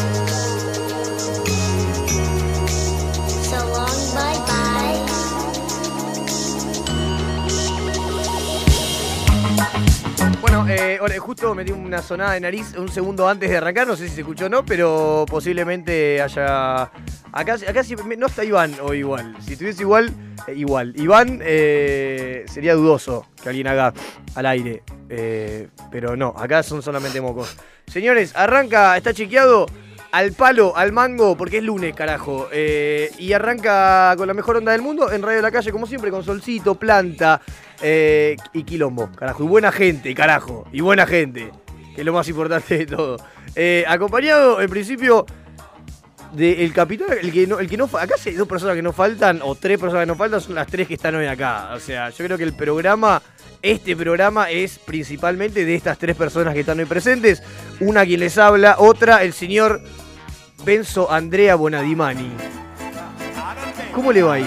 Bueno, eh, ahora, justo metí una sonada de nariz un segundo antes de arrancar, no sé si se escuchó o no, pero posiblemente haya. Acá, acá si- no está Iván o igual. Si estuviese igual, eh, igual. Iván eh, sería dudoso que alguien haga al aire. eh, pero no, acá son solamente mocos. Señores, arranca, está chequeado. Al palo, al mango, porque es lunes, carajo. Eh, y arranca con la mejor onda del mundo en Radio de la Calle, como siempre, con solcito, planta eh, y quilombo, carajo. Y buena gente, carajo. Y buena gente, que es lo más importante de todo. Eh, acompañado, en principio, del capitán, el que no, el que no fa- acá sí hay dos personas que no faltan, o tres personas que no faltan, son las tres que están hoy acá. O sea, yo creo que el programa, este programa es principalmente de estas tres personas que están hoy presentes. Una quien les habla, otra el señor Benzo Andrea Bonadimani. ¿Cómo le va ahí?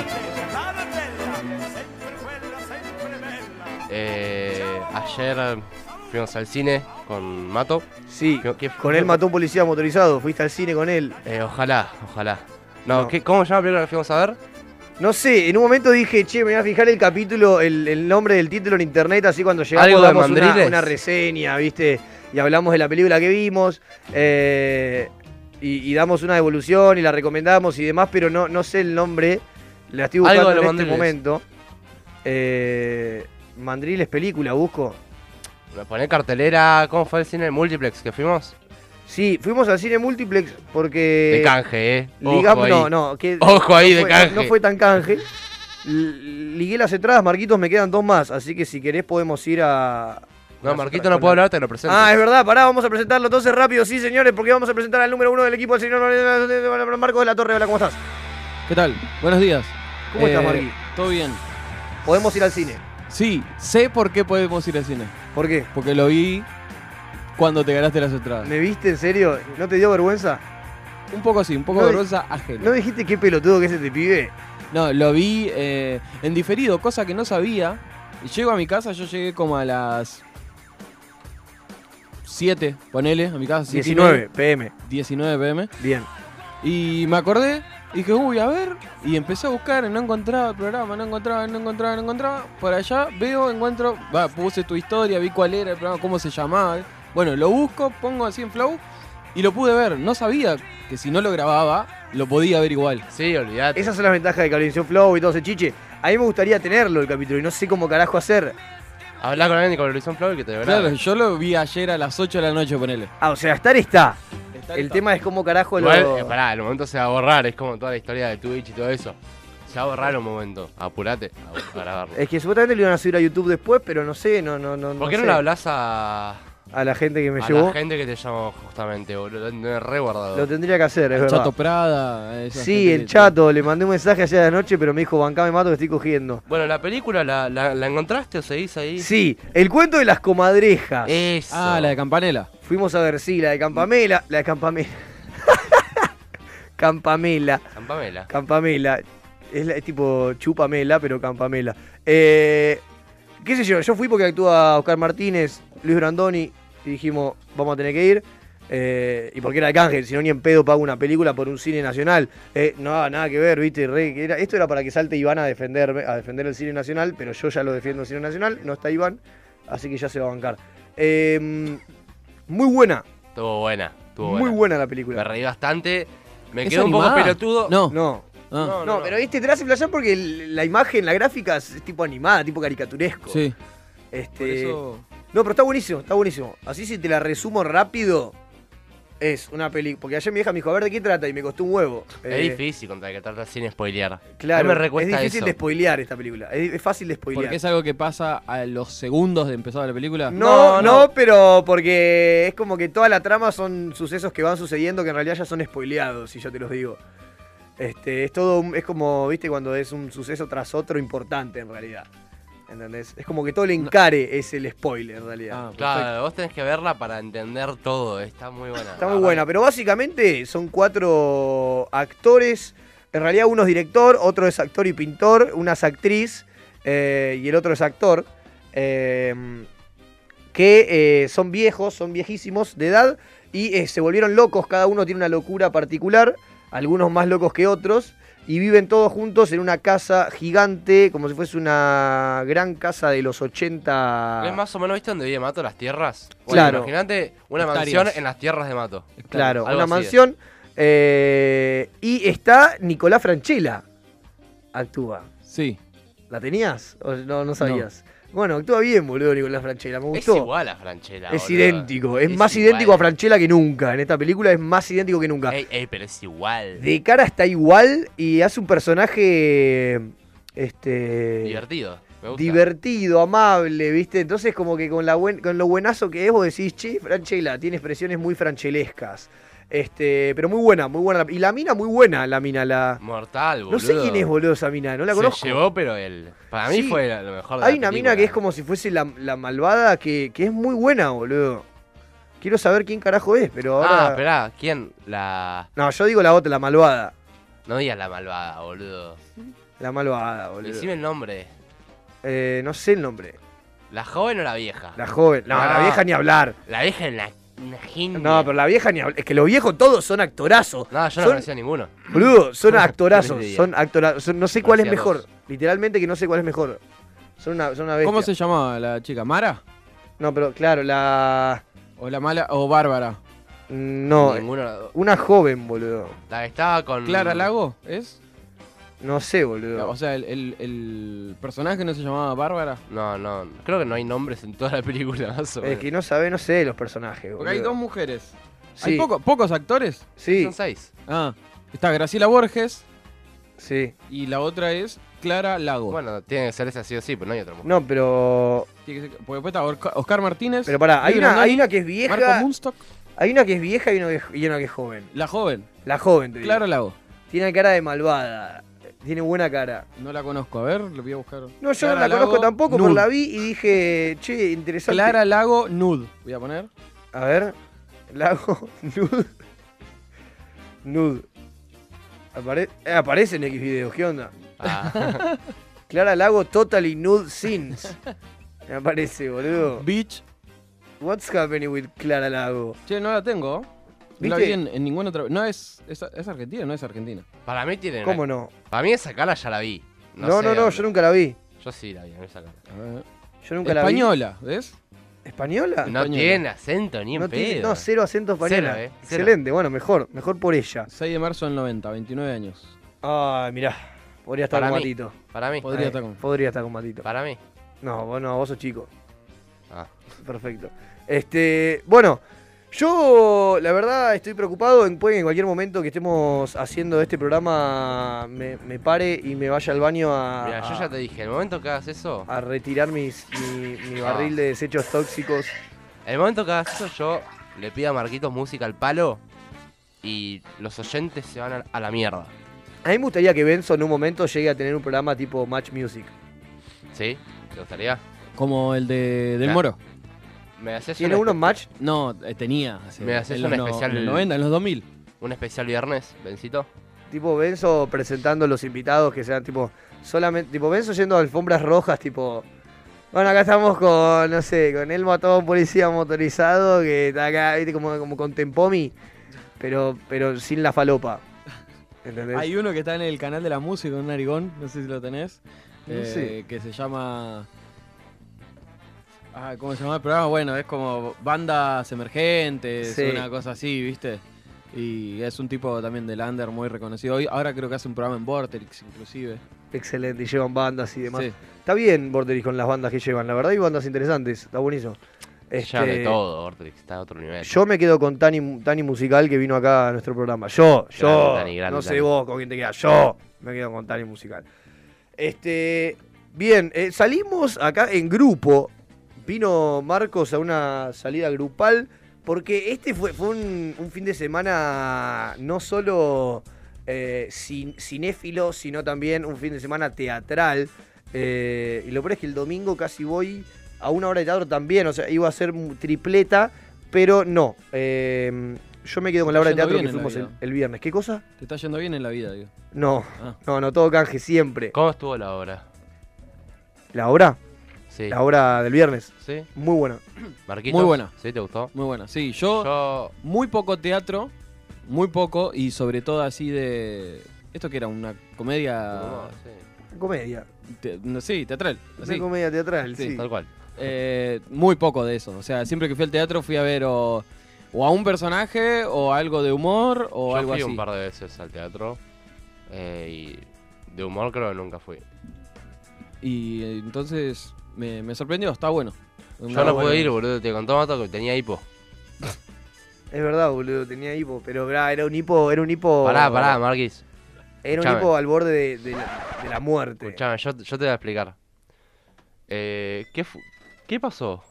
Eh, ayer fuimos al cine con Mato. Sí, ¿Qué- qué- con él mató un policía motorizado, fuiste al cine con él. Eh, ojalá, ojalá. No, No. ¿qué- ¿cómo se llama la película que fuimos a ver? No sé, en un momento dije, che, me voy a fijar el capítulo, el, el nombre del título en internet, así cuando llegamos ¿Algo de damos una, mandriles? una reseña, ¿viste? Y hablamos de la película que vimos, eh, y, y damos una devolución y la recomendamos y demás, pero no, no sé el nombre. La estoy Algo buscando de en los este mandriles. momento. Eh, mandriles película, busco. Me poné cartelera, ¿cómo fue el cine? Multiplex que fuimos. Sí, fuimos al cine multiplex porque. de canje, eh. Ojo Ligamos, ahí. no, no, que- Ojo ahí no de fue- canje. No fue tan canje. L- Ligué las entradas, Marquitos, me quedan dos más, así que si querés podemos ir a. No, las Marquito otras no con puedo la- hablar, te lo presento. Ah, es verdad, pará, vamos a presentarlo entonces rápido, sí señores, porque vamos a presentar al número uno del equipo, el señor Marco de la Torre. Hola, ¿cómo estás? ¿Qué tal? Buenos días. ¿Cómo estás, Marqui? ¿Todo bien? Podemos ir al cine. Sí, sé por qué podemos ir al cine. ¿Por qué? Porque lo vi cuando te ganaste las entradas. ¿Me viste en serio? ¿No te dio vergüenza? Un poco así, un poco No, vergüenza ajena. ¿No dijiste qué pelotudo que es este pibe? No, lo vi eh, en diferido, cosa que no sabía. Y Llego a mi casa, yo llegué como a las 7, ponele, a mi casa. siete y media, 19 PM. 19 pm. Bien. Y me acordé, y dije, uy, a ver. Y empecé a buscar, y no encontraba el programa, no encontraba, no encontraba, no encontraba. Por allá veo, encuentro, va, puse tu historia, vi cuál era el programa, cómo se llamaba. Bueno, lo busco, pongo así en Flow y lo pude ver. No sabía que si no lo grababa, lo podía ver igual. Sí, olvidate. Esas son las ventajas de Cablevisión Flow y todo ese chiche. A mí me gustaría tenerlo el capítulo y no sé cómo carajo hacer. Hablá con alguien con el Horizon Flow y que te verá. Claro, yo lo vi ayer a las 8 de la noche, ponele. Ah, o sea, estar está. Está- El está. tema es cómo carajo lo... Igual, eh, pará, el momento se va a borrar, es como toda la historia de Twitch y todo eso. Se va a borrar un momento. Apurate a, a grabarlo. Es que supuestamente lo iban a subir a YouTube después, pero no sé, no, no, no. ¿Por no qué no sé. le hablas a, A la gente que me a llevó. la gente que te llamó justamente, boludo? Lo tenés re guardado. Lo tendría que hacer, es El verdad. Chato Prada. esa sí, gente el que- chato. Le mandé un mensaje ayer de la noche, pero me dijo, bancame mato que estoy cogiendo. Bueno, la película, ¿la, la, la encontraste o seguís ahí? Sí, el cuento de las comadrejas. Eso. Ah, la de Campanela. Fuimos a ver, sí, la de Campamela. La de Campamela. Campamela. Campamela. Campamela. Es, la- es tipo chupamela, pero campamela. Eh, ¿Qué sé yo? Yo fui porque actúa Oscar Martínez, Luis Brandoni, y dijimos, vamos a tener que ir. Eh, y porque era de Cángel, si no ni en pedo pago una película por un cine nacional. Eh, no, nada que ver, viste, re- que era- esto era para que salte Iván a defenderme, a defender el cine nacional, pero yo ya lo defiendo el cine nacional, no está Iván, así que ya se va a bancar. Eh, muy buena, Estuvo buena. Estuvo muy buena la Me película. reí bastante. Me ¿Es quedé un poco animada? pelotudo. No. No, Ah, No, No, pero viste, te la hace flashear porque el- la imagen, la gráfica es, es tipo animada, tipo caricaturesco. Sí. Este, Por eso. No, pero está buenísimo, está buenísimo. Así si te la resumo rápido, es una peli. Porque ayer mi hija me dijo, a ver de qué trata y me costó un huevo. Eh, Es difícil contra que tratas sin spoilear. A mí Claro, me recuesta es difícil eso. de spoilear esta película. Es, es fácil de spoilear. Porque es algo que pasa a los segundos de empezar la película. No, no, No, pero porque es como que toda la trama son sucesos que van sucediendo que en realidad ya son spoileados, si yo te los digo. Este, es todo, un- es como, viste, cuando es un suceso tras otro importante en realidad. ¿Entendés? Es como que todo el encare es el spoiler en realidad. Ah, perfecto. Claro, vos tenés que verla para entender todo. Está muy buena. Está muy buena, pero básicamente son cuatro actores. En realidad uno es director, otro es actor y pintor, una es actriz eh, y el otro es actor. eh, que eh, son viejos, son viejísimos de edad y eh, se volvieron locos. Cada uno tiene una locura particular, algunos más locos que otros. y viven todos juntos en una casa gigante, como si fuese una gran casa de los 80. ¿Es más o menos viste dónde vive Mato las tierras? Claro. Imagínate una Hectáreas. mansión en las tierras de Mato. Claro, Algo una así mansión. eh, y está Nicolás Franchella. Actúa. Sí. ¿La tenías? ¿O no, no sabías? Bueno, actúa bien, boludo, Nicolás Franchella. Me Es gustó. igual a Franchella. Es boludo. idéntico. Es, Es más igual. idéntico a Franchella que nunca. En esta película es más idéntico que nunca. Ey, ey, pero es igual. De cara está igual y hace un personaje. Este. Divertido. Me gusta. divertido, amable, ¿viste? Entonces, como que con, la buen- con lo buenazo que es, vos decís, che, Franchella, tiene expresiones muy franchelescas. Este, pero muy buena, muy buena. Y la mina, muy buena, la mina, la. Mortal, boludo. No sé quién es, boludo, esa mina, no la conozco. Se llevó, pero él. Para mí Sí. fue la- lo mejor de Hay la una mina película. que es como si fuese la, la malvada, que, que es muy buena, boludo. Quiero saber quién carajo es, pero ahora. Ah, esperá, ¿quién? La. No, yo digo la otra, la malvada. No digas la malvada, boludo. La malvada, boludo. Decime el nombre. Eh, no sé el nombre. ¿La joven o la vieja? La joven. No, la Ah. vieja ni hablar. La vieja es la, una genia. No, pero la vieja ni hablar. Es que los viejos todos son actorazos. No, yo no Son- conocía ninguno. Boludo, son No actorazos. tenía idea. Son actorazos. son- no sé cuál es Parecía mejor. dos. Literalmente que no sé cuál es mejor. Son una, son una bestia. ¿Cómo se llamaba la chica? ¿Mara? No, pero claro, la. Mm. ¿O la mala? ¿O Bárbara? No, eh. Ninguno. una joven, boludo. La que estaba con. ¿Clara Lago? ¿Es? No sé, boludo. O sea, el, el- el personaje no se llamaba Bárbara. No, no. Creo que no hay nombres en toda la película, más o Es menos. que no sabe, no sé los personajes, boludo. Porque hay dos mujeres. Sí, ¿Hay poco- pocos actores? Sí, Son seis. Ah, está Graciela Borges sí. y la otra es Clara Lago. Bueno, tiene que ser esa sí o sí, pero no hay otra mujer. No, pero. Tiene que ser- porque después está Orca- Oscar Martínez, Pero pará, hay Libra una, Andoni, hay una que es Marco vieja. Munstock, Hay una que es vieja y una que, es- y una que es joven. la joven, La joven, te digo. Clara Lago. Tiene cara de malvada. Tiene buena cara. No la conozco, a ver, lo voy a buscar. No, yo Clara no la Lago, conozco tampoco, pero Nude. la vi y dije, che, interesante. Clara Lago Nude, voy a poner. A ver. Lago. Nude. Nude. Apare- eh, aparece en X videos, ¿qué onda? Ah, Clara Lago Totally Nude Scenes. Me aparece, boludo. Beach. What's happening with Clara Lago? Che, no la tengo. No la ¿Viste? vi en, en ninguna otra. No es, es. es Argentina, no es Argentina. para mí tiene. ¿Cómo no? Para mí esa cara ya la vi. No, eh. No, no, sé no, dónde. yo nunca la vi. Yo sí la vi, no esa cara. A ver. Yo nunca Española, ¿ves? la vi. ¿Española? No Española. tiene acento ni en No pedo. tiene- no, cero acento española. Cero, eh, cero. Excelente, bueno, mejor, mejor por ella. 6 de marzo del 90, 29 años. Ay, mirá, podría estar Para con mí. Matito. Eh, Para mí. Podría estar con- Podría estar con Matito. Para mí. No, vos no, vos sos chico. Ah. Perfecto. Este, bueno, yo la verdad estoy preocupado en puede que en cualquier momento que estemos haciendo este programa me, me pare y me vaya al baño a, Mira, yo a- ya te dije, el momento que hagas eso, a retirar mis, mi, mi Ah. barril de desechos tóxicos. el momento que hagas eso, yo le pido a Marquitos música al palo y los oyentes se van a, a la mierda. A mí me gustaría que Benzo en un momento llegue a tener un programa tipo Match Music. ¿Sí? ¿Te gustaría? Como el de Del Claro. Moro. ¿Me haces ¿Tiene un, uno en Match? No, eh, tenía. hace- Me haces en los un no- especial- En los 90, en los 2000. un especial viernes, Bencito? Tipo Benzo presentando los invitados que sean tipo solamente tipo Benzo yendo a alfombras rojas tipo bueno, acá estamos con, no sé, con el mató a un policía motorizado que está acá, viste, como, como con Tempomi, pero, pero sin la falopa. ¿Entendés? Hay uno que está en el canal de la música, un narigón, no sé si lo tenés. No eh, sé. Que se llama. Ah, ¿cómo se llama el programa? Bueno, es como bandas emergentes, Sí. una cosa así, ¿viste? Y es un tipo también de Lander muy reconocido. Hoy, ahora creo que hace un programa en Vortex, inclusive. Excelente, y llevan bandas y demás. Sí. Está bien Borderis con las bandas que llevan, la verdad, hay bandas interesantes, está buenísimo. Ya de Este, todo, Ortrix, está a otro nivel. Yo me quedo con Tani, Tani Musical que vino acá a nuestro programa. Yo, yo. Tani, grande, no sé Tani. vos con quién te quedas. Yo me quedo con Tani Musical. Este. Bien, eh, salimos acá en grupo. Vino Marcos a una salida grupal. Porque este fue, fue un, un fin de semana no solo eh, cin- cinéfilo, sino también un fin de semana teatral. Eh, y lo peor es que el domingo casi voy a una hora de teatro también. O sea, iba a ser mu- tripleta, pero no. Eh, yo me quedo con la hora de Está teatro que yendo bien fuimos en la el, vida. el viernes. ¿Qué cosa? Te está yendo bien en la vida, digo. No, Ah. no, no, todo canje siempre. ¿Cómo estuvo la obra? ¿La hora? Sí. La hora del viernes. ¿Sí? Muy buena. Marquitos. Muy buena. ¿Sí? ¿Te gustó? Muy buena. Sí, yo, Yo. muy poco teatro, muy poco, y sobre todo así de. Esto que era una comedia. No, Ah, sí, Oh, Comedia. te- no, sí, teatral. Una así. comedia teatral, Sí, sí. Tal cual. Eh, muy poco de eso. O sea, siempre que fui al teatro fui a ver o, o a un personaje o algo de humor o Yo algo fui así. un par de veces al teatro eh, y de humor creo que nunca fui. Y eh, entonces me, me sorprendió, está bueno. Yo Una- no bueno. pude ir, boludo. Te contó Mato que tenía hipo. Es verdad, boludo, tenía hipo, pero ah, era un hipo, era un hipo. Pará, pará, Marquis. Oh, Era un escuchame. hipo al borde de, de la, de la muerte. Escuchame, yo, yo te voy a explicar. Eh, ¿qué, fu- ¿Qué pasó?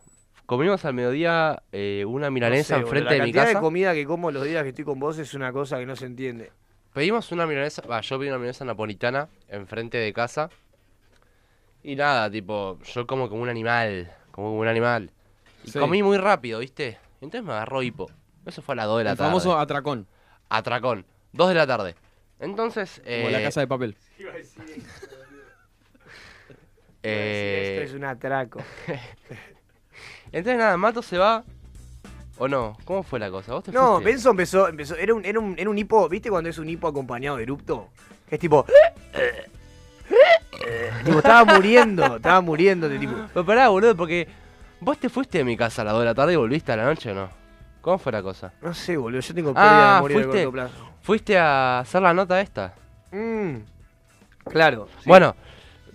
Comimos al mediodía eh, una No sé, milanesa boludo, enfrente de la mi cantidad casa. de comida que como los días que estoy con vos es una cosa que no se entiende. Pedimos una milanesa, va, yo pedí una milanesa napolitana enfrente de casa. Y nada, tipo, yo como como un animal, como como un animal. Y Sí. comí muy rápido, ¿viste? Entonces me agarró hipo. Eso fue a las 2 de la el tarde. famoso atracón, Atracón, 2 de la tarde. Entonces, eh, como la casa de papel. eh, Esto es un atraco. entonces nada, Mato se va o no. ¿Cómo fue la cosa? ¿Vos te No, fuiste? Benzo empezó, empezó era, un, era, un, era un hipo, ¿viste cuando es un hipo acompañado de erupto? Que es tipo... tipo, estaba muriendo, estaba muriendo de tipo... Pero pará, boludo, porque vos te fuiste de mi casa a las 2 de la tarde y volviste a la noche o no. ¿Cómo fue la cosa? No sé, boludo, yo tengo pérdida de Ah, memoria de fuiste. corto plazo. Fuiste a hacer la nota esta. Mm, claro. sí. Bueno,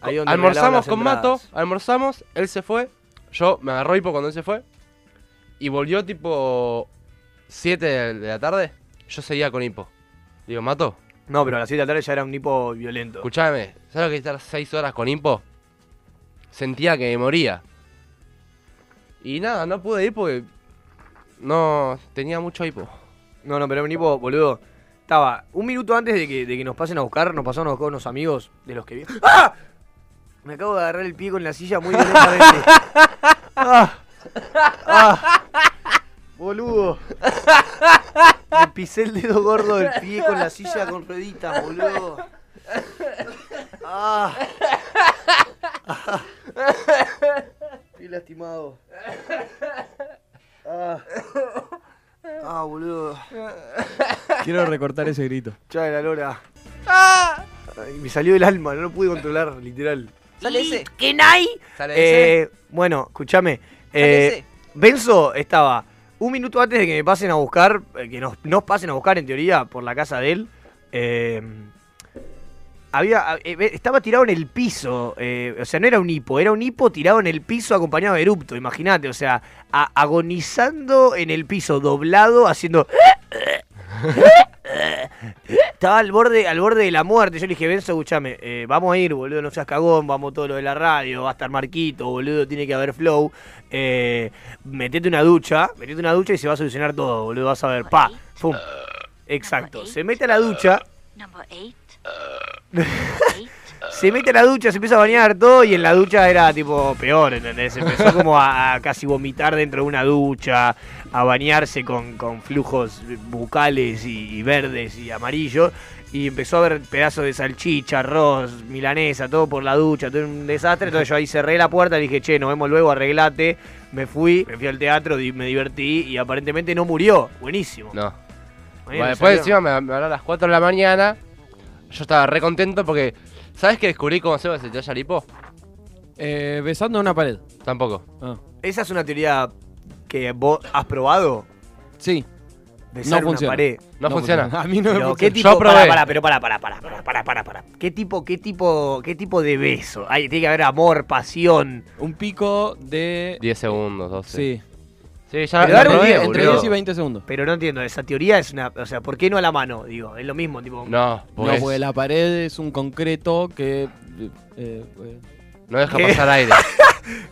Ahí co- donde regalaban almorzamos las con Mato, entradas. almorzamos, él se fue, yo me agarró hipo cuando él se fue y volvió tipo 7 de de la tarde, yo seguía con hipo. Digo, Mato, No, pero a las 7 de la tarde ya era un hipo violento. escúchame, ¿sabes lo que es estar 6 horas con hipo? Sentía que me moría. Y nada, no pude ir porque no tenía mucho hipo. No, no, pero un hipo, boludo. Estaba un minuto antes de que, de que nos pasen a buscar, nos pasaron a buscar unos amigos de los que vi. ¡Ah! Me acabo de agarrar el pie con la silla muy violentamente. ¡Ah! ¡Ah! Boludo. Me pisé el dedo gordo del pie con la silla con rueditas, boludo. ¡Ah! ¡Ah! Estoy lastimado. Ah. Ah, boludo. Quiero recortar ese grito. Ah. Chá de la lora. Ay, me salió del alma, no lo pude controlar, literal. Sale ese. ¿Qué hay? Sale Eh, bueno, escúchame. Eh, Benzo estaba un minuto antes de que me pasen a buscar, eh, que nos, nos pasen a buscar en teoría por la casa de él. eh, había, eh, eh, estaba tirado en el piso, eh, o sea, no era un hipo, era un hipo tirado en el piso acompañado de erupto, imagínate, o sea, a- agonizando en el piso, doblado, haciendo... Estaba al borde, al borde de la muerte. Yo le dije, Benzo, escuchame, eh, vamos a ir, boludo, no seas cagón, vamos todo lo de la radio, va a estar Marquito, boludo, tiene que haber flow. Eh, metete una ducha, metete una ducha y se va a solucionar todo, boludo, vas a ver, pa, pum. Exacto, se mete a la ducha, Number eight. eight. se mete a la ducha, se empieza a bañar todo y en la ducha era tipo peor, ¿entendés? Empezó como a, a casi vomitar dentro de una ducha, a bañarse con, con flujos bucales y, y verdes y amarillos y empezó a ver pedazos de salchicha, arroz, milanesa, todo por la ducha, todo un desastre. Entonces yo ahí cerré la puerta y dije, che, nos vemos luego, arreglate. Me fui, me fui al teatro, di- me divertí y aparentemente no murió. Buenísimo. No. Bueno, Bueno, después salió. encima me, me habló a las 4 de la mañana. Yo estaba re contento porque. ¿Sabes que descubrí cómo se hace el haya lipo? Eh, besando una pared. Tampoco. Ah, Esa es una teoría que vos has probado. Sí. Besar No funciona. una pared. No, funciona. A mí no me Pero, funciona. ¿qué tipo? Yo probé. Pará, pará, pero pará, pará, pará, pará, pará, pará, pará. ¿Qué tipo, qué tipo, qué tipo de beso? Ay, tiene que haber amor, pasión. Un pico de. 10 segundos, 12. Sí. Sí, ya Pero lo dale un probé, día, Entre boludo. 10 y 20 segundos. Pero no entiendo, esa teoría es una. O sea, ¿por qué no a la mano? Digo, es lo mismo, tipo. No, pues, No, porque la pared es un concreto que. eh, eh, no deja ¿Qué? pasar aire.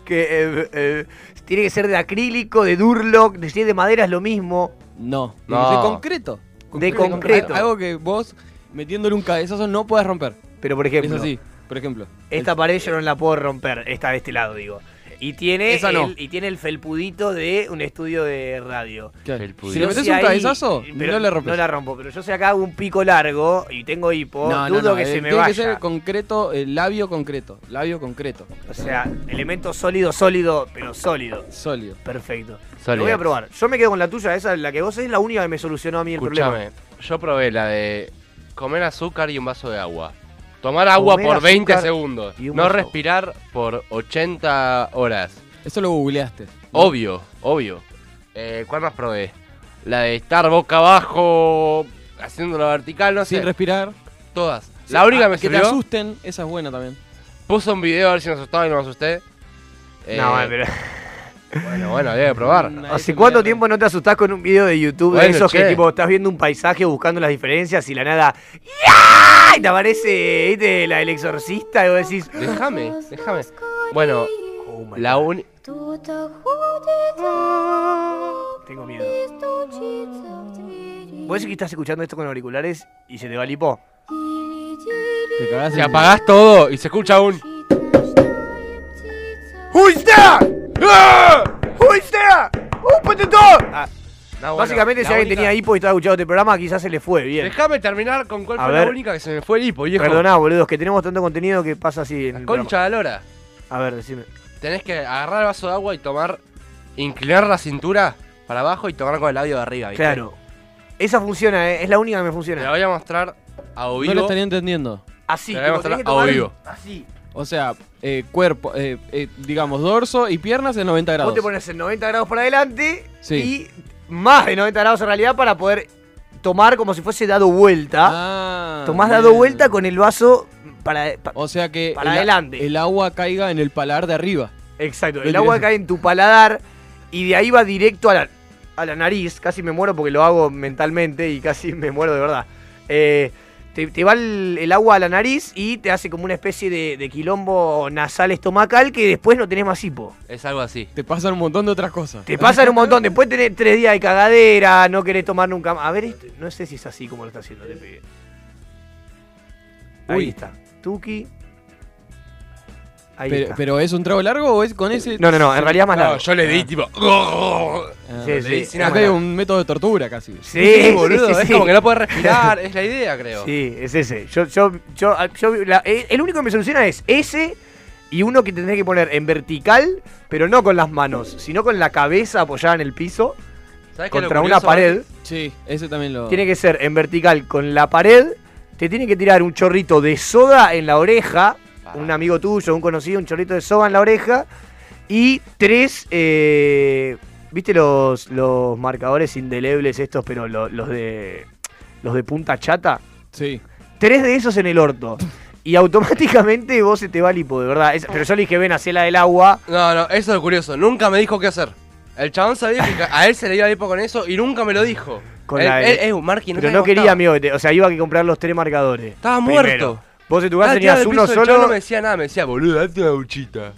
Que eh, eh, tiene que ser de acrílico, de Durlock, de, si es de madera es lo mismo. no. No. De concreto. De concreto. Algo que vos metiéndole un cabezazo no puedes romper. Pero por ejemplo, Es así, por ejemplo. esta pared yo no la puedo romper, esta de este lado, digo. Y tiene, Esa no. el, y tiene el felpudito de un estudio de radio. Claro. El Si pudín. le Yo metes si un ahí- cabezazo, pero no le rompes. No la rompo, pero yo si acá hago un pico largo y tengo hipo, No, no, dudo no, que eh, se me tiene vaya. que ser concreto, el labio concreto, labio concreto, O sea, elemento sólido, sólido, pero sólido. sólido. Perfecto. Lo Sólido. voy a probar. Yo me quedo con la tuya, esa es la que vos es la única que me solucionó a mí el problema. Escuchame, yo probé la de comer azúcar y un vaso de agua. Tomar agua Comer por 20 azúcar segundos. y un No vaso de agua. respirar por 80 horas. Eso lo googleaste. Obvio, obvio. Eh, ¿Cuál más probé? La de estar boca abajo, haciendo la vertical, no sé. Sin respirar. todas. La única Ah, que me Que te sirvió, asusten, esa es buena también. puso un video a ver si nos asustaba y no me asusté. Eh, No, pero- Bueno, bueno, había que probar. Una- Ahí ¿Hace tendría cuánto re- tiempo no te asustás con un video de YouTube de Bueno, esos che. que tipo estás viendo un paisaje buscando las diferencias y la nada. ¡Ya! Y te aparece ¿viste? la del exorcista y vos decís. "Ah, Déjame, déjame. Bueno, "Oh my la God, única... Tengo miedo. Vos decís que estás escuchando esto con auriculares y se te va el hipo. Te cagás Se en- apagás todo y se escucha un... ¡Who's there? ¡Ah! ¡Who's there? ¡Open the door! Ah, No, bueno, básicamente, la si alguien única- tenía hipo y estaba escuchando este programa, quizás se le fue bien. Déjame terminar con cuál A fue la ver. única que se me fue el hipo, viejo. Perdoná, boludos, que tenemos tanto contenido que pasa así. En La el concha de la lora. programa. A ver, decime. Tenés que agarrar el vaso de agua y tomar... Inclinar la cintura para abajo y tomar con el labio de arriba, ¿viste? Claro. Esa funciona, eh, es la única que me Te la funciona. voy a mostrar a vivo. No lo estaría entendiendo. Así, te la voy a tipo, tenés mostrar que a tomar vivo. Así. O sea, eh, cuerpo, eh, eh, digamos, dorso y piernas en 90 grados. Vos te pones en 90 grados para adelante Sí. y más de 90 grados en realidad para poder tomar como si fuese dado vuelta. Ah, Tomás bien. dado vuelta con el vaso para. pa- O sea que para el, a- adelante. el agua caiga en el paladar de arriba. Exacto. Lo El agua tirás- cae en tu paladar y de ahí va directo a la, a la nariz. Casi me muero porque lo hago mentalmente y casi me muero de verdad. Eh, te, te va el, el agua a la nariz y te hace como una especie de, de quilombo nasal estomacal que después no tenés más hipo. Es algo así. Te pasan un montón de otras cosas. Te pasan un montón, después tenés tres días de cagadera, no querés tomar nunca más. A ver, esto- no sé si es así como lo está haciendo te pibe. Ahí Uy. está. Tuki. Ahí Pero, está. pero es un trago largo o es con ese. no, no, no, en realidad es más largo. No, yo le di tipo. Ah, Sí, le sí. di- Acá hay un método de tortura casi. Sí, sí, boludo. sí, es sí. como que no puedes respirar. es la idea, creo. Sí, es ese. Yo, yo, yo, yo- la- eh, el único que me soluciona es ese y uno que tendré que poner en vertical, pero no con las manos, sino con la cabeza apoyada en el piso ¿Sabés qué es lo contra una curioso? pared. Sí, ese también lo. Tiene que ser en vertical con la pared. Te tiene que tirar un chorrito de soda en la oreja. Un amigo tuyo, un conocido, un chorrito de soda en la oreja. Y tres. eh, ¿Viste los, los marcadores indelebles estos, pero lo- los de. los de punta chata? Sí. tres de esos en el orto. Y automáticamente vos se te va el hipo, de verdad. Es- pero yo le dije, ven, hacela del agua. No, no, eso es curioso. Nunca me dijo qué hacer. El chabón sabía que a él se le iba a ir con eso y nunca me lo dijo. Con él, la- él- eh, Marky, pero te no quería, costaba. amigo. que te- O sea, iba a comprar los tres marcadores. Estaba Primero. muerto. Vos en tu Estaba casa tirado tenías en Ah, el uno piso, el chabón solo. no me decía nada, me decía, boludo, date una duchita.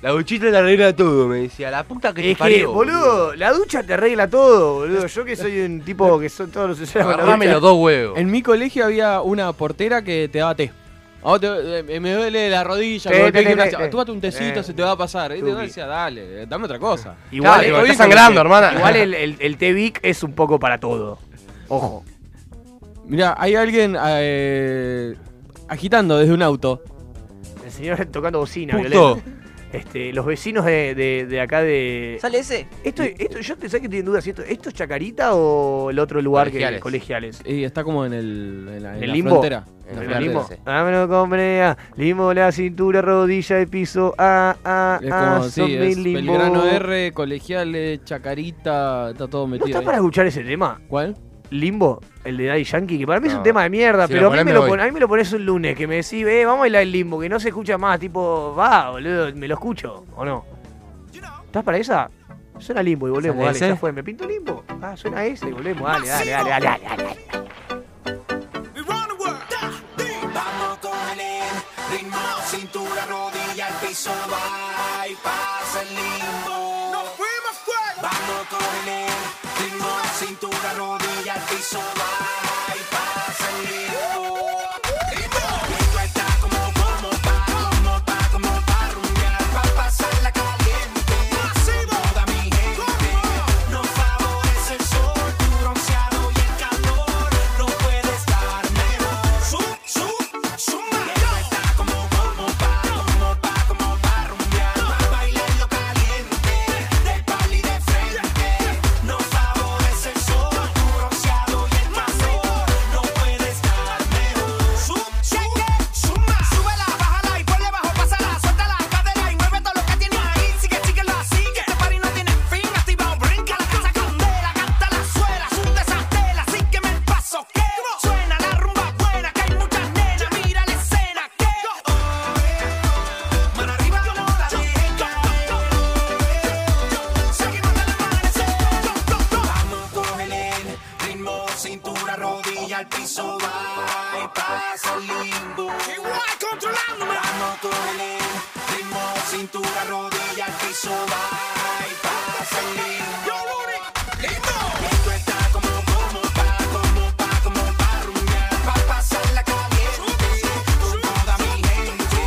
La duchita la arregla todo, me decía. La puta que te Es que, parió, boludo, la ducha te arregla todo, boludo. Yo que soy un tipo que son todos los sociales con la Agarrame ducha. los dos huevos. En mi colegio había una portera que te daba té. A vos te- eh, me duele la rodilla, Té, me golpeé té, el té, gimnasio. té. Tómate un tecito, Eh, se te va a pasar. Y te tuki. decía, dale, eh, dame otra cosa. Igual, Claro, eh, tipo, hoy está es sangrando, como- hermana. Igual el, el, el té Vic es un poco para todo. Ojo. Mirá, hay alguien eh, agitando desde un auto. El señor tocando bocina, Puto. violento. Este, los vecinos de, de, de acá de. ¿Sale ese? Esto, esto, yo te sé que tienen dudas, si esto, ¿esto es Chacarita o el otro lugar Colegiales. que colegiales? Y está como en el, en la, en ¿El la limbo? frontera. En la ¿El Ah, frontera, limo? sí. Dámelo con brea, limo la cintura, rodilla y piso, ah, ah, Es ah, como, son sí, mi es limbo. Belgrano R, Colegiales, Chacarita, está todo ¿No metido está ahí. para escuchar ese tema? ¿Cuál? Limbo, el de Daddy Yankee, que para mí es No. un tema de mierda, Si lo pero a mí, ponés, me me lo voy. pon- a mí me lo pones un lunes, que me decís, eh, vamos a bailar el limbo, que no se escucha más, tipo, va, boludo, me lo escucho, ¿o no? ¿Estás para esa? Suena limbo y volvemos, ¿Sale dale, ese? ya fue, me pinto limbo. Ah, suena ese y volvemos, dale, dale, dale, dale, dale. dale. Vamos con el ritmo, cintura, rodilla, el piso, va y pasa el limbo. Nos fuimos fuera. Vamos con el ritmo, cintura, rodilla, el piso, va y pasa el limbo. Ritmo está como como pa, como pa, como pa rumbear, pa pasarla caliente. Toda mi gente nos favorece el sol, tu bronceado y el calor. No puede estar mejor. Sub, sub, suma. Ritmo está como como pa, como pa, como pa rumbear, pa bailarlo caliente, de pal y de frente. Nos favorece el sol, tu bronceado y el calor. Este al piso va y pasa el limbo. Igual controlándome. Vamos con el ritmo, cintura, rodilla al piso va y pasa el limbo. Esto está como, como, pa, como, pa, como pa' rumbear. Pa' pasarla caliente con toda mi gente.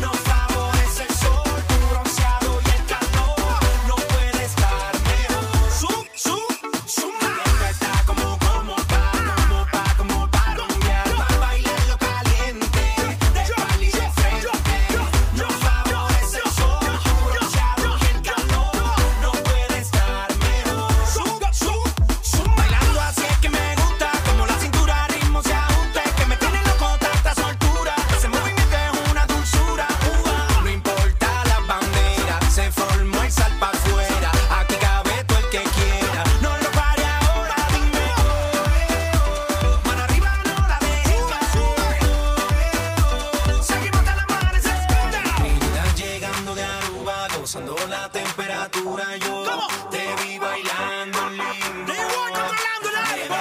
Nos favorece el sol, tu bronceado y el calor. No puede estar mejor. Zoom, zoom, zoom. Esto está como, como, pa, como, pa, como pa' rumbear. Pa' bailarlo caliente, de espalda y de frente. Nos favorece el sol, tu bronceado y el calor. No puede estar mejor. Zoom, zoom, zoom. Bailando así es que me gusta, como la cintura al ritmo se ajusta. Es que me tiene loco tanta soltura. Ese movimiento es una dulzura. uva. No importa la bandera, se formó el sal pa' afuera. Aquí cabe todo el que quiera. No lo pare ahora, dime. oh, eh, oh. Mano arriba, no la dejes. Seguimos hasta la amanecer. Trinidad llegando de Aruba, gozando la temperatura. Yo te vi bailando lindo. Te voy controlando el aire.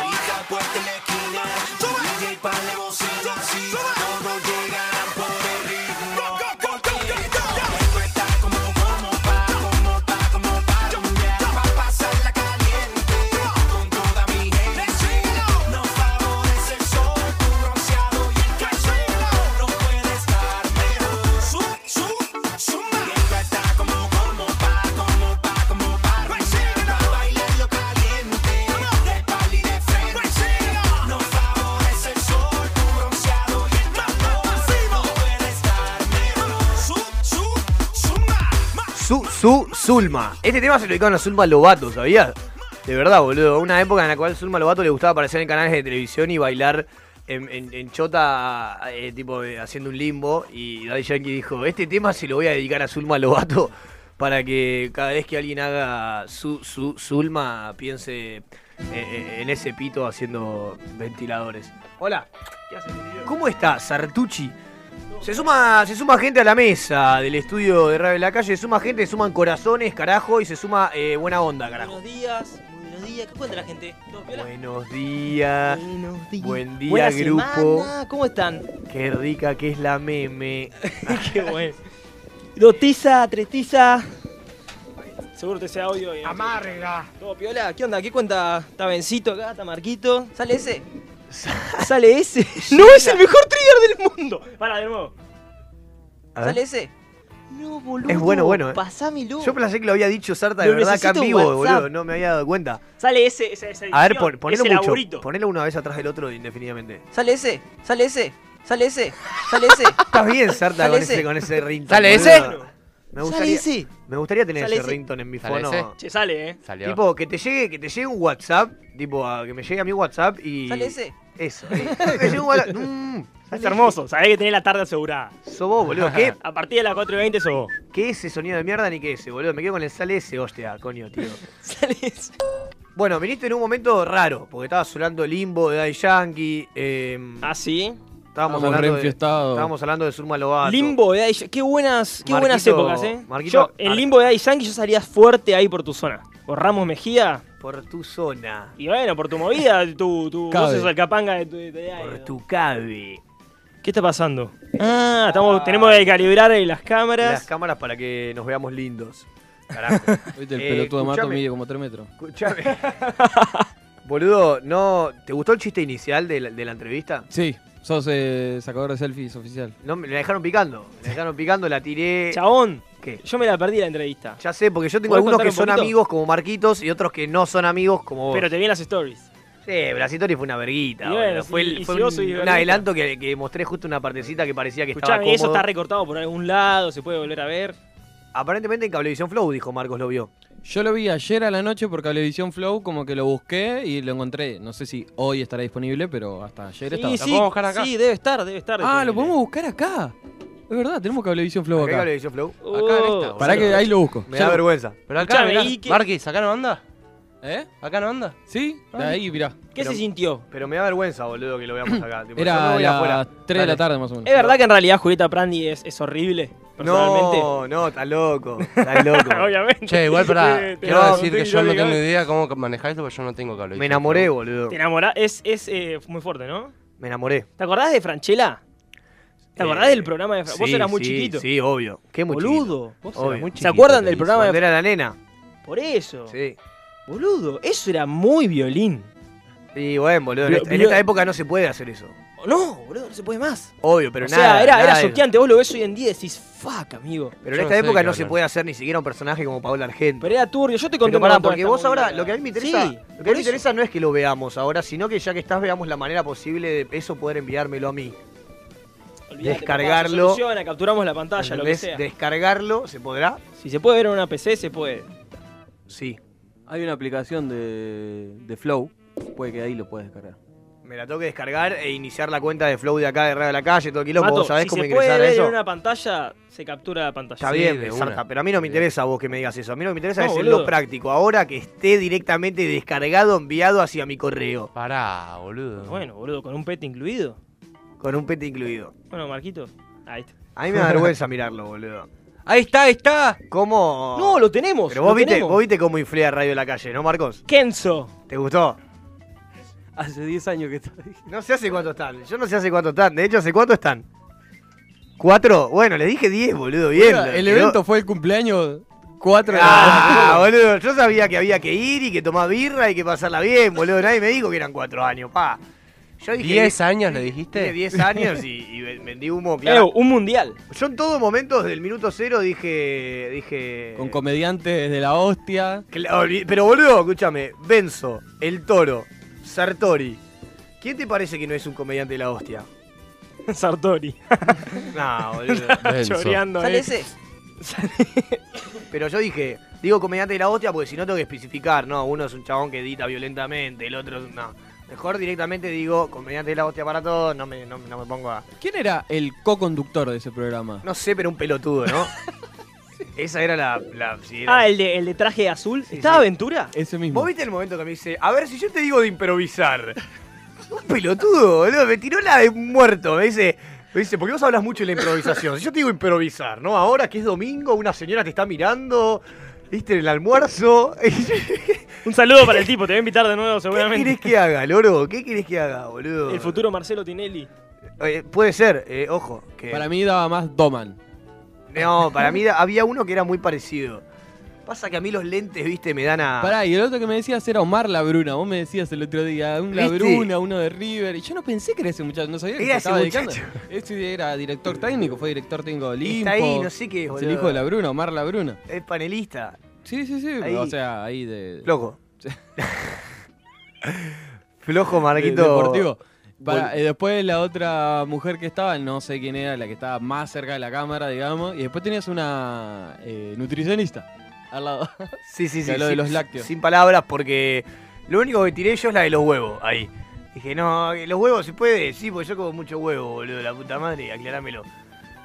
puerta en la esquina. DJ pa' la bocina. Sí, todos llegarán por el ritmo. Esto está como, como pa, como pa, como pa rumbear. Pa' pasarla caliente con toda mi gente. Nos favorece el sol, tu bronceado y el calor. No puede estar mejor. Zoom, zoom, zoom. Esto está como, como pa, como pa, como pa rumbear. Pa' bailarlo caliente de espalda y de frente. Nos favorece el sol, tu bronceado y el calor. No puede estar mejor. Zoom, zoom, zoom. Su, su, Zulma. Este tema se lo dedicaron a Zulma Lobato, ¿sabías? De verdad, boludo. Una época en la cual Zulma Lobato le gustaba aparecer en canales de televisión y bailar en, en- en chota, eh, tipo, eh, haciendo un limbo. Y Daddy Yankee dijo, este tema se lo voy a dedicar a Zulma Lobato para que cada vez que alguien haga su, su, Zulma piense eh, eh, en ese pito haciendo ventiladores. Hola. ¿Cómo estás, Sartucci? Se suma, se suma gente a la mesa del estudio de Radio de la Calle, se suma gente, se suman corazones, carajo, y se suma eh, buena onda, carajo. Buenos días, muy buenos días. ¿Qué cuenta la gente? ¿Todo piola? Buenos días, Buenos días. buen día, Buena grupo. semana, ¿Cómo están? qué rica que es la meme. Qué bueno. Dotiza, tretiza. Seguro te sea audio. Y Amarga. ¿Todo piola? ¿Qué onda? ¿Qué cuenta? ¿Está Bencito acá? ¿Está Marquito? ¿Sale ese? ¿Sale ese? ¡No es el mejor trigger del mundo! Para, de nuevo. A ver. ¿Sale ese? No, boludo. Es bueno, bueno, eh. Pasámelo. Yo pensé que lo había dicho Sarta de Lo verdad acá en necesito vivo, WhatsApp. boludo, no me había dado cuenta. Sale ese, ese, ese. A ver, pon- ponelo mucho, ponelo una vez atrás del otro indefinidamente. Sale ese, sale ese, sale ese, sale ese. Estás bien, Sarta, Sale con ese. ese, con ese ringtone. ¿Sale boludo. Me Sale gustaría, ese. me gustaría tener Sale ese ese. ringtone en mi ¿Sale fono. ese? Che, sale, eh. Salió. Tipo, que te llegue, que te llegue un WhatsApp, tipo, a- que me llegue a mi WhatsApp y. Sale ese. Eso. eh. Que me llegue un WhatsApp. Mm, Es sale hermoso, sabés que tenés la tarde asegurada. ese. Sos vos, boludo. ¿Qué, A partir de las 4 y 20 sos vos. ¿Qué ese sonido de mierda ni qué ese, boludo? Me quedo con el sale ese, hostia, coño, tío. Sale ese. Bueno, viniste en un momento raro, porque estaba sonando Limbo de Daddy Yankee. eh, Ah, sí. estábamos, Estábamos hablando de, reenfiestados. estábamos hablando de Surma Lobato. Limbo de Daddy Yan- Qué buenas, qué buenas Marquito- épocas, eh. Marquito- yo, en Limbo de Daddy Yankee yo salía fuerte ahí por tu zona. Por Ramos Mejía. Por tu zona, Y bueno, por tu movida, tu, tu Cabe. vos sos el capanga de tu de- de- por tu cabe. ¿Qué está pasando? Ah, estamos, tenemos que calibrar eh, las Las cámaras. cámaras para que nos veamos lindos. Carajo. Viste, el Eh, pelotudo de mato escuchame. mide como 3 metros. Escuchame. Boludo, no. ¿Te gustó el chiste inicial de la, de la entrevista? Sí, sos eh, sacador de selfies oficial. No, me la dejaron picando. Me la dejaron picando, la tiré. Chabón, ¿Qué? yo me la perdí la entrevista. Ya sé, porque yo tengo ¿Podés algunos contar que un son poquito? amigos como Marquitos y otros que no son amigos como vos. Pero te vi en las stories. Sí, Brasitori fue una verguita. Y boludo. bueno, fue el- y fue si vos un, sois un verguita. adelanto que, que mostré justo una partecita que parecía que estaba Escuchame, eso cómodo. está recortado por algún lado, se puede volver a ver. Aparentemente en Cablevisión Flow, dijo Marcos, lo vio. Yo lo vi ayer a la noche por Cablevisión Flow, como que lo busqué y lo encontré. No sé si hoy estará disponible, pero hasta ayer estaba. Sí, ¿La sí, podemos buscar acá? sí, debe estar, debe estar. Ah, lo disponible. podemos buscar acá. Es verdad, tenemos Cablevisión Flow ¿Qué acá. Cablevisión Flow? Acá en esta, Oh. Pará que ahí lo busco. Me Ya da lo- vergüenza. Pero acá, Escuchame, mirá, ¿y qué- Marquis, acá no anda. ¿Eh? Acá no anda. ¿Sí? De Ah. ahí, mirá. ¿Qué Pero- se sintió? Pero me da vergüenza, boludo, que lo veamos acá. Ah, Tipo, yo no Era voy afuera. las 3 de Dale. la tarde más o menos. ¿Es verdad que en realidad Julieta Prandi es, es horrible? personalmente. No, no, está loco. Está loco. Obviamente. Che, igual pará, Te- te- quiero no, decir que te- yo no digas- tengo idea cómo manejar esto, porque yo no tengo cable. Me enamoré, boludo. Te enamorás, es, es eh, muy fuerte, ¿no? Me enamoré. ¿Te acordás de Franchella? ¿Te acordás Eh, del programa de Franchella? Sí, vos eras muy sí, chiquito. Sí, obvio. Qué muy chiquito. Boludo. Vos eras Obvio. muy ¿Se chiquito, acuerdan del Y programa cuando de era la nena. Por eso. Sí. Boludo, eso era muy violín. Y bueno, boludo. En, Pero- esta, en pero- esta época no se puede hacer eso. No, boludo, no se puede más. Obvio, pero o nada. sea, era, nada era de- choqueante. Vos lo ves hoy en día y decís, fuck, amigo. Pero Yo en esta no sé época de qué no se hablan. puede hacer ni siquiera un personaje como Paola Argento. Pero era turbio. Yo te conté Pero un pará, montón de porque esta vos ahora, movida. lo que a mí me interesa, Sí, lo que a por mí me eso. interesa no es que lo veamos ahora, sino que ya que estás veamos la manera posible de eso poder enviármelo a mí. Olvídate, papá, descargarlo. se soluciona, capturamos la pantalla, lo que ¿Entendés? sea. Descargarlo, ¿se podrá? Si se puede ver en una PC, se puede. Sí. Hay una aplicación de, de Flow, puede que ahí lo puedas descargar. Me la tengo que descargar e iniciar la cuenta de Flow de acá de Radio de la Calle, todo el quilombo, Mato, ¿vos sabés si cómo se puede ingresar a ver eso? en una pantalla, se captura la pantalla. Está Sí, bien, de me una. zarpa, pero a mí no me interesa vos que me digas eso. A mí lo que me interesa No, es en boludo. lo práctico. Ahora que esté directamente descargado, enviado hacia mi correo. Pará, boludo. Bueno, boludo, con un pet incluido. Con un pete incluido. Bueno, Marquito, ahí está. A mí me da vergüenza mirarlo, boludo. Ahí está, ahí está. ¿Cómo? No, lo tenemos. Pero vos lo viste, tenemos. vos viste cómo inflé a Radio de la Calle, ¿no, Marcos? Kenzo. ¿Te gustó? Hace 10 años que está ahí. No sé hace cuánto están. Yo no sé hace cuánto están. De hecho, ¿hace cuánto están? ¿Cuatro? Bueno, les dije diez, boludo. Bien. Mira, el Quedó- evento fue el cumpleaños 4 de Ah, boludo. Yo sabía que había que ir y que tomar birra y que pasarla bien, boludo. Nadie me dijo que eran cuatro años, pa. Yo dije. 10 años le Tiene dijiste. 10 años y, y ve- vendí humo, Ew, claro. un mundial. Yo en todo momento, desde el minuto cero, dije. dije Con comediantes de la hostia. Cla- olvi- Pero boludo, escúchame. Benzo, El Toro, Sartori. ¿Quién te parece que no es un comediante de la hostia? Sartori. No, boludo. Benzo. Choreando, Sale eh. ese. Pero yo dije, digo comediante de la hostia porque si no tengo que especificar, no, uno es un chabón que edita violentamente, el otro es un- no. Mejor directamente digo comediante de la hostia para todos, no me, no, no me pongo a. ¿Quién era el co-conductor de ese programa? No sé, pero un pelotudo, ¿no? Esa era la. la si era- Ah, el de, el de traje azul. Sí, ¿Estaba sí. Aventura? Ese mismo. ¿Vos viste el momento que me dice, a ver si yo te digo de improvisar? Un pelotudo, boludo, me tiró la de muerto. Me dice, me dice, ¿por qué vos hablas mucho de la improvisación? Si yo te digo improvisar, ¿no? Ahora que es domingo, una señora te está mirando, viste, en el almuerzo. Un saludo para el tipo, te voy a invitar de nuevo ¿Qué seguramente. querés que haga, loro? ¿Qué querés que haga, boludo? El futuro Marcelo Tinelli. Eh, puede ser, eh, ojo. Que... Para mí daba más Doman. No, para mí da- había uno que era muy parecido. Pasa que a mí los lentes, viste, me dan a. Pará, y el otro que me decías era Omar Labruna. Vos me decías el otro día, un ¿Viste? Labruna, uno de River. Y yo no pensé que era ese muchacho, no sabía que Era se ese estaba dedicando. muchacho. Ese era director técnico, fue director técnico de Olimpo. Está ahí, no sé qué es, Es boludo. el hijo de Labruna, Omar Labruna. Es panelista. Sí, sí, sí. Ahí. O sea, ahí de. Flojo. Flojo, de- Marquito. deportivo. Para- eh, después la otra mujer que estaba, no sé quién era, la que estaba más cerca de la cámara, digamos. Y después tenías una eh, nutricionista al lado. Sí, sí, sí. Que habló sí, de los sí, lácteos. Sin palabras, porque lo único que tiré yo es la de los huevos, ahí. Dije, no, eh, los huevos se puede. Sí, porque yo como mucho huevo, boludo, la puta madre, aclarámelo.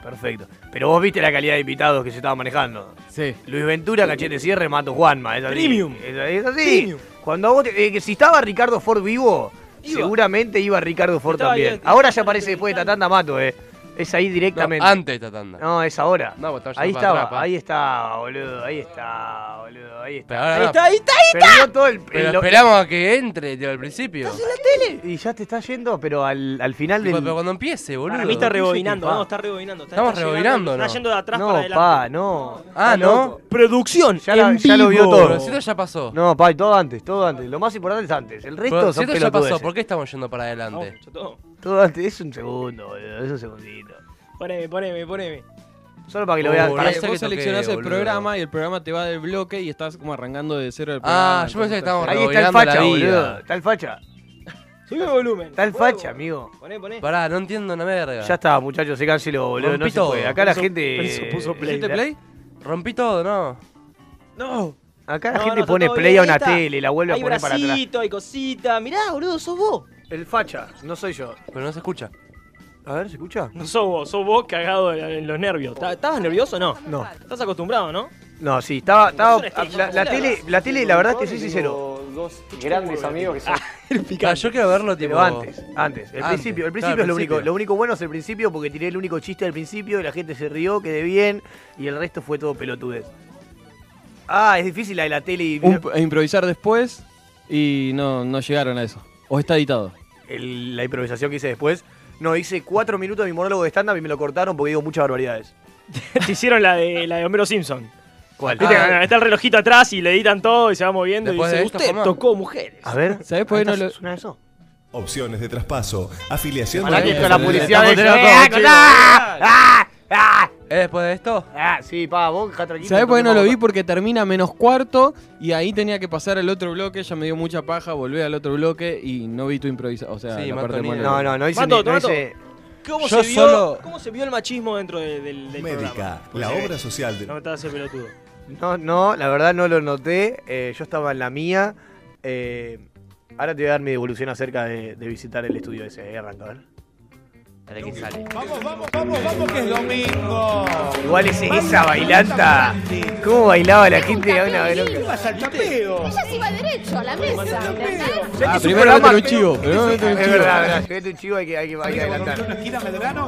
Perfecto. Pero vos viste la calidad de invitados que se estaba manejando. sí. Luis Ventura, Cachete Cierre, Mato Juanma. Es así. Premium. Es, es así. Cuando a vos te- eh, que si estaba Ricardo Ford vivo, Iba. seguramente iba Ricardo Ford Estaba también. ahí, Ahora ya aparece después de Tatanda Mato, eh. Es ahí No, directamente. antes de esta tanda. No, es ahora. No, vos estabas ahí yendo para estaba, atrás, pa. ahí está, boludo, ahí está, boludo, ahí está. Pero ahora Ahí no. está, ahí está. Perdió todo el, Pero el- lo- esperamos a que entre tío, al principio. y ya te está yendo, pero al, al final Tipo, del pero cuando empiece, boludo. Para mí está rebobinando, pa. vamos, está rebobinando. Está- Estamos está llegando- rebobinando, ¿no? Está yendo de atrás No, para adelante. pa, no. Ah, Está ¿no? loco. Producción. Ya la- en ya lo vio vivo. todo. Pero si esto ya pasó. No, pa, y todo antes, todo antes. Lo más importante es antes. El resto Pero si son esto ya pasó, pelotudeces. ¿por qué estamos yendo para adelante? Vamos, ya Ah, todo. Todo antes, es un segundo, boludo, es un segundito. Poneme, poneme, poneme. Solo para que lo Oh, vean. boludo. Para- Parece Vos que seleccionás toqué, el boludo. programa y el programa te va del bloque y estás como arrancando de cero el programa. Ah, yo pensé que entonces- estábamos Ahí está el rebobinando facha, la boludo. vida. Está el facha. Sube el volumen. Está el Huevo. facha, amigo. Poné, poné. Pará, no entiendo una verga. Ya está, muchachos, se canceló, boludo. No Rompí se todo. puede. Acá la Puso- gente. puso- puso play. ¿Hiciste play? Rompí todo, ¿no? No. Acá la No, gente no, pone está todo play bien, a una ahí está. tele, la vuelve a Hay poner para atrás. bracito, hay cosita. Mirá, boludo, sos vos. El facha, no soy yo. Pero no se escucha. A ver, ¿se escucha? No sos vos, sos vos cagado en los nervios. ¿Ta- ¿Estabas nervioso o no? No. Estás acostumbrado, ¿no? No, sí, estaba. estaba Son estrellas, la, la son tele, la tele, la verdad es que soy sincero. Dos grandes amigos que son el Ah, picante. yo quiero verlo tipo. Pero antes, antes. El Antes, principio, el principio claro, es lo principio. único. Lo único bueno es el principio porque tiré el único chiste al principio y la gente se rió, quedé bien y el resto fue todo pelotudez. Ah, es difícil la de la tele y Un- e improvisar después y no, no llegaron a eso. O está editado. el- la improvisación que hice después. No, hice cuatro minutos de mi monólogo de stand-up y me lo cortaron porque digo muchas barbaridades. Te hicieron la de, la de Homero Simpson. ¿Cuál? Viste Ah. que está el relojito atrás y le editan todo y se va moviendo Después y de dice, esto, usted Juanma". tocó mujeres. A ver. ¿Sabés por qué no ¿Esta lo- ¿Suena eso? Opciones de traspaso, afiliación Para Pará de que que esto la le- policía le- de le- le- ¡Ah! ¡Ah! ¡Ah! ¡Ah! ¿Es después de esto? Ah, sí, pa, vos dejá tranquilo. ¿Sabés por qué no toquemos lo vi? otra. Porque termina menos cuarto y ahí tenía que pasar al otro bloque. Ya me dio mucha paja, volví al otro bloque y no vi tu improvisación. O sea, Sí, la parte de Martonina. monólogo. No, no, no hice. Mato, ni- no Mato. hice- ¿Cómo, Yo se vio, solo- ¿Cómo se vio el machismo dentro de- del, del médica, programa? la obra social de No me estás haciendo pelotudo. No, no, la verdad no lo noté. eh, yo estaba en la mía. eh, ahora te voy a dar mi devolución acerca de, de visitar el estudio ese. Ahí arranca, a ver. Para que sale. Igual es esa bailanta. ¿Cómo bailaba la gente? Una vez loca. Ella se iba derecho a la mesa, ¿entendés? Ah, Es un primero programa- métete un chivo. Primero Es métete un verdad, es chivo. verdad. Si vete un chivo hay que, hay que, hay que adelantar.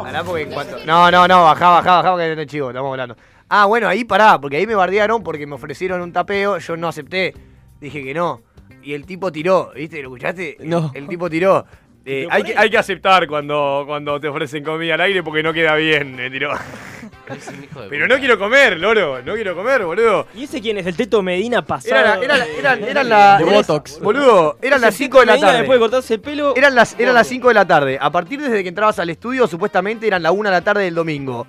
Pará, porque en cuanto- No, no, no, bajá, bajá, bajá, porque no es chivo, estamos hablando. Ah, bueno, ahí pará, porque ahí me bardearon porque me ofrecieron un tapeo, yo no acepté. Dije que no. Y el tipo tiró, ¿viste? ¿Lo escuchaste? El- No. El, tipo tiró. Eh, hay, que, hay que aceptar cuando, cuando te ofrecen comida al aire porque no queda bien, me tiró. Es un hijo de Pero puta. no quiero comer, loro, no quiero comer, boludo. ¿Y ese quién es? El Teto Medina pasado. Era la, era la, eran, eran la- De eran- Botox. Boludo, eran las 5 cinco de la después de tarde. cortarse el pelo. Eran las, eran las 5 de la tarde. A partir desde que entrabas al estudio, supuestamente eran la 1 de la tarde del domingo.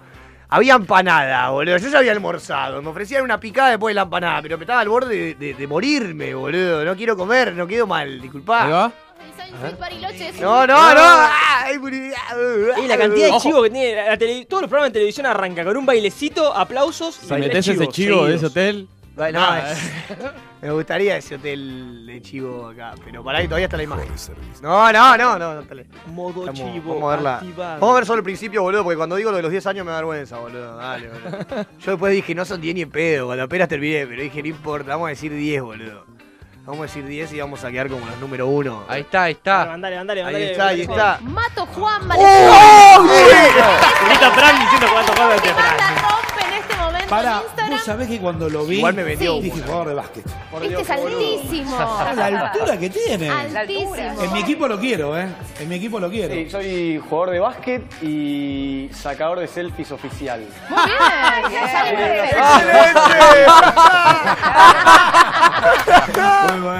Había empanada, boludo. Yo ya había almorzado. Me ofrecían una picada después de la empanada, pero me estaba al borde de, de- de morirme, boludo. No quiero comer, no quedo mal, Ahí disculpá. va. Soy Bariloche, es No, no, no. Ah, ay, boludo. Ah, Y la cantidad de ojo. chivo que tiene. la- la tele- todos los programas de televisión arrancan con un bailecito, aplausos. Si y metés chivos ese chivo de seguidos. ese hotel. Bueno, Ah. es- me gustaría ese hotel de chivo acá, pero para ahí todavía está la imagen. servicio. No, no, no, no, no está la- Modo Estamos- chivo. vamos a verla. activado. Vamos a ver solo el principio, boludo, porque cuando digo lo de los 10 años me da vergüenza, boludo. Dale, boludo. Yo después dije, no son 10 ni en pedo, cuando apenas terminé, pero dije, no importa, vamos a decir 10, boludo. Vamos a decir 10 y vamos a quedar como los número 1. Ahí está, ahí Dale, está. Mandale, mandale, ahí mandale. está, ahí está. Mato Juan ¡Oh, Grita Fran diciendo cuánto juega de Que más la Fran. rompe en este momento en Instagram. sabés que cuando lo vi, Igual me vendió Sí. una. jugador de básquet. Este es altísimo. que tiene. Altísimo. equipo lo quiero, ¿eh? En mi equipo lo quiero. soy jugador de básquet y sacador de selfies oficial. Muy bien. que sale perfecto. Muy bueno.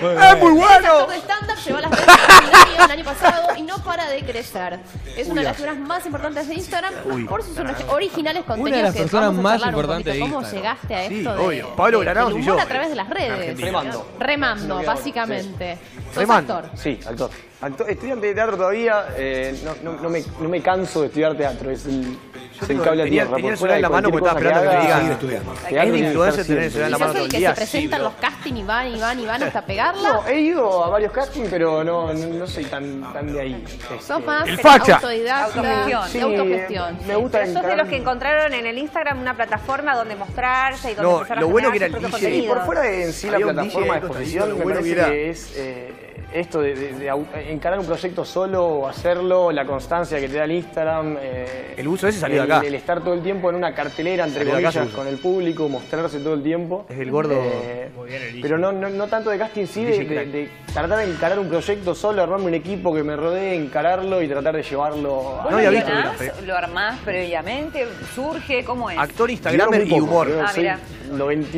¡Es muy bueno! Actor de stand-up, llevó a las redes al Grammy el año pasado y no para de crecer. Es una de las figuras más importantes de Instagram por sus ori- originales contenidos. las que personas vamos a más charlar un importantes de poquito ¿Cómo Instagram. llegaste a Sí, esto? de- obvio. Pablo de- del Granados y humor yo, a través de las redes. Argentina. Remando. Remando, básicamente. Sos Remando. actor. Sí, actor. Actor- estudiante de teatro todavía, eh, no, no- no me, no me canso de estudiar teatro, es el, es el tengo- cable a tenía- tierra. tenía por fuera el celular en la de mano porque cualquier estaba cosa esperando que haga, me diga. teatro Es de tiene que influencer estar tener el celular en Y la sos mano. todo el el que día, se sí, presenta en bro. los castings y van y van y van hasta siempre. pegarla. No, he ido a varios castings, pero no, no, no soy tan, tan de ahí. Este, Sos más El facha. autodidacta, Autogestión. de autogestión. Me gusta Pero sos de encarar- los que encontraron en el Instagram una plataforma donde mostrarse y donde No, empezar a lo bueno que era generar el sus propios DJ. Y por contenidos. fuera de en sí la Había un DJ plataforma de ahí costadito, exposición, lo me bueno parece que era. que es eh, esto de, de- de au- encarar un proyecto solo, o hacerlo, la constancia que te da el Instagram. eh, El uso ese salió de el- acá. El estar todo el tiempo en una cartelera, entre Salió de acá ese comillas, uso. con el público, mostrarse todo el tiempo. Es el gordo. Eh, pero no, no, no tanto de casting, sí, de, DJ crack. de- de tratar de encarar un proyecto solo, armarme un equipo que me rodee, encararlo y tratar de llevarlo a ¿Vos No lo había visto guionás? el café. ¿Lo armás previamente? ¿Surge? ¿Cómo es? Actor, Instagramer Guión muy y poco, humor. creo que Ah, soy mirá.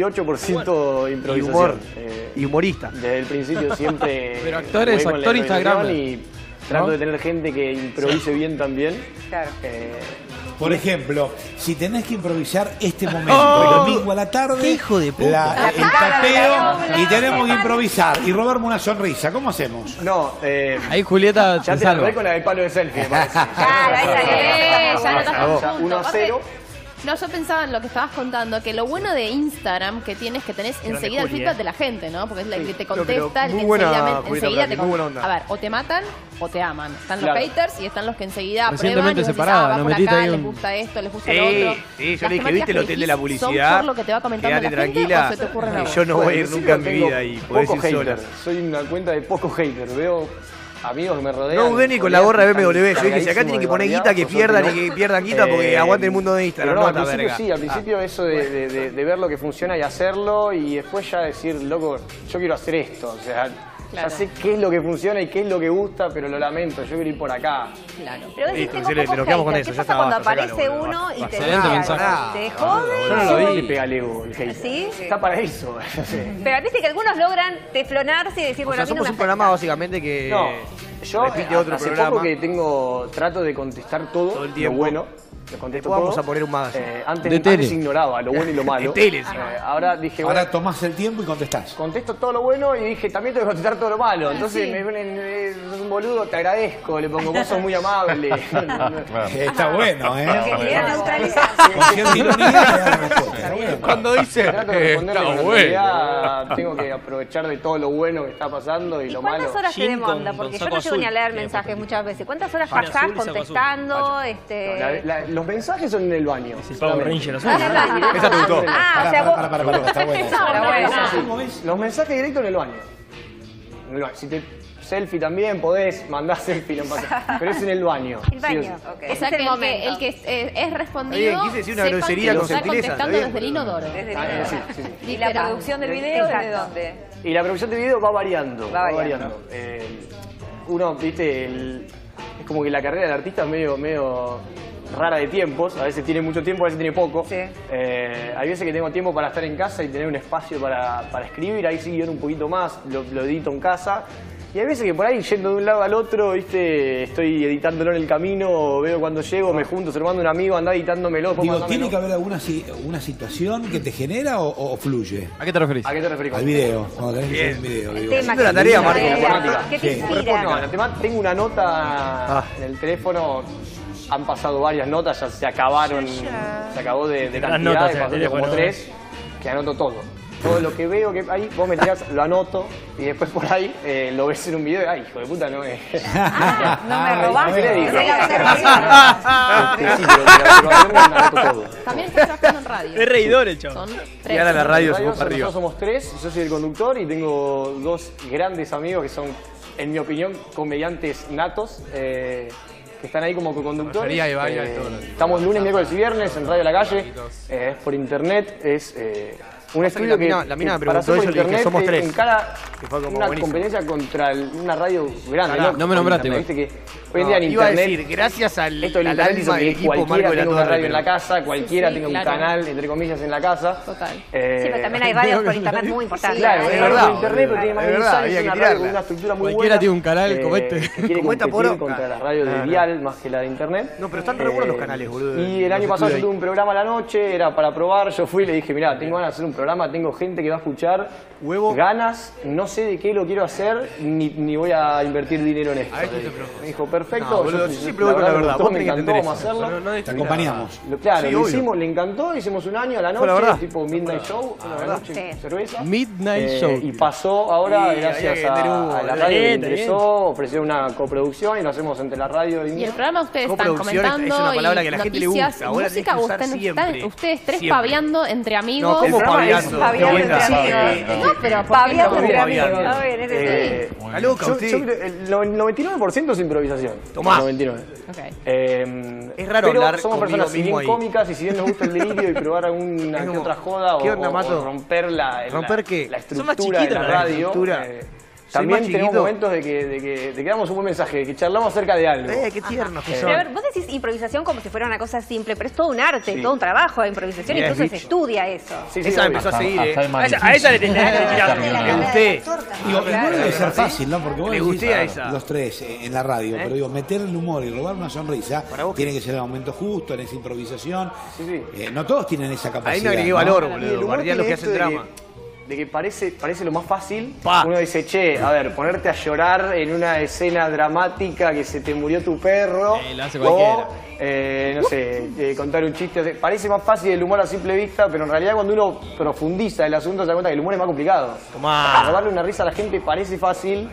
98% Y improvisación. humor. Eh, Y humorista. Desde el principio siempre. Pero actores, jugué con la actor improvisación Instagramer. Y trato ¿No? de tener gente que improvise bien también. Claro. Eh, Por ejemplo, si tenés que improvisar este Oh. momento, el domingo a la tarde, la- el tapeo, y tenemos que improvisar y robarme una sonrisa, ¿cómo hacemos? no, eh, Ahí Julieta ya te te la robé salva. con la del palo de selfie, me parece. Claro, ahí Eh, está. ya no Ah, estás ah, junto. 1 a 0. No, yo pensaba en lo que estabas contando, que lo bueno de Instagram que tienes que tenés Grande enseguida el Juli, feedback eh. de la gente, ¿no? Porque es la que te No, pero contesta, el muy que buena, enseguida, Julieta enseguida Blanqui, te muy con- buena onda. A ver, o te matan o te aman. Están los Claro. haters y están los que enseguida aprueban Recientemente y vos decís, separada, ah, va nos por metiste acá, ahí les un- gusta esto, les gusta Sí, lo otro. sí, yo Las le dije, temáticas ¿viste el que hotel de la elegís publicidad? Son por lo que te va comentando Quédate la gente tranquila, o se te ocurren que a vos? yo no voy a ir Decir nunca en que mi tengo vida y podés pocos ir haters. sola. Soy una cuenta de pocos haters. Veo amigos que me rodean. No, Udeni con la gorra de BMW. Yo dije, si acá tienen tiene que poner guita, que pierdan y que pierdan guita porque aguante el mundo de Instagram. Eh, Pero no, No, al esta principio verga. Ah. sí, al principio eso de, de- de- de ver lo que funciona y hacerlo y después ya decir, loco, yo quiero hacer esto. O sea, Claro. ya sé qué es lo que funciona y qué es lo que gusta, pero lo lamento, yo quiero ir por acá. Claro. Pero decís, Listo, tengo excelente, pocos nos quedamos con haters. eso, ¿Qué ya pasa está, cuando basta, aparece sacalo, uno y te Excelente dice, mensaje. "Ah, te Yo no jode? ¿Ah, lo vi. Le pega al ego el hater. ¿Sí? Está para eso. Pero viste que algunos logran teflonarse y decir, O bueno, sea, a mí no somos me un programa básicamente que No, yo repite eh, otro hace programa. poco que tengo trato de contestar todo, el tiempo. lo bueno. Lo contesto Después vamos todo. a poner un magazine. Eh, antes, De antes tele. ignoraba lo bueno y lo malo. De tele, sí. Eh, ahora dije, Ahora bueno, tomás el tiempo y contestás. contesto todo lo bueno y dije, también tengo que contestar todo lo malo. Ah, Entonces sí. me ponen, eh, sos un boludo, te agradezco. Le pongo, vos sos muy amable. Está bueno, ¿eh? Lo que quería neutralizar. Con cierta ironía. Cuando dice, Trato eh, de responderle "Está con bueno". neutralidad, Tengo que aprovechar de todo lo bueno que está pasando y, lo malo. ¿Cuántas horas te demanda? Porque yo no llego ni a leer mensajes muchas veces. ¿Cuántas horas Vaya. pasás Azul y saco azul. contestando? Este... La- la- los mensajes son en el baño. Es el Power Ranger azul. Esa te gustó. Ah, o sea, vos- Está Está buena. buena, sí. Los mensajes directos en el baño. En el baño. Si te selfie también podés, mandar selfie, no pasa. Pero es en el baño. El sí o sí. baño, ok. O sea, Ese que el que, momento. el que es, eh, es respondido. Está bien, quise decir una sepan grosería que lo con está gentileza, contestando está bien. desde el inodoro. Ah, sí, sí. ¿Y la producción del video de Exacto. dónde? Y la producción de video va variando. Va Va variando. variando. Eh, uno, viste, el- es como que la carrera del artista es medio, medio rara de tiempos. A veces tiene mucho tiempo, a veces tiene poco. Eh, hay veces que tengo tiempo para estar en casa y tener un espacio para, para escribir. Ahí sí guión un poquito más, lo, lo edito en casa. Y hay veces que por ahí, yendo de un lado al otro, viste, estoy editándolo en el camino, veo cuando llego, me junto, se lo mando a un amigo, anda editándomelo. después Digo, mandamelo. ¿tiene que haber alguna, si- una situación que te genera o, o- o fluye? ¿A qué te referís? ¿A qué te referís? Al video. Cuando tenés que hacer un video. digo. tema Haciendo que la te tarea, inspira. Marco. ¿Qué te Sí. inspira? No, la tema- tengo una nota en el teléfono. Han pasado varias notas, ya se acabaron. Se acabó de, de Las cantidad, notas en el pasó de como teléfono. tres, que anoto todo. Todo lo que veo que ahí, vos me tirás, lo anoto y después por ahí eh, lo ves en un video. y, Ay, hijo de puta, no es. No me robaste. ¿Qué le digo? Pensé que iba a ser Este, sí, pero- pero- pero lo anoto todo. También estoy trabajando en radio. Es reidor el chavo. Son Y ahora la radio se somos fue para arriba. Nosotros somos tres, yo soy el conductor y tengo dos grandes amigos que son, en mi opinión, comediantes natos. eh, que están ahí como co-conductores. Mayoría de baile, Eh, todo lo- estamos lunes, miércoles y viernes en Radio La Calle. eh, es por internet, es eh, un Pasa que estudio la mina- que- la mina que me preguntó para hacer por eso y le dije, internet somos te tres. encara Que fue como una buenísimo. competencia contra el- una radio grande. Pará, no me nombraste, Internet, igual. viste que hoy en día en Iba a internet decir, gracias al, esto del al internet hizo alma del que equipo Marco cualquiera de la tenga una Torre, radio en la pero- casa, cualquiera sí, tenga claro. un canal, entre comillas, en la casa. Total. Sí, pero también hay radios por internet muy importantes. Claro, es verdad. Internet, pero tiene más es verdad, mensajes, había es una que radio con tirarla. una estructura muy buena. Cualquiera tiene un canal como eh, este. que quiere Como esta competir poronga. contra las radios No, de no. Dial más que la de Internet. Eh, No, pero están re buenos los canales, boludo. Y el Los año pasado yo estudios tuve un programa a la noche, era para probar, yo fui y le dije, mirá, tengo ganas de hacer un programa, tengo gente que va a escuchar, Huevo. ganas, no sé de qué lo quiero hacer, ni, ni voy a invertir dinero en esto. Le dije. me dijo, perfecto. No, boludo, yo siempre voy con la me verdad, gustó, vos me tenés que encantó, entender vamos a eso. hacerlo. No, no Te acompañamos. Lo- Claro, Sí, lo obvio. hicimos, le encantó, hicimos un año a la Fue la noche, verdad. Ah. tipo Midnight Show, una noche, cerveza. Midnight Eh, Show. Y pasó ahora, Y había gracias que tener un- a, a la radio que le Bien, bien. interesó, ofreció una coproducción y lo hacemos entre la radio y Y el programa ustedes están Coproducción es- comentando es una palabra y que la gente le noticias, gusta. Ahora y música, tenés que usar ustedes, siempre. están- ustedes tres Siempre. paviando entre amigos. No, ¿cómo El programa es paviando? paviando Qué buena. entre amigos. No, pero ¿por qué Paviando no? entre Paviando. amigos. Está bien, ese sí. Eh, Está loca yo- usted. yo creo- el no- el 99% es improvisación. Tomá. 99. Ok. Eh, Es raro pero hablar somos conmigo personas si mismo bien ahí. cómicas y si bien nos gusta el delirio y probar alguna que otra joda o, ¿qué onda, o- o Mato? romper la, la- ¿Romper qué? la Son más estructura de chiquitos, la la radio. estructura. eh, Soy también más tenemos chiquito. momentos de que, de que te quedamos un buen mensaje, de que charlamos acerca de algo. Eh, qué tiernos que Eh, Pero a ver, vos decís improvisación como si fuera una cosa simple, pero es todo un arte, Sí. todo un trabajo de improvisación, Bien, incluso se bicho. estudia eso. Sí, sí, Esa obvio. empezó a seguir, eh. A ella- a ella le tenés que tirar. Le gusté. Digo, el humor debe ser Sí. fácil, ¿no? Porque vos Le decís, gusté a ah, esa. los tres eh, en la radio, pero digo, meter el humor y robar una sonrisa tiene que ser el momento justo, en esa improvisación. Eh, no todos tienen esa capacidad. Ahí no agregué ¿no? valor, boludo. humor Guardián los tiene que esto hacen de drama. de que parece, parece lo más fácil. Uno dice, che, a ver, ponerte a llorar en una escena dramática que se te murió tu perro. lo hace o, cualquiera. eh, no sé, eh, contar un chiste. o sea, Parece más fácil el humor a simple vista, pero en realidad cuando uno profundiza el asunto se da cuenta que el humor es más complicado. Tomá. Robarle una risa a la gente parece fácil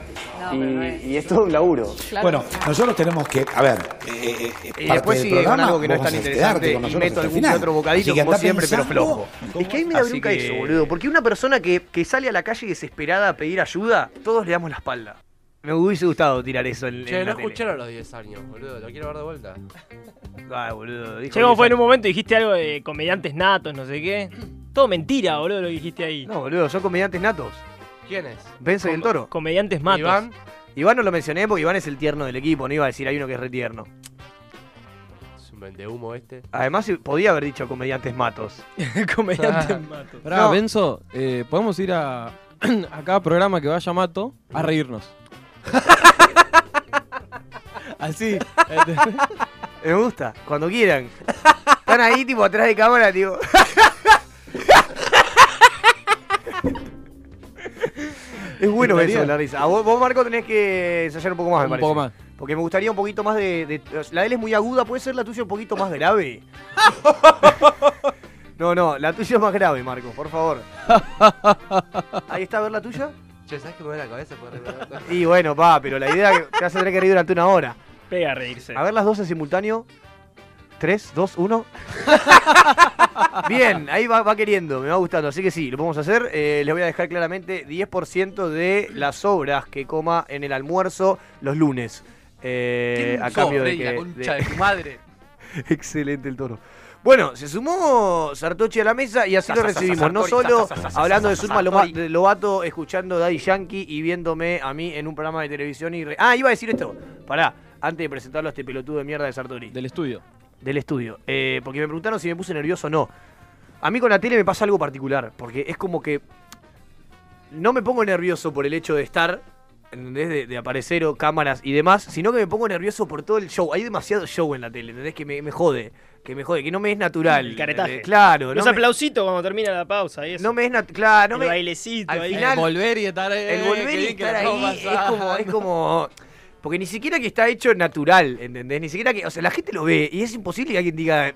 y, y es todo un laburo. Bueno, nosotros tenemos que, a ver, eh, eh, Y parte después del sigue con programa, algo que no es vos vas tan a interesante quedarte y con nosotros meto hasta el algún que final. otro Así bocadito que como andá siempre, pero pensando flojo. Es que ahí me da Así bronca que- eso, boludo. Porque una persona que, que sale a la calle desesperada a pedir ayuda, todos le damos la espalda. Me hubiese gustado tirar eso en, Che, en no la tele. escucharon los 10 años, boludo. Lo quiero ver de vuelta. Ay, boludo. dijo Che, como que- fue en un momento dijiste algo de comediantes natos, no sé qué. Todo mentira, boludo, lo que dijiste ahí. No, boludo, son comediantes natos. ¿Quién es? Vence del Toro. Comediantes matos. Iván. Iván no lo mencioné porque Iván es el tierno del equipo, no iba a decir hay uno que es retierno. Es un vendehumo este. Además, podía haber dicho comediantes matos. comediantes matos. Pará, Benzo, eh, podemos ir a, a cada programa que vaya Mato a reírnos. Así. Me gusta, cuando quieran. Están ahí, tipo, atrás de cámara, tipo. es bueno Estaría. eso, la risa. A vos, vos, Marco, tenés que ensayar un poco más, me Un parece. poco más. Porque me gustaría un poquito más de, de- La de él es muy aguda, ¿puede ser la tuya un poquito más grave? no, no, la tuya es más grave, Marco, por favor. Ahí está, a ver la tuya. Che, ¿sabes que me duele la cabeza? por revelar? Y bueno, va, pero la idea es que te vas a tener que reír durante una hora. Pega a reírse. A ver las dos en simultáneo. 3, 2, 1. Bien, ahí va, va queriendo, me va gustando. Así que sí, lo podemos hacer. Eh, les voy a dejar claramente 10% de las obras que coma en el almuerzo los lunes. Eh, a cambio de que. de- madre. Excelente el toro. Bueno, se sumó Sartochi a la mesa y así lo recibimos. No solo hablando de Zulma Loma- de Lobato, escuchando Daddy Yankee y viéndome a mí en un programa de televisión y... re- Ah, iba a decir esto. Pará, antes de presentarlo a este pelotudo de mierda de Sartori. Del estudio. Del estudio. Eh, porque me preguntaron si me puse nervioso o no. A mí con la tele me pasa algo particular, porque es como que no me pongo nervioso por el hecho de estar, ¿entendés? De, de aparecer o cámaras y demás, sino que me pongo nervioso por todo el show. Hay demasiado show en la tele, ¿entendés? Que me, me jode, que me jode, que no me es natural. El caretaje. ¿entendés? Eh, Claro. Los no me- aplausitos cuando termina la pausa y eso. No me es nat- claro, no El me- bailecito al ahí. final- volver y estar eh, ahí. el volver y estar ahí es como, es como. Porque ni siquiera que está hecho natural, ¿entendés? Ni siquiera que. O sea, la gente lo ve y es imposible que alguien diga.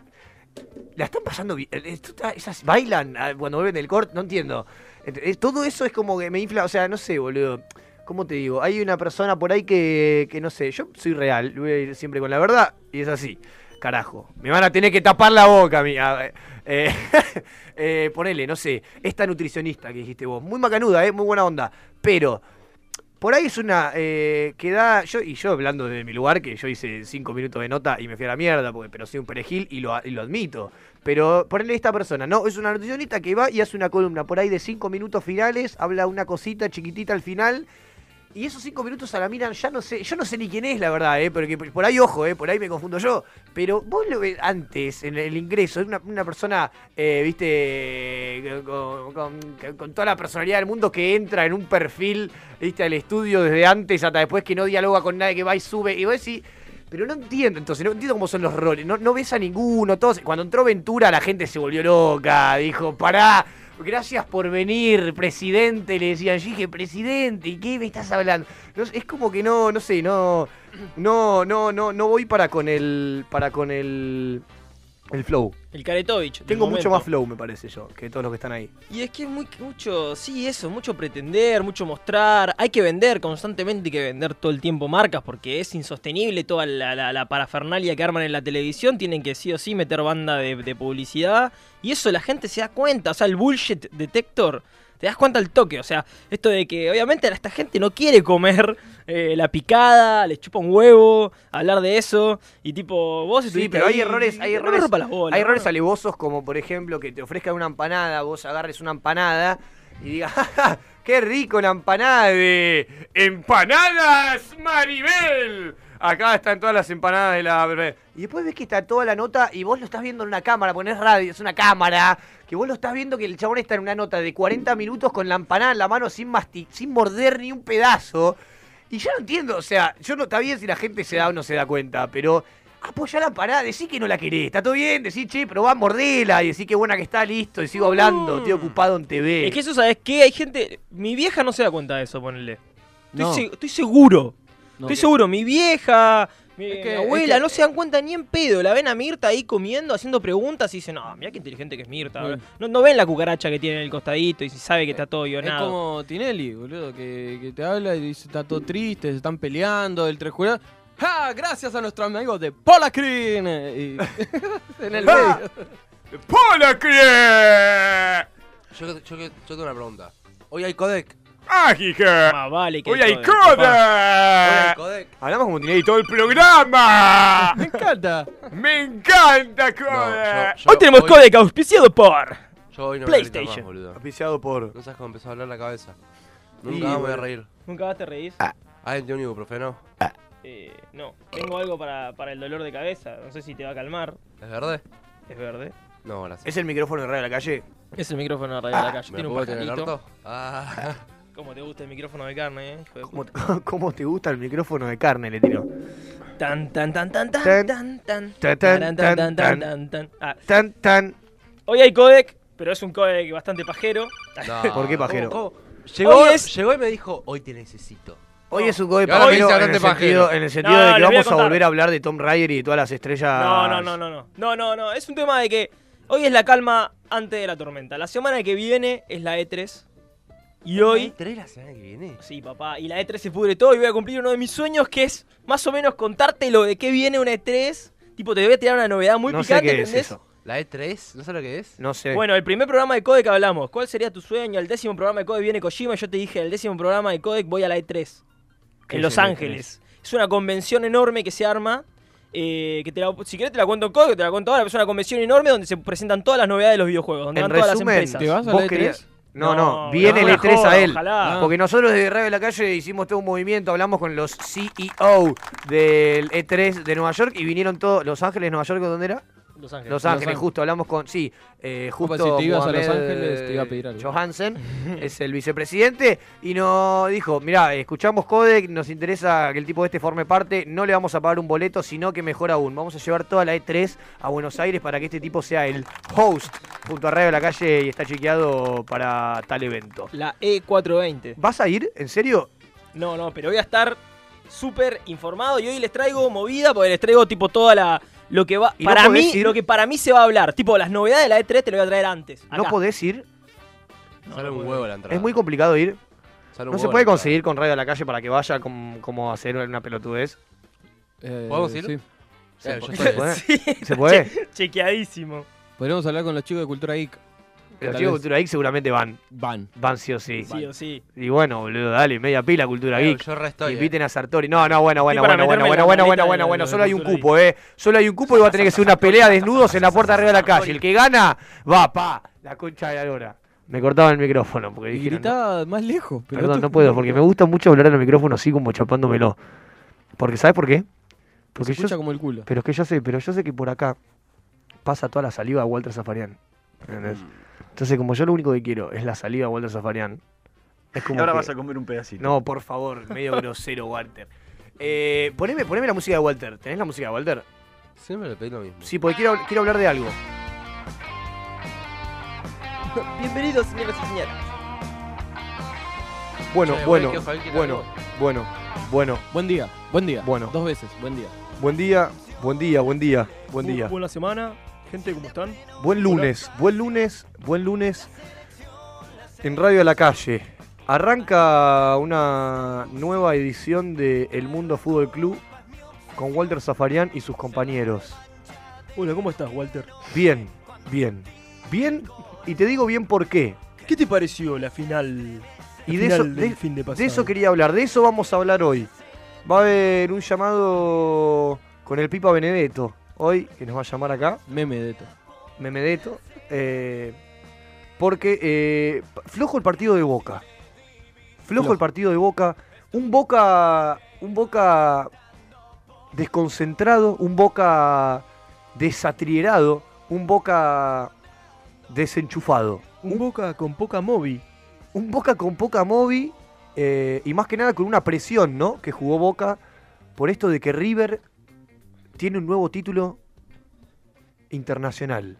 La están pasando bien. esto está- Esas bailan ah, cuando vuelven del corte, no entiendo. Ent- eh, Todo eso es como que me infla. O sea, no sé, boludo. ¿Cómo te digo? Hay una persona por ahí que, que no sé. Yo soy real, voy a ir siempre con la verdad y es así. Carajo. Me van a tener que tapar la boca, amiga. Eh, eh, ponele, no sé, esta nutricionista que dijiste vos, muy macanuda, eh, muy buena onda, pero por ahí es una eh, que da, yo, y yo hablando de mi lugar, que yo hice cinco minutos de nota y me fui a la mierda, porque, pero soy un perejil y lo, y lo admito, pero ponele esta persona, no, es una nutricionista que va y hace una columna por ahí de cinco minutos finales, habla una cosita chiquitita al final. Y esos cinco minutos a la miran, ya no sé, yo no sé ni quién es la verdad, eh, porque por ahí ojo, eh, por ahí me confundo yo. Pero vos lo ves antes, en el ingreso, es una, una persona, eh, viste, con, con- con toda la personalidad del mundo que entra en un perfil, viste, al estudio desde antes hasta después que no dialoga con nadie, que va y sube, y vos decís. Pero no entiendo, entonces, no entiendo cómo son los roles. No, no ves a ninguno. Todos, cuando entró Ventura, la gente se volvió loca. Dijo, pará, gracias por venir, presidente. Le decían, yo dije, presidente, ¿y qué me estás hablando? No sé, es como que no, no sé, no. No, no, no, no voy para con el. Para con el. El flow. El Karetovich. del Tengo mucho momento. más flow, me parece yo, que todos los que están ahí. Y es que es muy, mucho, sí, eso, mucho pretender, mucho mostrar. Hay que vender constantemente, hay que vender todo el tiempo marcas porque es insostenible toda la, la- la parafernalia que arman en la televisión. Tienen que sí o sí meter banda de, de publicidad. Y eso la gente se da cuenta, o sea, el bullshit detector. Te das cuenta al toque, o sea, esto de que obviamente esta gente no quiere comer eh, la picada, le chupa un huevo, hablar de eso, y tipo, vos Sí, estuviste pero hay ahí, errores, hay no me errores, rompa las bolas, hay ¿no? errores alevosos como por ejemplo que te ofrezcan una empanada, vos agarres una empanada y digas, "Ja, ja, qué rico una empanada de empanadas Maribel. Acá están todas las empanadas de la y después ves que está toda la nota y vos lo estás viendo en una cámara, ponés radio, es una cámara, que vos lo estás viendo que el chabón está en una nota de 40 minutos con la empanada en la mano sin masti- sin morder ni un pedazo. Y yo no entiendo, o sea, yo no, está bien si la gente se da o no se da cuenta, pero apoyá la parada, decí que no la querés, está todo bien, decí, che, probá, mordela, y decí que buena que está, listo, y sigo hablando, estoy ocupado en TV. Mm. Es que eso, ¿sabes qué? Hay gente. Mi vieja no se da cuenta de eso, ponele. Estoy, No. se- estoy seguro. No. Estoy seguro, mi Eh, vieja. Mi que- abuela, es que- no se dan cuenta ni en pedo. La ven a Mirta ahí comiendo, haciendo preguntas y dicen, no, mira qué inteligente que es Mirta. No, no ven la cucaracha que tiene en el costadito y si sabe que está todo Es guionado. como Tinelli, boludo, que, que te habla y dice, está todo triste, se están peleando, el tres jurados. ¡Ja! Gracias a nuestros amigos de Polacrin. Y- en el ¡Ah! ¡Ja! medio. ¡Polacre! Yo, yo, yo, tengo una pregunta. Hoy hay codec. ¡Mágica! Más vale ¡Ah, ¡Hoy hay hay coda! codec. Hablamos como Tinelli todo el programa. Me encanta. Me encanta coda. Hoy tenemos codec auspiciado por. Yo hoy no PlayStation. me grito más, boludo. Apiciado por. No sabes cómo empezó a hablar la cabeza. Y, Nunca más me voy a boludo. reír. Ah. ¿Nunca vas a te reír? Alguien tiene un ibuprofeno. Eh, no, tengo algo para, para el dolor de cabeza. No sé si te va a calmar. ¿Es verde? Es verde. No, gracias. ¿Es el micrófono de radio de la calle? Es el micrófono de radio de la calle. Ah, ¿Me Tiene lo un puedo tener en el pajarito. orto? Ah. Como te gusta el micrófono de carne, eh. hijo de ¿Cómo puta. cómo te gusta el micrófono de carne? Le tiró. Tan, tan, tan, tan, Tan, tan, tan, tan. tan, Taran, tan, tan, tan, tan, tan, tan, tan. Ah, Tan, tan. Hoy hay codec, pero es un codec bastante pajero. No, ¿Por qué ¿cómo- pajero? cómo? Llegó, Hoy es- llegó y me dijo, hoy te necesito. Hoy No. es un code Y ahora me dice, pajero en "Hablate el sentido, pajero". en el sentido No, de que les voy a vamos a, contar. volver a hablar de Tom Ryer y de todas las estrellas. No, no, no, no, no. No, no, no. Es un tema de que hoy es la calma antes de la tormenta. La semana que viene es la E3. Y hoy. ¿Trae la semana que viene? Sí, papá. Y la E3 se pudre todo y voy a cumplir uno de mis sueños que es más o menos contarte lo de qué viene una E3. Tipo, te voy a tirar una novedad muy No sé picante, qué es ¿entendés? eso. ¿La E3? ¿No sé lo que es? No sé. Bueno, el primer programa de Codec hablamos. ¿Cuál sería tu sueño? El décimo programa de Codec viene Kojima. Yo te dije, el décimo programa de Codec voy a la E3. ¿Qué En es Los el E3? Ángeles. Es una convención enorme que se arma. eh, que te la- si querés te la cuento en Codec, te la cuento ahora. pero Es una convención enorme donde se presentan todas las novedades de los videojuegos. Donde en van todas las resumen, empresas. E vos querías- E No, no, No, viene no, el la E3 a joda, él. ojalá. Porque nosotros desde Radio de la Calle hicimos todo un movimiento, hablamos con los CEO del E3 de Nueva York y vinieron todos, Los Ángeles, Nueva York, ¿dónde era? Los Ángeles. Los Ángeles, justo, hablamos con, sí, eh, justo si te ibas a Los Mohamed Ángeles, te iba a pedir algo. Johansen, es el vicepresidente, y nos dijo, mirá, escuchamos Codec, nos interesa que el tipo este forme parte, no le vamos a pagar un boleto, sino que mejor aún, vamos a llevar toda la E3 a Buenos Aires para que este tipo sea el host junto a Radio de la Calle y está chequeado para tal evento. La E E420. ¿Vas a ir? ¿En serio? No, no, pero voy a estar súper informado y hoy les traigo movida porque les traigo tipo toda la lo que va ¿Y no para podés mí ir? lo que para mí se va a hablar, tipo las novedades de la E3 te lo voy a traer antes. ¿No acá. podés ir? Sale un huevo la entrada. Es muy complicado ir. Sale un No se huevo puede la entrada. conseguir con Radio de la Calle para que vaya com- como a hacer una pelotudez. Eh, ¿Podemos ir? sí. O Eh, sea, yo estoy- ¿Se puede? Sí, ¿Se puede? che- chequeadísimo. Podríamos hablar con los chicos de Cultura Geek. Tal Los chicos de vez. Cultura Geek seguramente van. Van. Van sí o sí. Sí o sí. Y bueno, boludo, dale, media pila Cultura Claro, Geek. yo re estoy, eh. Inviten a Sartori. No, no, bueno, bueno, para bueno, bueno, meterme bueno, la bueno, manita bueno, de bueno, la- bueno. de Solo hay un Cultura cupo, eh. Solo hay un cupo y va a tener que ser una pelea desnudos en la puerta arriba de la calle. El que gana, va, pa, la concha de la lora. Me cortaban el micrófono porque Y dijeron, no. gritaba más lejos. pero Perdón, tú- no puedo, porque me gusta mucho hablar al micrófono así como chapándomelo. Porque, ¿sabes por qué? Porque Se yo, escucha como el culo. pero es que yo sé, pero yo sé que por acá pasa toda la saliva de Walter Zafarian. ¿entendés? Entonces, como yo lo único que quiero es la saliva de Walter Zafarian. Es como ahora que- vas a comer un pedacito. No, por favor, medio grosero, Walter. Eh, poneme, poneme la música de Walter. ¿Tenés la música de Walter? Siempre le pedí lo mismo. Sí, porque quiero, quiero hablar de algo. Bienvenidos, señores y señores. Bueno, Che, bueno, Walter, Joaquín, ¿qué tal bueno, bueno, bueno. Buen día, buen día. Bueno. Dos veces, buen día. Buen día, buen día, buen día, buen día. Buena semana, gente, ¿cómo están? Buen lunes, buen lunes, buen lunes en Radio de la Calle. Arranca una nueva edición de El Mundo Fútbol Club con Walter Zafarian y sus compañeros. Hola, ¿cómo estás, Walter? Bien, bien, bien, y te digo bien por qué. ¿Qué te pareció la final? Y de eso, de, de eso quería hablar, de eso vamos a hablar hoy. Va a haber un llamado con el Pipa Benedetto hoy, que nos va a llamar acá. Meme de esto. Memedeto. eh, porque eh, pa- flojo el partido de Boca. Flojo Flojo. el partido de Boca. Un Boca. Un Boca desconcentrado. Un Boca desatrierado. Un Boca desenchufado. Un Boca con poca movi. Un Boca con poca movi. eh, y más que nada con una presión, ¿no? Que jugó Boca. Por esto de que River tiene un nuevo título internacional.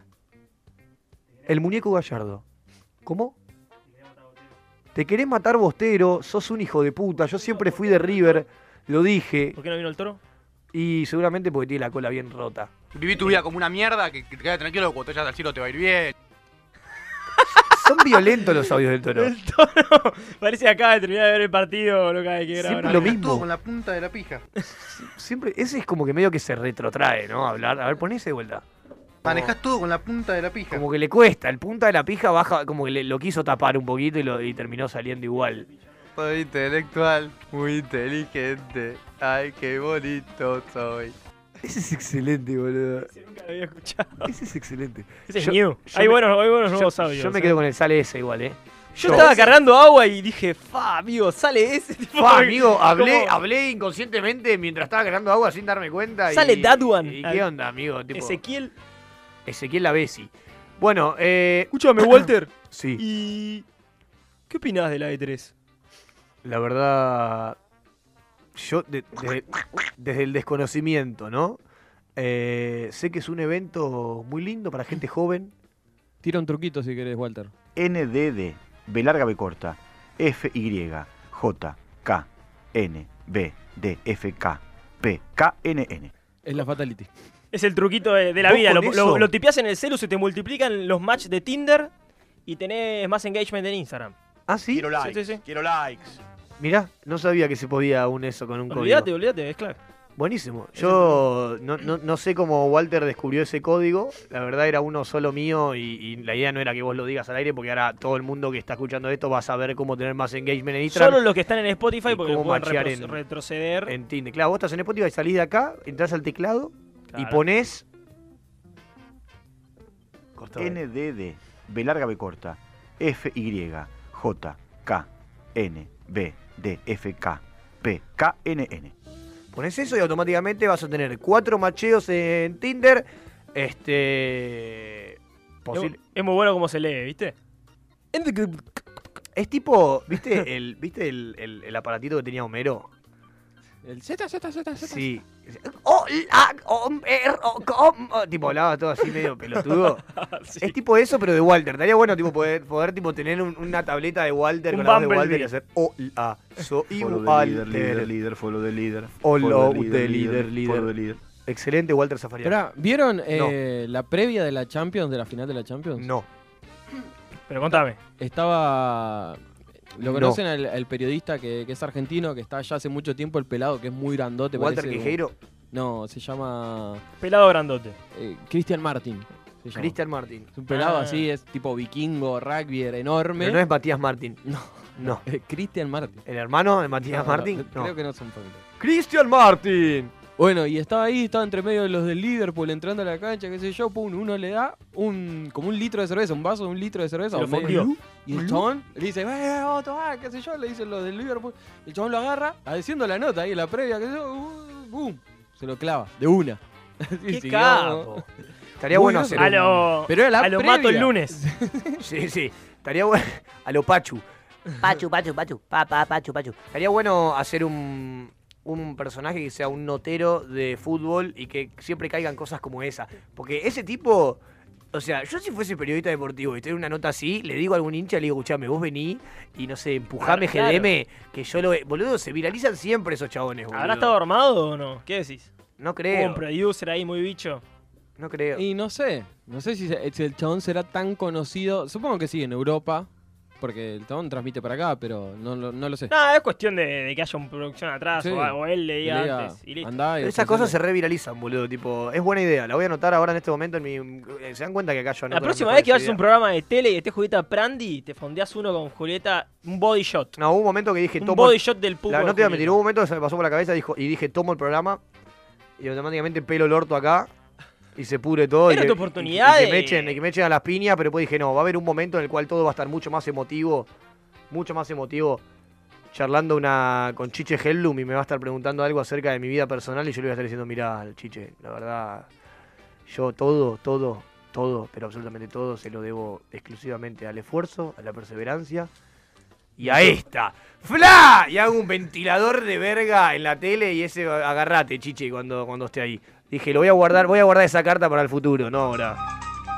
El muñeco gallardo. ¿Cómo? Te querés matar bostero, sos un hijo de puta. Yo siempre fui de River, lo dije. ¿Por qué no vino el toro? Y seguramente porque tiene la cola bien rota. Viví tu vida como una mierda, que, que te quedas tranquilo, cuando te vayas al cielo te va a ir bien. Son violentos los audios del toro. Parece que acaba de terminar de ver el partido, loca de que graba, Siempre ¿no? lo mismo. Con la punta de la pija. Siempre, ese es como que medio que se retrotrae, ¿no? Hablar. A ver, ponese de vuelta. Manejás todo con la punta de la pija. Como que le cuesta, el punta de la pija baja, como que le- lo quiso tapar un poquito y, lo, y terminó saliendo igual. Soy intelectual, muy inteligente. Ay, qué bonito soy. Ese es excelente, boludo. Nunca lo había escuchado. Ese es excelente. Ese es new. Hay buenos- hay buenos yo- nuevos audios, Yo me eh. quedo con el sale ese igual, eh. Yo estaba cargando agua y dije, fa, amigo, sale ese tipo. Fa, de- amigo, hablé, como- hablé inconscientemente mientras estaba cargando agua sin darme cuenta. y- Sale that one. ¿Y qué onda, amigo? Tipo, Ezequiel. Ezequiel la Bessi. Bueno, eh. Escúchame, Walter. Sí. ¿Y qué opinás E de la E3? La verdad, yo de- de- desde el desconocimiento, ¿no? Eh, sé que es un evento muy lindo para gente joven. Tira un truquito si querés, Walter. NDD, B larga B corta, F Y, J, K, N, B, D, F, K, P, K, N, N. Es la fatality. Es el truquito de, de la ¿Vos vida. Lo, con lo, eso? lo tipeás en el celu, se te multiplican los match de Tinder y tenés más engagement en Instagram. ¿Ah, sí? Quiero likes. Sí, sí, sí. Quiero likes. Mirá, no sabía que se podía un eso con un Olvídate, código. olvídate, es claro. Buenísimo. Yo no, no- no sé cómo Walter descubrió ese código. La verdad era uno solo mío y, y la idea no era que vos lo digas al aire porque ahora todo el mundo que está escuchando esto va a saber cómo tener más engagement en Instagram. Solo los que están en Spotify porque lo cómo pueden machear retro- en- retroceder. En Tinder. Claro, vos estás en Spotify, salís de acá, entras al teclado y Claro. pones NDD, B larga B corta, F, Y, J, K, N, B, D, F, K, P, K, N, N. Pones eso y automáticamente vas a tener cuatro macheos en Tinder. Este. Es, Posible. es muy bueno como se lee, ¿viste? Es tipo. ¿Viste el, ¿viste el, el- el aparatito que tenía Homero? El Z, Z, Z, Z. Sí. Oh, la, om, er, oh, com, oh, tipo, hablaba todo así medio pelotudo. Es tipo eso, pero de Walter. Estaría bueno tipo, poder, poder tipo, tener un- una tableta de Walter Un con la voz de Bumblebee. Walter y hacer. Hola, soy Follow the leader, Walter. líder, líder, follow the leader. Hola, follow the usted, líder, follow the líder. Excelente, Walter Zafarian. Esperá, ¿vieron eh, la previa de la Champions, de la final de la Champions? No. Pero contame. Estaba. ¿Lo No. conocen al, al periodista que, que es argentino, que está ya hace mucho tiempo, el pelado, que es muy grandote? ¿Walter parece un- Quijeiro? No, se llama. Pelado grandote. eh, Cristian Martin. se llama. Cristian Martin. Es un pelado Ah. así, es tipo vikingo, rugby, enorme. Pero no es Matías Martín. No. No. Cristian Martin. ¿El hermano de Matías Martín? No. Creo que no son familiares. ¡Cristian Martin! Bueno, y estaba ahí, estaba entre medio de los del Liverpool entrando a la cancha, qué sé yo, pum, uno le da un como un litro de cerveza, un vaso de un litro de cerveza, Se lo o medio. fundió. y el chabón le dice, "Eh, vamos a tomar", qué sé yo, le dicen los del Liverpool, el chabón lo agarra, haciendo la nota ahí, la previa, qué sé yo, uh, bum, se lo clava, de una. Sí, ¡Qué siguió. capo! Estaría Muy bueno groso. hacer A lo, Pero era la a lo mato el previa. lunes. Sí, sí. Estaría bueno. A lo Pachu. Pachu, pachu, pachu. Pa, pa, pachu, pachu. Estaría bueno hacer un, un personaje que sea un notero de fútbol y que siempre caigan cosas como esa. Porque ese tipo. O sea, yo si fuese periodista deportivo y estoy en una nota así, le digo a algún hincha, le digo, escuchame, vos vení y no sé, empujame Claro, claro. GDM, que yo lo. Boludo, se viralizan siempre esos chabones, boludo. ¿Habrá estado armado o no? ¿Qué decís? No creo. Hubo Un producer ahí muy bicho. No creo. Y no sé, no sé si, se- si el chabón será tan conocido, supongo que sí, en Europa, porque el chabón transmite para acá, pero no, lo- no lo sé. Nada, es cuestión de, de que haya un producción atrás Sí. o algo. Él le diga Le diga, antes y listo. "Andá y Esas cosas se reviralizan, boludo. Tipo, es buena idea. La voy a anotar ahora en este momento en mi. Se dan cuenta que acá yo anoto La las próxima mejores vez que vayas a ideas. un programa de tele y esté Julieta Prandi, te fondeás uno con Julieta, un body shot. No, hubo un momento que dije Un tomo. body shot del pupo La- de no te voy a Julieta. mentir, hubo un momento que se me pasó por la cabeza dijo, y dije, tomo el programa. Y automáticamente pelo el orto acá. Y se pudre todo. Era y tu que- oportunidad Y, que me de- echen, y que me echen a las piñas, pero después dije, no, va a haber un momento en el cual todo va a estar mucho más emotivo. Mucho más emotivo. Charlando una con Chiche Hellum y me va a estar preguntando algo acerca de mi vida personal. Y yo le voy a estar diciendo, mirá, Chiche, la verdad. Yo todo, todo, todo, pero absolutamente todo se lo debo exclusivamente al esfuerzo, a la perseverancia y a esta. ¡Fla! Y hago un ventilador de verga en la tele y ese agarrate, chiche, cuando, cuando esté ahí. Dije, lo voy a guardar, voy a guardar esa carta para el futuro, no ahora.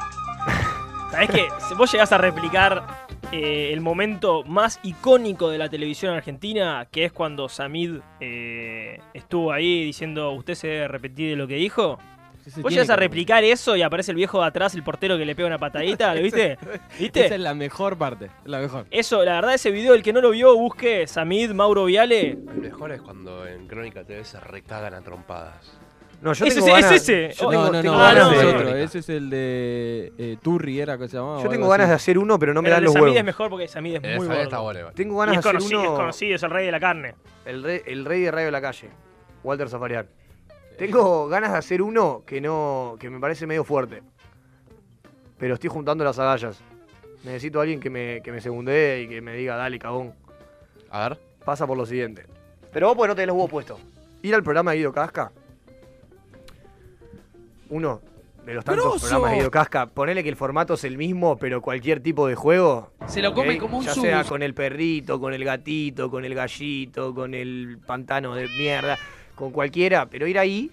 Sabés que si vos llegás a replicar eh, el momento más icónico de la televisión argentina, que es cuando Samid eh, estuvo ahí diciendo, usted se debe arrepentir de lo que dijo. se Vos tiene llegás a que replicar eso y aparece el viejo de atrás, el portero que le pega una patadita, ¿lo viste? ¿Viste? Esa es la mejor parte, la mejor. Eso, la verdad, ese video, el que no lo vio, busque Samid, Mauro Viale. Lo mejor es cuando en Crónica TV se recagan a trompadas. No, yo Ese tengo es- ganas- es ese. yo No, tengo- no, tengo no, ganas ese de- es otro. Ese es el de eh, Turri, era que se llamaba. Yo tengo ganas de hacer uno, pero no me Pero dan el los de Samid huevos. es mejor porque Samid es El de muy Eh, Samid bueno. está bueno, igual. Tengo ganas Y de es hacer conocido, uno- Es conocido, es el rey de la carne. El rey, el rey de Radio de la Calle, Walter Zafarian. Tengo ganas de hacer uno que no. que me parece medio fuerte. Pero estoy juntando las agallas. Necesito a alguien que me, que me segundee y que me diga, dale, cagón. A ver. Pasa por lo siguiente. Pero vos pues no tenés los huevos puestos. Ir al programa de Guido Casca. Uno de los tantos ¡Groso! programas de Guido Casca. Ponele que el formato es el mismo, pero cualquier tipo de juego. Se lo ¿ok? come como un Ya sea sumus. con el perrito, con el gatito, con el gallito, con el pantano de mierda, con cualquiera. Pero ir ahí.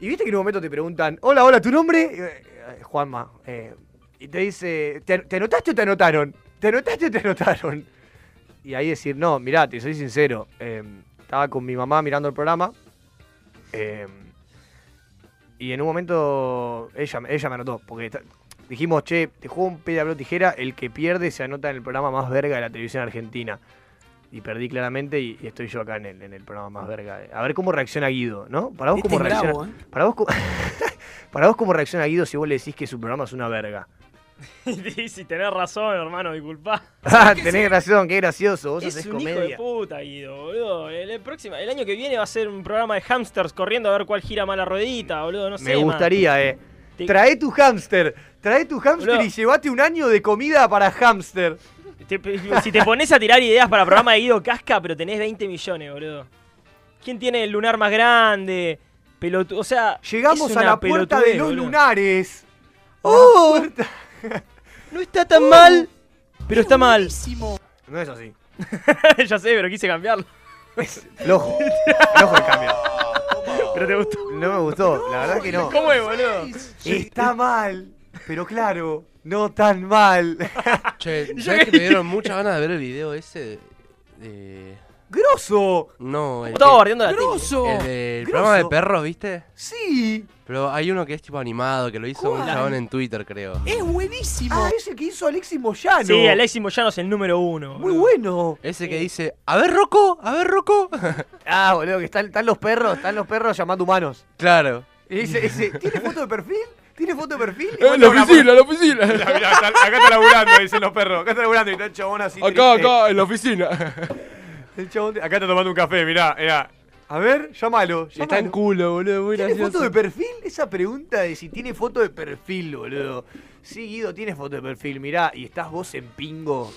Y viste que en un momento te preguntan, hola, hola, ¿tu nombre? Eh, eh, Juanma. eh, y te dice, ¿te, te anotaste o te anotaron? ¿Te anotaste o te anotaron? Y ahí decir, no, mirá, te soy sincero. eh, estaba con mi mamá mirando el programa. eh, y en un momento ella, me- ella me anotó. Porque ta- dijimos, che, te juego un pedablo tijera. El que pierde se anota en el programa más verga de la televisión argentina. Y perdí claramente y, y estoy yo acá en el, en el programa más verga. A ver cómo reacciona Guido, ¿no? Para vos, Este cómo es reacciona. bravo, ¿eh? Para vos, cómo- para vos, cómo reacciona Guido si vos le decís que su programa es una verga. Y si tenés razón, hermano, disculpá. Ah, tenés razón, qué gracioso. Vos Es haces un hijo de comedia. puta, Guido, boludo. El, el próximo- el año que viene va a ser un programa de hamsters corriendo a ver cuál gira más la ruedita, boludo. No sé. Me man. gustaría, eh. Te- Trae tu hámster. Trae tu hámster Boludo. y llevate un año de comida para hámster. Te- si te pones a tirar ideas para programa de Guido Casca, pero tenés 20 millones, boludo. ¿Quién tiene el lunar más grande? Pelotu o sea, Llegamos es a una la puerta de pelotudez, los boludo. lunares. ¡Oh! No está tan mal, pero está mal. No es así. ya sé, pero quise cambiarlo. Flojo. Flojo el cambio. ¿Pero te gustó? No me gustó, la verdad que no. ¿Cómo es, boludo? Está mal, pero claro, no tan mal. Che, ¿sabés que me dieron muchas ganas de ver el video ese de... de- ¡Grosso! No, el Estaba que- bardeando la tele. El del programa de perros, ¿viste? Sí. Pero hay uno que es tipo animado, que lo hizo un ¿Cuál? chabón en Twitter, creo. ¡Es buenísimo! Ah, es el que hizo Alexis Moyano. Sí, Alexis Moyano es el número uno. Muy bueno. Ese que dice, a ver, Rocco, a ver, Rocco. Ah, boludo, que están, están los perros, están los perros llamando humanos. Claro. Y dice, dice, ¿tiene foto de perfil? ¿Tiene foto de perfil? Y ¡En manda Eh, la oficina, una en la oficina! Mirá, mirá, está- acá está laburando, dicen los perros. Acá está laburando y está el chabón así. Acá, triste. acá, en la oficina. El chabón de- acá está tomando un café, mirá, mirá. A ver, llámalo. Está en llámalo. culo, boludo, muy ¿Tiene gracioso. foto de perfil? Esa pregunta de si tiene foto de perfil, boludo. Sí, Guido, tienes foto de perfil, mirá. Y estás vos en pingo,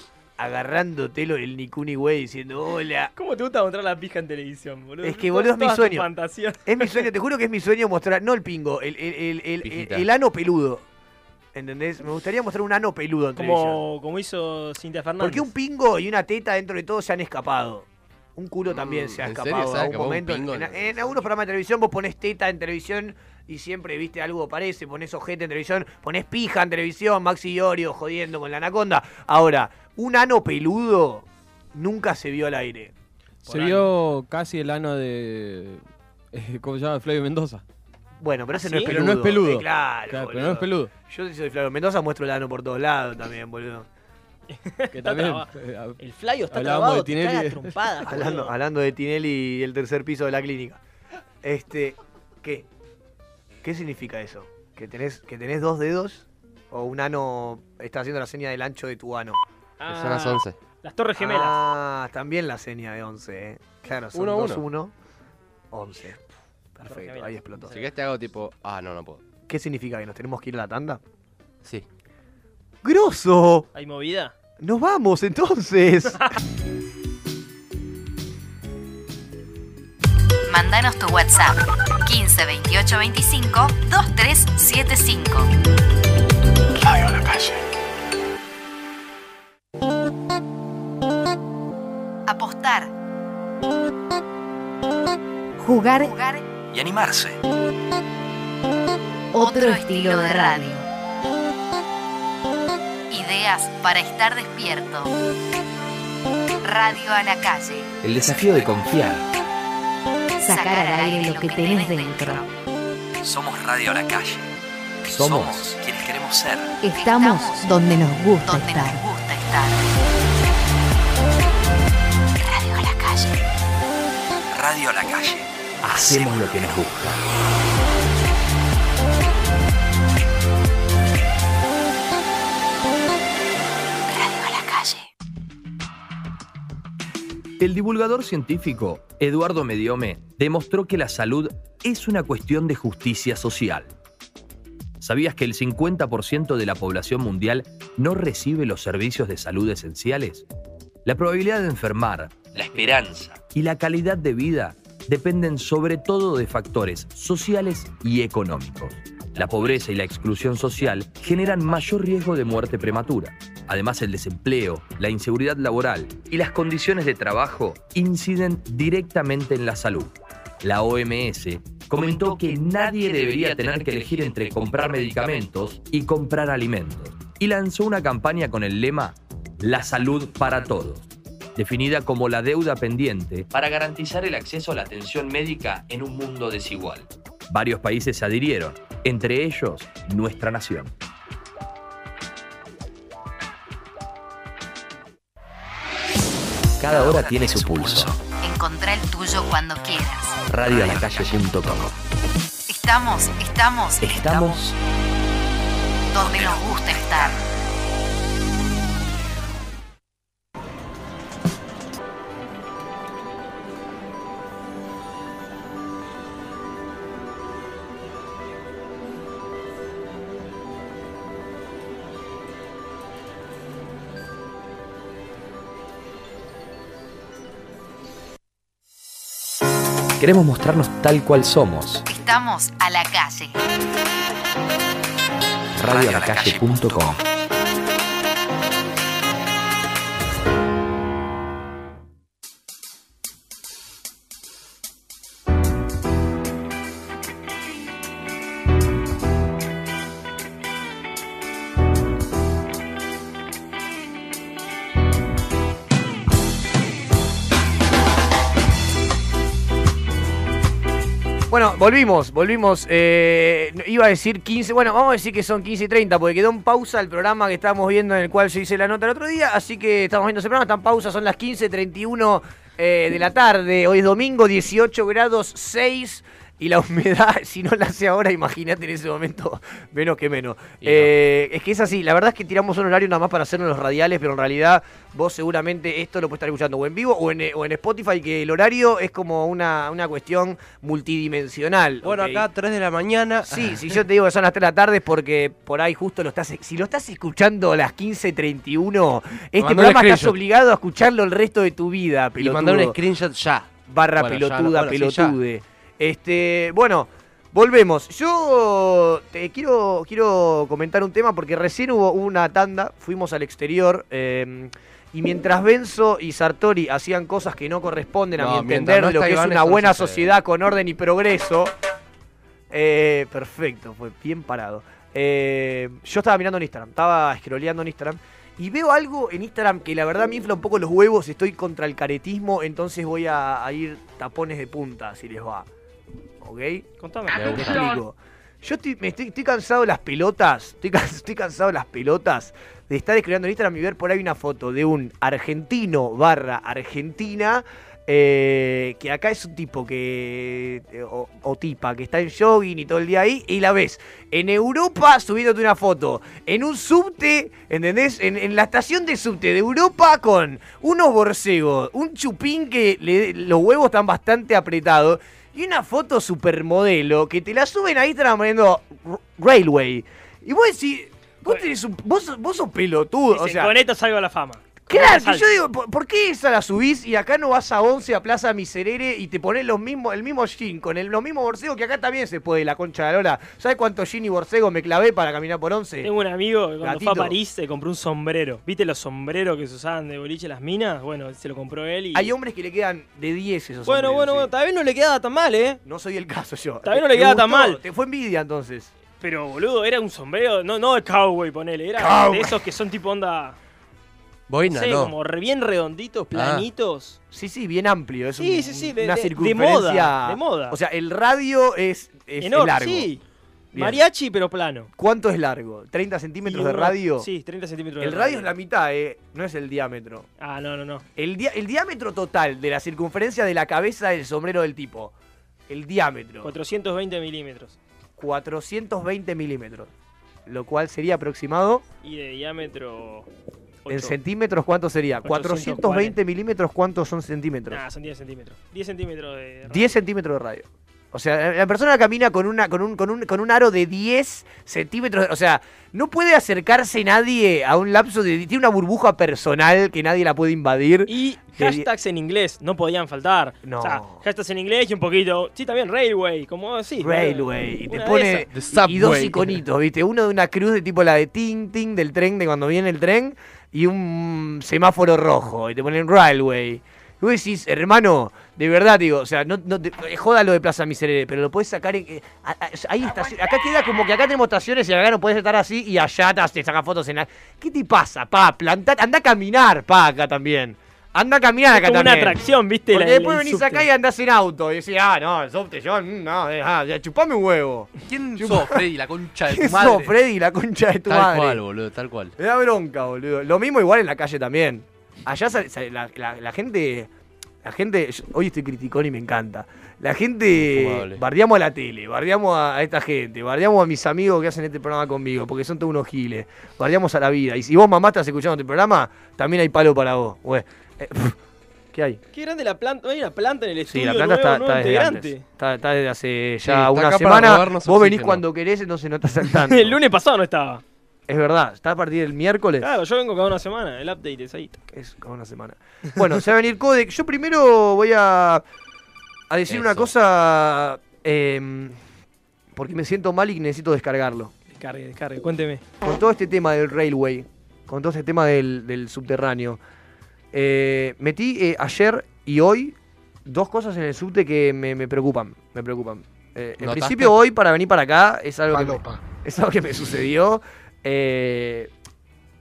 agarrándotelo el Nikuni güey, diciendo, hola. ¿Cómo te gusta mostrar la pija en televisión, boludo? Es que, boludo, es mi Todas tus sueño. fantasías. Es mi sueño, te juro que es mi sueño mostrar, no el pingo, el, el, el, el- Pijita. el ano peludo. ¿Entendés? Me gustaría mostrar un ano peludo en televisión. Como, como hizo Cintia Fernández. Porque un pingo y una teta dentro de todo se han escapado. Un culo también se ha Mm, ¿en serio? ¿Se escapado en ha algún escapado un momento. pingo en, en la en algunos programas de televisión vos ponés teta en televisión y siempre viste algo parece, ponés ojete en televisión, ponés pija en televisión, Maxi Iorio jodiendo con la anaconda. Ahora, un ano peludo nunca se vio al aire. Se vio casi el ano de. eh, ¿Cómo se llama? Flavio Mendoza. Bueno, pero ese ¿Ah, no es sí? peludo. Pero no es peludo. Eh, claro, Claro, pero boludo. no es peludo. Yo si soy Flavio Mendoza, muestro el ano por todos lados también, boludo. que también. eh, El Flavio está trabado, Hablábamos de te caga Tinelli. trompada. hablando, hablando de Tinelli y el tercer piso de la clínica. Este, ¿qué? ¿Qué significa eso? ¿Que tenés, que tenés dos dedos o un ano está haciendo la seña del ancho de tu ano? Ah, son las 11. las Torres Gemelas. Ah, también la seña de 11, ¿eh? Claro, son Uno a 2, uno. 1, 11. Perfecto, ahí explotó. Si querés te hago tipo, ah, no, no puedo. ¿Qué significa que nos tenemos que ir a la tanda? Sí. ¡Grosso! ¿Hay movida? ¡Nos vamos entonces! Mándanos tu WhatsApp 15 28 25 2375. Radio la calle. Apostar. Jugar. Y animarse. Otro estilo de radio. Ideas para estar despierto. Radio a la calle. El desafío de confiar. Sacar al aire lo que tenés dentro. Somos Radio a la Calle. Somos, quienes queremos ser. Estamos donde nos gusta estar. Radio a la calle. Radio a la Calle. Hacemos lo que nos gusta. Radio a la calle. El divulgador científico Eduardo Mediome demostró que la salud es una cuestión de justicia social. ¿Sabías que el 50% de la población mundial no recibe los servicios de salud esenciales? La probabilidad de enfermar, la esperanza y la calidad de vida dependen sobre todo de factores sociales y económicos. La pobreza y la exclusión social generan mayor riesgo de muerte prematura. Además, el desempleo, la inseguridad laboral y las condiciones de trabajo inciden directamente en la salud. La OMS comentó que nadie debería tener que elegir entre comprar medicamentos y comprar alimentos y lanzó una campaña con el lema La salud para todos, definida como la deuda pendiente para garantizar el acceso a la atención médica en un mundo desigual. Varios países se adhirieron, entre ellos nuestra nación. Cada hora tiene su pulso. Encontrá el tuyo cuando quieras. Radioalacalle.com Estamos, estamos Estamos donde nos gusta estar. Queremos mostrarnos tal cual somos. Estamos a la calle. Radioalacalle.com Bueno, volvimos, volvimos. eh, iba a decir 15, bueno, vamos a decir que son 15 y 30, porque quedó en pausa el programa que estábamos viendo en el cual yo hice la nota el otro día, así que estamos viendo ese programa, está en pausa, son las 15.31 eh, de la tarde, hoy es domingo, 18 grados 6. Y la humedad, si no la hace ahora, imagínate en ese momento, menos que menos. Eh, Es que es así, la verdad es que tiramos un horario nada más para hacernos los radiales, pero en realidad vos seguramente esto lo puedes estar escuchando o en vivo o en, eh, o en Spotify, que el horario es como una, una cuestión multidimensional. Bueno, ¿ok? acá 3 de la mañana. Sí, si yo te digo que son las 3 de la tarde es porque por ahí justo lo estás. Si lo estás escuchando a las 15.31, este Mandale programa estás screenshot. obligado a escucharlo el resto de tu vida, Y pelotudo. mandar un screenshot ya. Barra Bueno, ya, pelotuda, bueno, sí, ya. pelotude. Este, bueno, volvemos. Yo te quiero, quiero comentar un tema porque recién hubo una tanda, fuimos al exterior. eh, y mientras Benzo y Sartori hacían cosas que no corresponden a No, mi mientras entender, no lo está que es Iván, una eso no buena sucede. sociedad con orden y progreso, eh, perfecto, fue bien parado. Eh, yo estaba mirando en Instagram, estaba scrolleando en Instagram y veo algo en Instagram que la verdad me infla un poco los huevos, estoy contra el caretismo, entonces voy a, a ir tapones de punta si les va. ¿Ok? Contame. Te explico. Yo estoy, me estoy, estoy cansado de las pelotas, estoy, can- estoy cansado de las pelotas de estar escribiendo en Instagram y ver por ahí una foto de un argentino barra argentina eh, que acá es un tipo que. eh, O, o tipa, que está en jogging y todo el día ahí, y la ves en Europa subiéndote una foto, en un subte, ¿entendés? En, en la estación de subte de Europa con unos borcegos, un chupín que le- los huevos están bastante apretados, y una foto supermodelo que te la suben a Instagram poniendo r- Railway. Y vos decís. Vos, tenés un- vos, sos- vos sos pelotudo. o Dicen, sea, con esto salgo a la fama. Claro, Con esto que yo salgo. digo, ¿por, por qué esa la subís y acá no vas a 11 a Plaza Miserere y te pones los mismos, el mismo jean con el, los mismos borcegos que acá también se puede, la concha de la lola? ¿Sabes cuánto jean y borcego me clavé para caminar por 11? Tengo un amigo que cuando Gatito. fue a París se compró un sombrero. ¿Viste los sombreros que se usaban de boliche las minas? Bueno, se lo compró él y. Hay hombres que le quedan de 10 esos bueno, hombres, bueno, sí. bueno, tal vez no le queda tan mal, ¿eh? No soy el caso yo. Tal vez no ¿Te le queda tan gustó? mal. Te fue envidia entonces. Pero boludo, era un sombrero, no, no de cowboy, ponele, era Cowboy. de esos que son tipo onda. Boina, sé, no. como re bien Ah, redonditos, planitos. Sí, sí, bien amplio. Es Sí, un- sí, sí, de- una de- de circunferencia. moda, de moda. O sea, el radio es, es Enorme, largo. sí. Bien. Mariachi, pero plano. ¿Cuánto es largo? ¿30 centímetros Y de uno- radio? Sí, 30 centímetros El de radio es la mitad, eh, no es el diámetro. Ah, no, no, no. El, dia- el diámetro total de la circunferencia de la cabeza del sombrero del tipo. El diámetro. 420 milímetros. 420 milímetros. Lo cual sería aproximado. Y de diámetro. ¿En ocho. centímetros cuánto sería? 840. 420 milímetros, ¿cuántos son centímetros? Nah, son 10 centímetros. 10 centímetros de. 10 centímetros de radio. O sea, la- la persona camina con, una, con, un, con, un, con un aro de 10 centímetros. de- O sea, no puede acercarse nadie a un lapso de... Tiene una burbuja personal que nadie la puede invadir. Y de die- hashtags en inglés, no podían faltar. No. O sea, hashtags en inglés y un poquito. Sí, también Railway, como sí. Railway. Y te una de pone. esas. Y dos iconitos, ¿viste? Uno de una cruz de tipo la de Ting Ting del tren, de cuando viene el tren, y un semáforo rojo. Y te ponen Railway. Y vos decís, hermano, de verdad, digo, o sea, no, no te- eh, joda lo de Plaza Miserere, pero lo podés sacar. en- eh, a- a- hay estaciones. Acá queda como que acá tenemos estaciones y acá no podés estar así y allá te, te sacan fotos en la. ¿Qué te pasa, pa? Planta, anda a caminar, pa, acá también. Anda a caminar Es acá como una también. atracción, ¿viste? La- Porque la- después el venís subte. acá y andás en auto y decís, ah, no, el subte, yo, mm, no, eh, ah, ya, chupame un huevo. ¿Quién sos, Freddy, la concha de ¿Qué tu madre? sos, Freddy, la concha de tu Tal madre? cual, boludo, tal cual. Me da bronca, boludo. Lo mismo igual en la calle también. Allá sale- sale la, la- la gente. La gente. yo- hoy estoy criticón y me encanta. La gente. Fumable. Bardeamos a la tele, bardeamos a, a esta gente, bardeamos a mis amigos que hacen este programa conmigo, porque son todos unos giles. Bardeamos a la vida. Y si vos mamá estás escuchando este programa, también hay palo para vos. güey. Eh, ¿Qué hay? Qué grande la planta. No hay una planta en el Sí, estudio. la planta nuevo, está, nuevo está desde integrante. antes. Está, está desde hace Sí, ya está una acá para semana. robarnos Vos venís oxígeno. cuando querés, entonces no estás al tanto. el lunes pasado no estaba. Es verdad, está a partir del miércoles. Claro, yo vengo cada una semana. El update es ahí. Es cada una semana. Bueno, se va a venir Codec. Yo primero voy a, a decir una Eso. cosa. em, porque me siento mal y necesito descargarlo. Descargue, descargue, cuénteme. Con todo este tema del railway, con todo este tema del, del subterráneo, eh, metí eh, ayer y hoy dos cosas en el subte que me, me preocupan. Me preocupan. Eh, en ¿Notaste? principio, hoy para venir para acá es algo, que me, es algo que me sucedió. eh,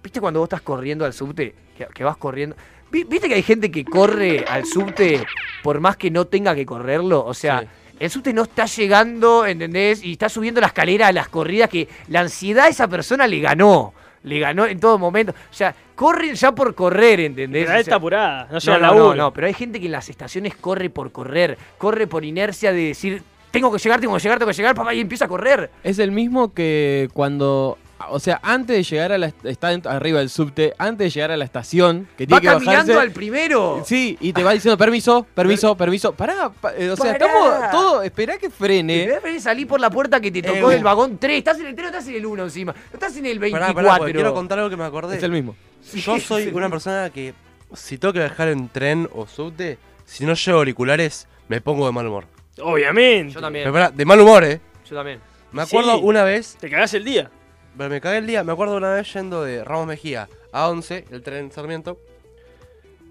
¿Viste cuando vos estás corriendo al subte? Que, que vas corriendo. Vi- ¿Viste que hay gente que corre al subte por más que no tenga que correrlo? O sea, el subte no está llegando, ¿entendés? Y está subiendo la escalera a las corridas que la ansiedad a esa persona le ganó. Le ganó en todo momento. O sea, corren ya por correr, ¿entendés? Pero O está sea, apurada. No llega no, al no, laburo. no, no, pero hay gente que en las estaciones corre por correr, corre por inercia de decir, tengo que llegar, tengo que llegar, tengo que llegar, papá, y empieza a correr. Es el mismo que cuando. O sea, antes de llegar a la. est- Está en- arriba del subte, antes de llegar a la estación. Que Va tiene que caminando bajarse, al primero. Sí, y te va diciendo permiso, permiso, permiso. Pará, pa- eh, o sea, Pará. estamos todo. Esperá que frene. Te voy a salir por la puerta que te tocó Eh, del vagón 3. Estás en el 3, no estás en el 1 encima. No estás en el 24. Pará, pará, porque quiero contar algo que me acordé. Es el mismo. Yo soy una persona que, si tengo que viajar en tren o subte, si no llevo auriculares, me pongo de mal humor. Obviamente. Yo también. Pero pará, de mal humor, eh. Yo también. Me acuerdo Sí. una vez. Te cagás el día. Pero me cagué el día. Me acuerdo una vez yendo de Ramos Mejía a 11, el tren Sarmiento.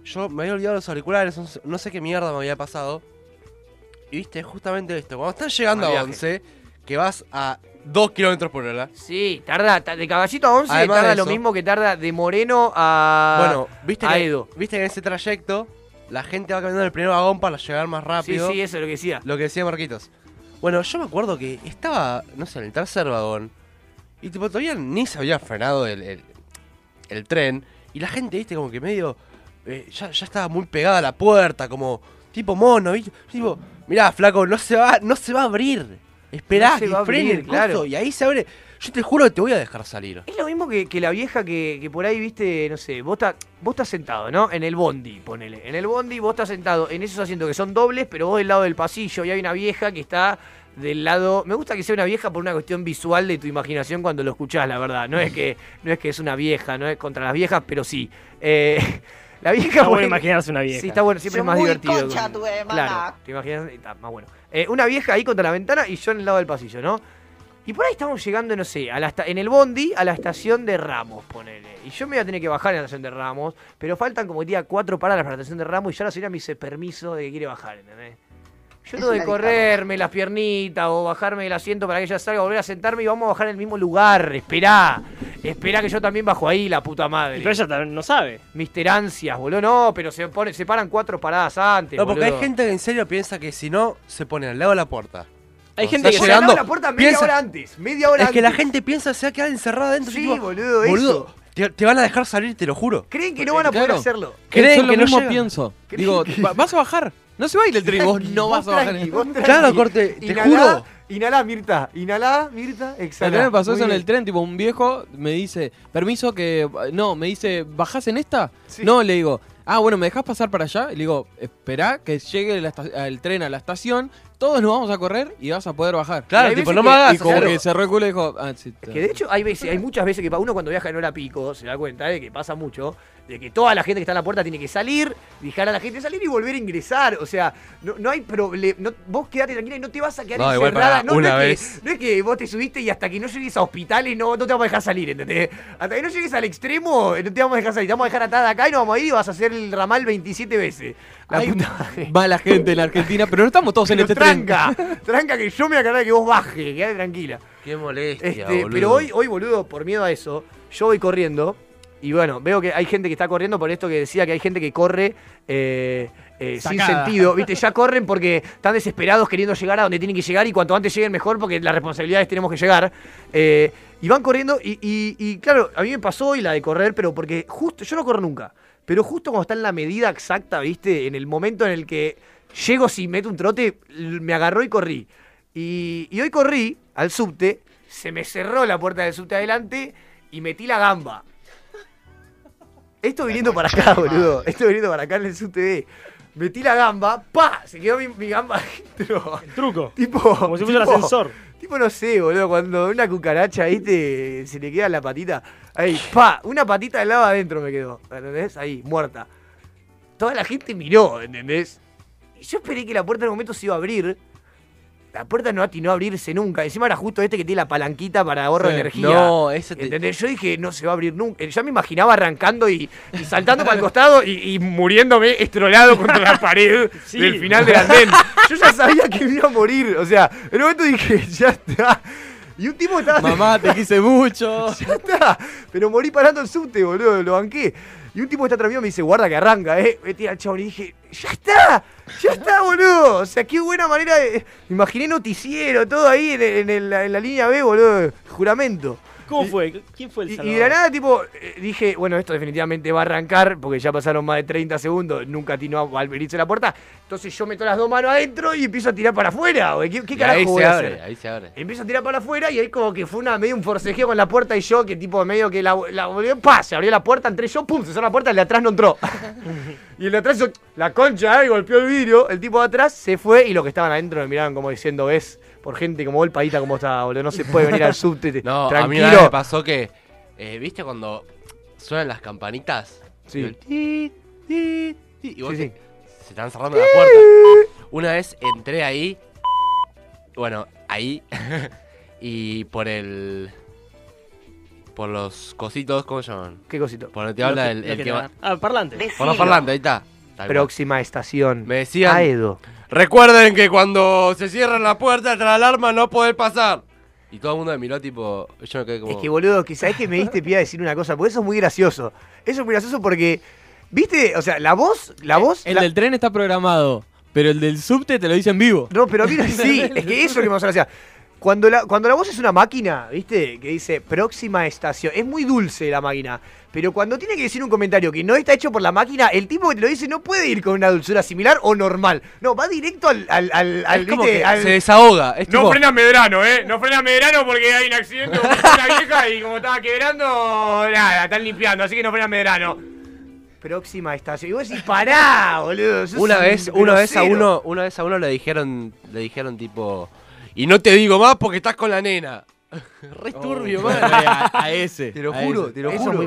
Yo me había olvidado los auriculares, no sé- no sé qué mierda me había pasado. Y viste, justamente esto. Cuando estás llegando Mal a viaje. 11, que vas a 2 kilómetros por hora. Sí, tarda, ta- de caballito a 11 Además tarda de lo eso- mismo que tarda de Moreno a. bueno, viste a que, Edo. viste que en ese trayecto la gente va caminando en el primer vagón para llegar más rápido. Sí, sí, eso es lo que decía. Lo que decía Marquitos. Bueno, yo me acuerdo que estaba, no sé, en el tercer vagón. Y tipo, todavía ni se había frenado el, el- el tren. Y la gente, viste, como que medio. eh, ya, ya estaba muy pegada a la puerta, como tipo mono, viste. Yo Tipo, mirá, flaco, no se va, no se va a abrir. Esperá No se que va a frene abrir, el claro. coso, Y ahí se abre. Yo te juro que te voy a dejar salir. Es lo mismo que, que la vieja que, que por ahí, viste, no sé, vos, está- vos estás sentado, ¿no? En el bondi, ponele. En el bondi vos estás sentado en esos asientos que son dobles, pero vos del lado del pasillo y hay una vieja que está del lado... Me gusta que sea una vieja por una cuestión visual de tu imaginación cuando lo escuchás, la verdad. No es que, no es, que es una vieja, no es contra las viejas, pero sí. Eh, la vieja... Está bueno por ahí- imaginarse una vieja. Sí, está bueno, siempre Son es más muy divertido. concha con- tu de mamá. Claro, te imaginas, está más bueno. Eh, una vieja ahí contra la ventana y yo en el lado del pasillo, ¿no? Y por ahí estamos llegando, no sé, a la esta- en el bondi a la estación de Ramos, ponele. Y yo me voy a tener que bajar en la estación de Ramos, pero faltan como que día cuatro paradas para la estación de Ramos y ya la señora me dice permiso de que quiere bajar, ¿entendés? Yo Es tengo que una correrme las piernitas o bajarme del asiento para que ella salga, volver a sentarme y vamos a bajar en el mismo lugar. Esperá. Esperá que yo también bajo ahí, la puta madre. Pero ella también no sabe. Misterancias, boludo. No, pero se, pone, se paran cuatro paradas antes. No, porque hay boludo. gente que en serio piensa que si no, se pone al lado de la puerta. Hay Cuando está gente que se llegando, llegando, la puerta media piensa- hora antes. Media hora Es que la antes. gente piensa se va a quedar encerrada dentro. Sí, y tipo, boludo, eso. boludo, te, te van a dejar salir, te lo juro. Creen que no van a poder hacerlo. Creen Yo lo que no mismo llegan. pienso. Digo, "Va- ¿vas a bajar? No se va a ir el tren. Vos no vas a bajar. tranqui, el- vos tranqui. Inhalá, Inhalá. Inhalá, Mirta. Inhalá, Mirta. A mí Exhalá. me pasó Muy eso en bien. el tren, tipo, un viejo me dice, permiso que... No, me dice, ¿bajás en esta? No, le digo, ah, bueno, ¿me dejás pasar para allá? Y le digo, esperá que llegue la esta- el tren a la estación, todos nos vamos a correr y vas a poder bajar. Claro, Y hay tipo, veces no me que- hagas, Y como claro. que cerró el culo y dijo, ah, sí. Es Que de hecho hay veces, hay muchas veces que pa- uno cuando viaja en hora pico se da cuenta de que pasa mucho, de que toda la gente que está en la puerta tiene que salir, dejar a la gente salir y volver a ingresar. O sea, no, no hay problema. vos quedate tranquila y no te vas a quedar No, igual encerrada. pará, no, no una es vez. que, no es que vos te subiste y hasta que no llegues a hospitales no, no te vamos a dejar salir, ¿entendés? Hasta que no llegues al extremo, eh, no te vamos a dejar salir, te vamos a dejar atada acá y nos vamos a ir y vas a hacer el ramal 27 veces. La Hay puta mala gente en la Argentina, pero no estamos todos en este tranca, tren. tranca que yo me voy a cargar que vos baje, quedate tranquila. Qué molestia, Este, boludo. pero hoy, hoy, boludo, por miedo a eso, yo voy corriendo. Y bueno, veo que hay gente que está corriendo por esto que decía que hay gente que corre eh, eh, sin Sacada. sentido. Viste, ya corren porque están desesperados queriendo llegar a donde tienen que llegar y cuanto antes lleguen mejor porque las responsabilidades tenemos que llegar. Eh, y van corriendo y, y- y, claro, a mí me pasó hoy la de correr, pero porque justo, yo no corro nunca, pero justo cuando está en la medida exacta, viste, en el momento en el que llego si meto un trote, l- me agarró y corrí. Y, y hoy corrí al subte, se me cerró la puerta del subte adelante y metí la gamba. Esto viniendo para acá, boludo. Esto viniendo para acá en el subte. Metí la gamba, ¡pa! Se quedó mi, mi gamba adentro. El truco. Tipo. Como si fuese el tipo- ascensor. Tipo, no sé, boludo. Cuando una cucaracha, viste, se le queda la patita. Ahí, ¡pa! Una patita de lado adentro me quedó. ¿Entendés? Ahí, muerta. Toda la gente miró, ¿entendés? Y yo esperé que la puerta en un momento se iba a abrir. La puerta no atinó a abrirse nunca. Encima era justo este que tiene la palanquita para ahorro de Sí. energía. No, ese te- ¿Entendés? Yo dije, no se va a abrir nunca. Ya me imaginaba arrancando y, y saltando para el costado y, y muriéndome estrolado contra la pared Sí. del final del andén. Yo ya sabía que me iba a morir. O sea, en un momento dije, ya está. Y un tipo estaba. Mamá, te quise mucho. ya está. Pero morí parando el subte, boludo. Lo banqué. Y un tipo que está atrás mío me dice, guarda que arranca, eh. Vete al chabón. Y dije, ya está. Ya está, boludo. O sea, qué buena manera de. Imaginé noticiero, todo ahí en, en- en la, en la línea B, boludo. Juramento. ¿Cómo fue? ¿Quién fue el Y, y de salvador? la nada, tipo, eh, dije, bueno, esto definitivamente va a arrancar, porque ya pasaron más de 30 segundos, nunca atinó a abrirse la puerta. Entonces yo meto las dos manos adentro y empiezo a tirar para afuera. güey. ¿Qué, qué Y carajo ahí voy se a abre, hacer? ahí se abre. Empiezo a tirar para afuera y ahí como que fue una, medio un forcejeo con la puerta y yo, que tipo medio que la, la volvió, pa, se abrió la puerta, entré yo, pum, se cerró la puerta, el de atrás no entró. y el de atrás hizo la concha, eh, y golpeó el vidrio, el tipo de atrás se fue y los que estaban adentro me miraban como diciendo, ves, por gente como vos, el paita como está, boludo, no se puede venir al subte, te- No, a mí tranquilo. una vez me pasó que, eh, ¿viste cuando suenan las campanitas? Sí. El tit, tit, tit, y vos Sí, te- se están cerrando la puerta. Una vez entré ahí, bueno, ahí, y por el... Por los cositos, ¿cómo se llaman? ¿Qué cositos? Por donde te habla el, el que va- Ah, parlante. Por los parlantes, ahí está. Tal cual. Próxima estación. Me decían- Aedo. Recuerden que cuando se cierran las puertas tras la alarma no podés pasar. Y todo el mundo me miró tipo, yo me quedé como... Es que, boludo, que sabés que me diste pie a decir una cosa, porque eso es muy gracioso. Eso es muy gracioso porque, viste, o sea, la voz, la voz. Eh, El la- del tren está programado, pero el del subte te lo dice en vivo. No, pero mira, sí, es que eso que me hace gracia. Cuando la, cuando la voz es una máquina, ¿viste? Que dice próxima estación. Es muy dulce la máquina. Pero cuando tiene que decir un comentario que no está hecho por la máquina, el tipo que te lo dice no puede ir con una dulzura similar o normal. No, va directo al. al, al, al, Es como ¿viste? que Al- se desahoga. es tipo- Medrano, ¿eh? No frena Medrano porque hay un accidente con una vieja y como estaba quebrando, nada, están limpiando, así que no frena Medrano. Próxima estación. Y vos decís, pará, boludo. sos Una un vez, una vez a grosero. uno, una vez a uno le dijeron, le dijeron tipo, y no te digo más porque estás con la nena. Re turbio, man. A, a ese. Te lo a juro, ese. te lo juro.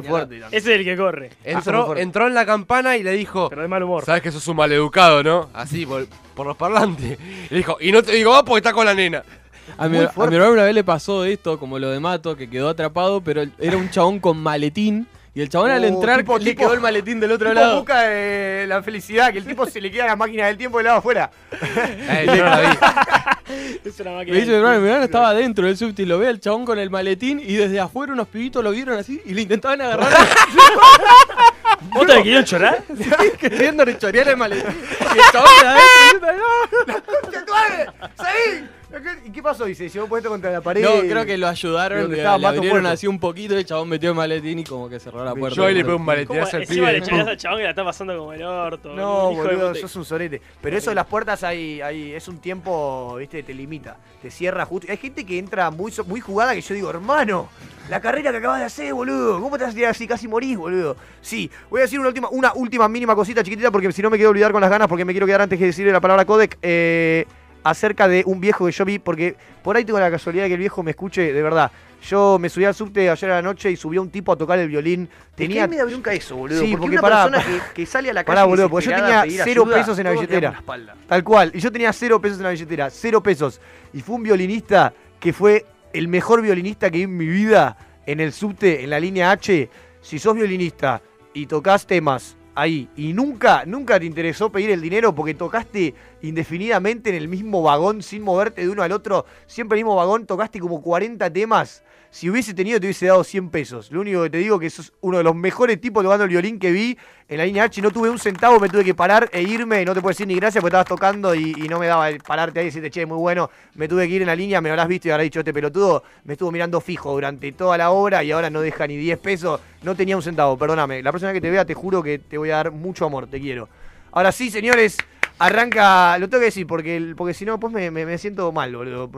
Ese es el que corre. Entró, entró en la campana y le dijo. Pero de mal humor. Sabes que sos un maleducado, ¿no? Así, por, por los parlantes. Le dijo, y no te digo más porque estás con la nena. A mi, Muy a mi hermano una vez le pasó esto, como lo de Mato, que quedó atrapado, pero él- era un chabón con maletín Y el chabón al Uh, entrar tipo- le tipo- quedó el maletín del otro tipo lado. busca eh, la felicidad, que el tipo se le queda la máquina del tiempo del lado afuera. Es una Me Eh, dice mi hermano, mi hermano estaba adentro del subte y lo ve al chabón con el maletín y desde afuera unos pibitos lo vieron así y le intentaban agarrar. ¿Vos te querían chorar? Queriendo chorear el maletín. Y el chabón de adentro, ¿Y qué pasó? Dice, llevó puesto contra la pared. No, creo que lo ayudaron, Creo que le, estaba le Mato abrieron Puerto. así un poquito el chabón metió el maletín y como que cerró la puerta. Yo y le pego un maletinazo ¿Cómo? Encima le chorás al chabón que la está pasando como el orto. No, un hijo de boludo, puta. sos un sorete. Pero eso de las puertas ahí, ahí es un tiempo, viste, te limita. Te cierra justo. Hay gente que entra muy, so- muy jugada que yo digo, hermano, la carrera que acabas de hacer, boludo. ¿Cómo te vas a tirar así? Casi morís, boludo. Sí, voy a decir una última, una última mínima cosita chiquitita porque si no me quiero olvidar con las ganas porque me quiero quedar antes que decirle la palabra codec. eh, acerca de un viejo que yo vi, porque por ahí tengo la casualidad de que el viejo me escuche, de verdad. Yo me subí al subte ayer a la noche y subió un tipo a tocar el violín. Tenía... Tenía me da bronca eso, boludo. Sí, porque, porque una pará, persona que, que sale a la calle Pará, boludo, porque yo desesperada tenía a pedir cero ayuda, pesos en la todos le damos billetera. la espalda. Tal cual. Y yo tenía cero pesos en la billetera, cero pesos. Y fue un violinista que fue el mejor violinista que vi en mi vida en el subte, en la línea H. Si sos violinista y tocas temas ahí y nunca, nunca te interesó pedir el dinero porque tocaste indefinidamente en el mismo vagón sin moverte de uno al otro, siempre el mismo vagón, tocaste como 40 temas. Si hubiese tenido, te hubiese dado 100 pesos. Lo único que te digo que sos uno de los mejores tipos tocando el violín que vi en la línea H. No tuve un centavo, me tuve que parar e irme. No te puedo decir ni gracias porque estabas tocando y, y no me daba el pararte ahí y decirte, che, muy bueno. Me tuve que ir en la línea, me habrás visto y habrás dicho, este pelotudo me estuvo mirando fijo durante toda la obra y ahora no deja ni 10 pesos. No tenía un centavo, perdóname. La próxima vez que te vea, te juro que te voy a dar mucho amor, te quiero. Ahora sí, señores, arranca. Lo tengo que decir porque, el- porque si no, pues me, me- me siento mal, boludo.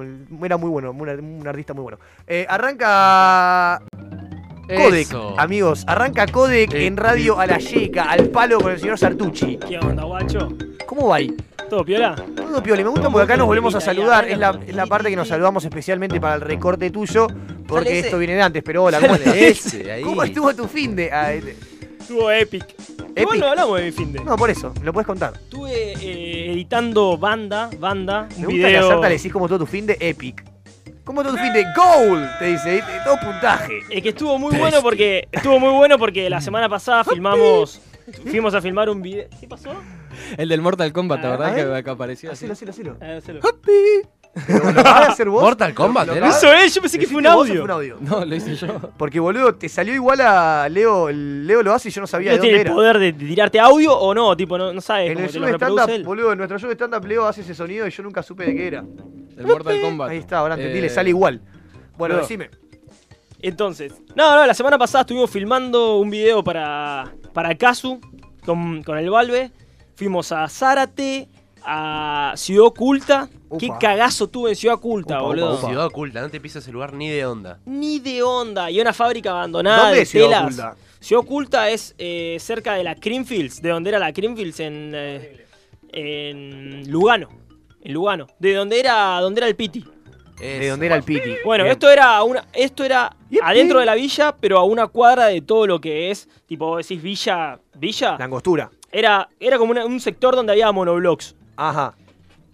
Era muy bueno, un, ar- un artista muy bueno. Eh, arranca. Codec, Eso. amigos. Arranca Codec Eh, en radio a la yeca, al palo con el señor Sartucci. ¿Qué onda, guacho? ¿Cómo va ahí? ¿Todo piola? Todo piola. Y me gusta porque acá nos volvemos a saludar. Es la, es la parte que nos saludamos especialmente para el recorte tuyo. Sale Porque ese. esto viene de antes, pero hola, Sale ¿cómo estás? ese, ahí. ¿Cómo estuvo tu fin de.? ah, eh, Estuvo epic. Igual no hablamos de mi fin de. No, por eso, lo puedes contar. Estuve eh, editando banda, banda, un Me gusta que a video. Sarta le decís como todo tu fin de epic. Como todo tu fin de goal, te dice, eh, todo puntaje. Es que estuvo muy bueno porque estuvo muy bueno porque la semana pasada filmamos fuimos a filmar un video. ¿Qué pasó? El del Mortal Kombat, ¿te a verdad? ver. Que acá apareció así. Hacelo, hacelo, Ah, hacelo. ¿Lo acabas Ah. de hacer vos? Mortal Kombat, ¿Lo ¿eh? acabas- Eso es, yo pensé que ¿Lo fue un hiciste vos o audio. No, lo hice yo. Porque boludo, te salió igual a Leo, el- Leo lo hace y yo no sabía No de dónde tiene el era. poder de tirarte audio o no, tipo, no, no sabes En cómo el te show lo de reproduce stand-up, él. boludo, en nuestro show de stand-up Leo hace ese sonido y yo nunca supe de qué era. El Mortal Kombat. Ahí está, ahora entendí, Eh, le sale igual. Bueno, boludo. decime. Entonces, no, no, la semana pasada estuvimos filmando un video para, para Casu con, con el Valve. Fuimos a Zárate, a Ciudad Oculta. Qué cagazo tuve en Ciudad Oculta, boludo. Ciudad oculta, no te pisas el lugar ni de onda. Ni de onda. Y una fábrica abandonada ¿Dónde de es Ciudad telas. Oculta? Ciudad Oculta es eh, cerca de la Creamfields, de donde era la Creamfields en, eh, en Lugano. En Lugano. De donde era, donde era el Piti. Eh, De dónde era el Piti. Bueno, Bien. esto era a una, esto era adentro de la villa, pero a una cuadra de todo lo que es, tipo, vos decís villa, villa. La angostura. Era, era como una- un sector donde había monoblocks. Ajá.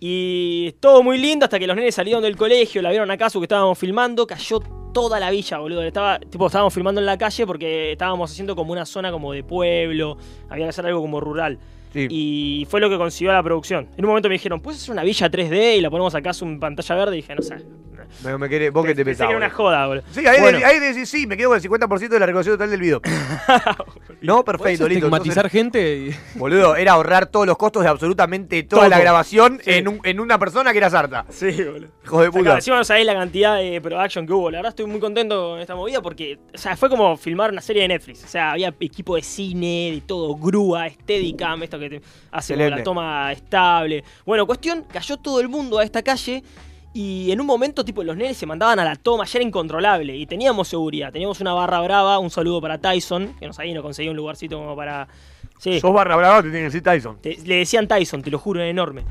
Y todo muy lindo hasta que los nenes salieron del colegio, la vieron a Casu que estábamos filmando, cayó toda la villa, boludo. Estaba, tipo, estábamos filmando en la calle porque estábamos haciendo como una zona como de pueblo, había que hacer algo como rural. Y fue lo que consiguió la producción. En un momento me dijeron, ¿puedes hacer una villa 3D y la ponemos a Casu en pantalla verde? Y dije, no sé. Me, me querés, vos que te Pensé pensás. que era una joda, boludo. Sí, ahí, Bueno. de- ahí decís, sí, me quedo con el 50% de la recaudación total del video. no, perfecto, listo. estigmatizar entonces- gente Boludo, era ahorrar todos los costos de absolutamente toda Todo. la grabación en, un- en una persona que era Sarta. Sí, boludo. Hijo de O sea, puta. encima no sabés la cantidad de production que hubo. La verdad estoy muy contento con esta movida porque, o sea, fue como filmar una serie de Netflix. O sea, había equipo de cine, de todo, grúa, Steadicam, esto que te hace como Excelente. la toma estable. Bueno, cuestión, cayó todo el mundo a esta calle y en un momento, tipo, los nenes se mandaban a la toma, ya era incontrolable. Y teníamos seguridad, teníamos una barra brava, un saludo para Tyson, que nos ahí nos conseguía un lugarcito como para... Sí. Sos barra brava, te tiene que decir Tyson. Te- le decían Tyson, te lo juro, era enorme.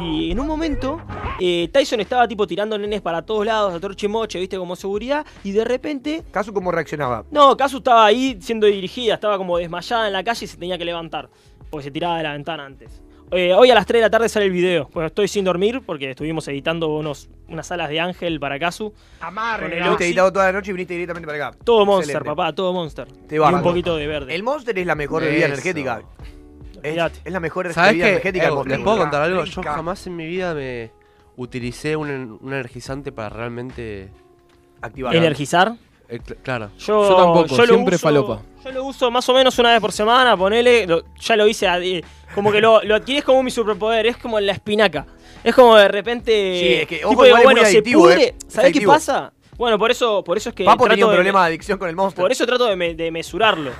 Y en un momento, eh, Tyson estaba tipo tirando nenes para todos lados, a torche moche, viste, como seguridad, y de repente. ¿Caso cómo reaccionaba? No, Casu estaba ahí siendo dirigida, estaba como desmayada en la calle y se tenía que levantar, porque se tiraba de la ventana antes. Eh, hoy a las 3 de la tarde sale el video. Bueno, estoy sin dormir porque estuvimos editando unos, unas salas de Ángel para Casu. Amarre. Con el Estuviste Oxy. Ah, editado toda la noche y viniste directamente para acá. Todo Monster, Excelente. papá, todo Monster. Te y banco. un poquito de verde. El Monster es la mejor bebida Eso. energética. Es, es la mejor ¿Sabes bebida qué? energética Eh, del Monster. ¿Les puedo contar algo? Yo jamás en mi vida me utilicé un, en- un energizante para realmente activar. ¿Energizar? Eh, cl- claro. Yo, yo lo uso- Yo lo uso más o menos una vez por semana, ponele. lo- ya lo hice. a- eh, como que lo, lo adquirís como mi superpoder, es como la espinaca. Es como de repente. Sí, es que, ojo, tipo, igual es bueno, muy se adictivo, pudre. eh. Es ¿Sabés qué adictivo. pasa? Bueno, por eso, por eso es que. Papo tenía trato un problema de me- adicción con el Monster. Por eso trato de, me- de mesurarlo.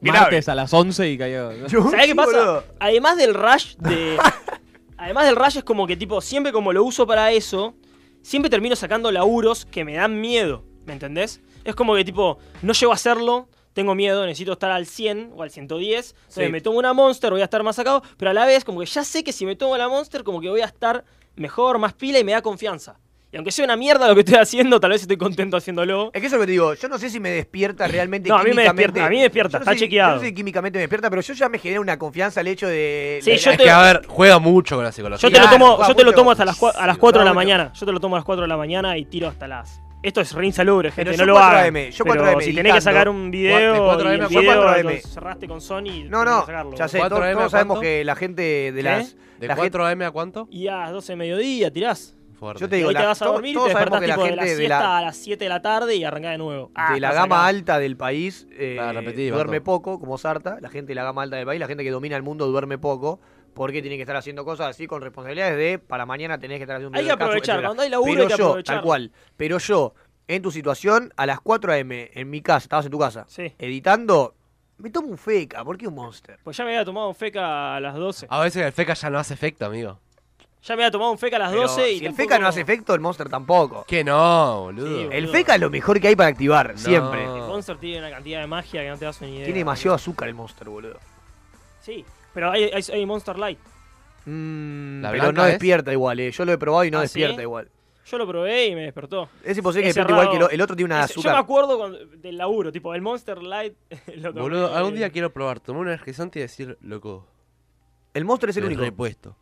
Martes a las 11 y cayó. ¿Sabés qué pasa? Además del rush de. además del rush es como que tipo, siempre como lo uso para eso, siempre termino sacando laburos que me dan miedo. ¿Me entendés? Es como que tipo, no llego a hacerlo. Tengo miedo, necesito estar al 100 o al 110. Entonces Sí. me tomo una Monster, voy a estar más sacado. Pero a la vez, como que ya sé que si me tomo la Monster, como que voy a estar mejor, más pila y me da confianza. Y aunque sea una mierda lo que estoy haciendo, tal vez estoy contento haciéndolo. Es que eso es lo que te digo. Yo no sé si me despierta realmente. No, a mí me químicamente. despierta, a mí me despierta, Yo no está sé- chequeado. Yo no sé si químicamente me despierta, pero yo ya me genera una confianza el hecho de. Sí, de- yo Es que, a ver, juega mucho con la psicología. Yo te lo tomo, yo te lo mucho. tomo hasta las, cua- a las Sí, 4 de la juega mucho. mañana. Yo te lo tomo a las 4 de la mañana y tiro hasta las. Esto es re insalubre, gente, Pero yo no lo 4 hagan. AM, yo Pero 4 AM, si tenés que editando. sacar un De video, 4 y AM, el yo 4 AM. video, cerraste con Sony, No, tenés que no, sacarlo. ya sé, todos, 4 AM, todos sabemos ¿cuánto? que la gente de ¿Qué? las... ¿De la 4 AM a cuánto? Y a las 12 de mediodía tirás. Fuerte. Yo te Y digo, ahí la- te vas a to- dormir y te todos despertás sabemos que la tipo de la gente siesta de la- a las 7 de la tarde y arrancás de nuevo. Ah, de la estás gama acá. alta del país eh, Ah, repetí, duerme Bartó. poco, como Sarta, la gente de la gama alta del país, la gente que domina el mundo duerme poco, porque tiene que estar haciendo cosas así con responsabilidades de para mañana tenés que estar haciendo un Hay que video de caso, aprovechar, etcétera. cuando hay laburo Pero hay que yo, aprovechar. tal cual, pero yo, en tu situación, a las 4 a.m., en mi casa, estabas en tu casa, editando, me tomo un feca, porque un monster. Pues ya me había tomado un feca a las 12. A veces el feca ya no hace efecto, amigo. Ya me había tomado un feca a las Pero 12 y si el tampoco- feca no hace efecto, el monster tampoco. Que no, boludo. El feca es lo mejor que hay para activar, siempre. El Monster tiene una cantidad de magia que no te das ni idea. Tiene demasiado azúcar el monster, boludo. Sí, pero hay, hay, hay Monster Light. Mm, La pero blanca no es- despierta igual, eh. yo lo he probado y no ¿Ah, despierta sí? igual. Yo lo probé y me despertó. Es imposible que He despierte igual que cerrado- lo- el otro tiene una Es- Yo azúcar. me acuerdo cuando- del laburo, tipo, el Monster Light lo tomé. Boludo, algún día quiero probar, tomar un energizante y decir, loco. El monster es el único. Repuesto.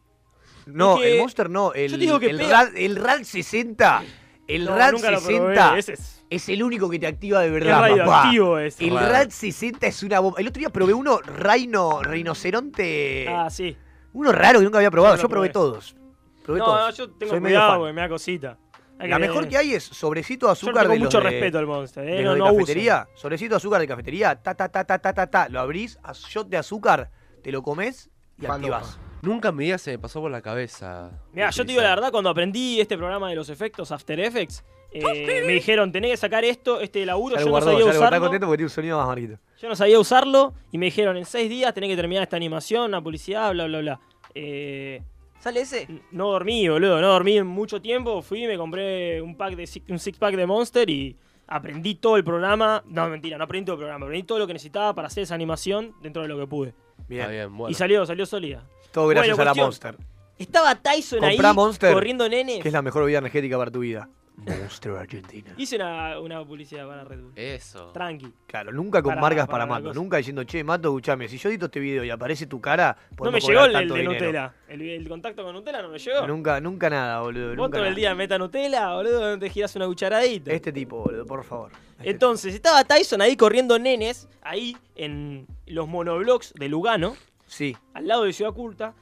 No, Es que- el Monster no, el, Yo te digo que el, pega. Rad, el Rad 60. El No, Rad nunca lo 60 probé, ese es- el único que te activa de Es verdad, papá. radioactivo ese. El Raro. Rad 60 es una bomba. El otro día probé uno reino, rinoceronte. Ah, sí. Uno raro que nunca había probado. Yo Yo, lo probé probé. todos. Probé no, todos. yo tengo Soy medio cuidado fan. porque me da cosita. Hay La mejor que hay es sobrecito de Yo le azúcar tengo de los mucho de- respeto al Monster, eh, de no- los de no abusen. cafetería. Sobrecito de azúcar de cafetería. Ta, ta, ta, ta, ta, ta, ta. Lo abrís, a- shot de azúcar, te lo comes y activas. Nunca en mi vida se me pasó por la cabeza. Mira, yo te digo la verdad, cuando aprendí este programa de los efectos After Effects, eh, me dijeron, tenés que sacar esto, este laburo, Ya yo lo no guardó, sabía ya lo guardó. Está usarlo. contento porque tiene un sonido más marquito. Yo no sabía usarlo y me dijeron en seis días tenés que terminar esta animación, la publicidad, bla, bla, bla. Eh, ¿Sale ese? no dormí, boludo, no dormí en mucho tiempo. Fui, me compré un pack de six- un six pack de Monster y aprendí todo el programa. No, mentira, no aprendí todo el programa, aprendí todo lo que necesitaba para hacer esa animación dentro de lo que pude. Bien. Está bien, bueno. Y salió, salió sólida. Todo gracias Bueno, a la cuestión, Monster. Estaba Tyson Comprá ahí Monster, corriendo nene. Que es la mejor vida energética para tu vida. Monster Argentina. Hice una, una publicidad para Red Bull. Eso. Tranqui. Claro, nunca con Para- marcas para para, la Mato. cosa. Nunca diciendo, che, Mato, escuchame, si yo edito este video y aparece tu cara, No me podemos llegó cobrar el, el tanto de dinero. Nutella. El, el contacto con Nutella no me llegó. Nunca, nunca nada, boludo. Vos nunca todo el nada. día meta Nutella, boludo, no te giras una cucharadita. Este tipo, boludo, por favor. Entonces, estaba Tyson ahí corriendo nenes, ahí en los monoblocks de Lugano, Sí. al lado de Ciudad Culta,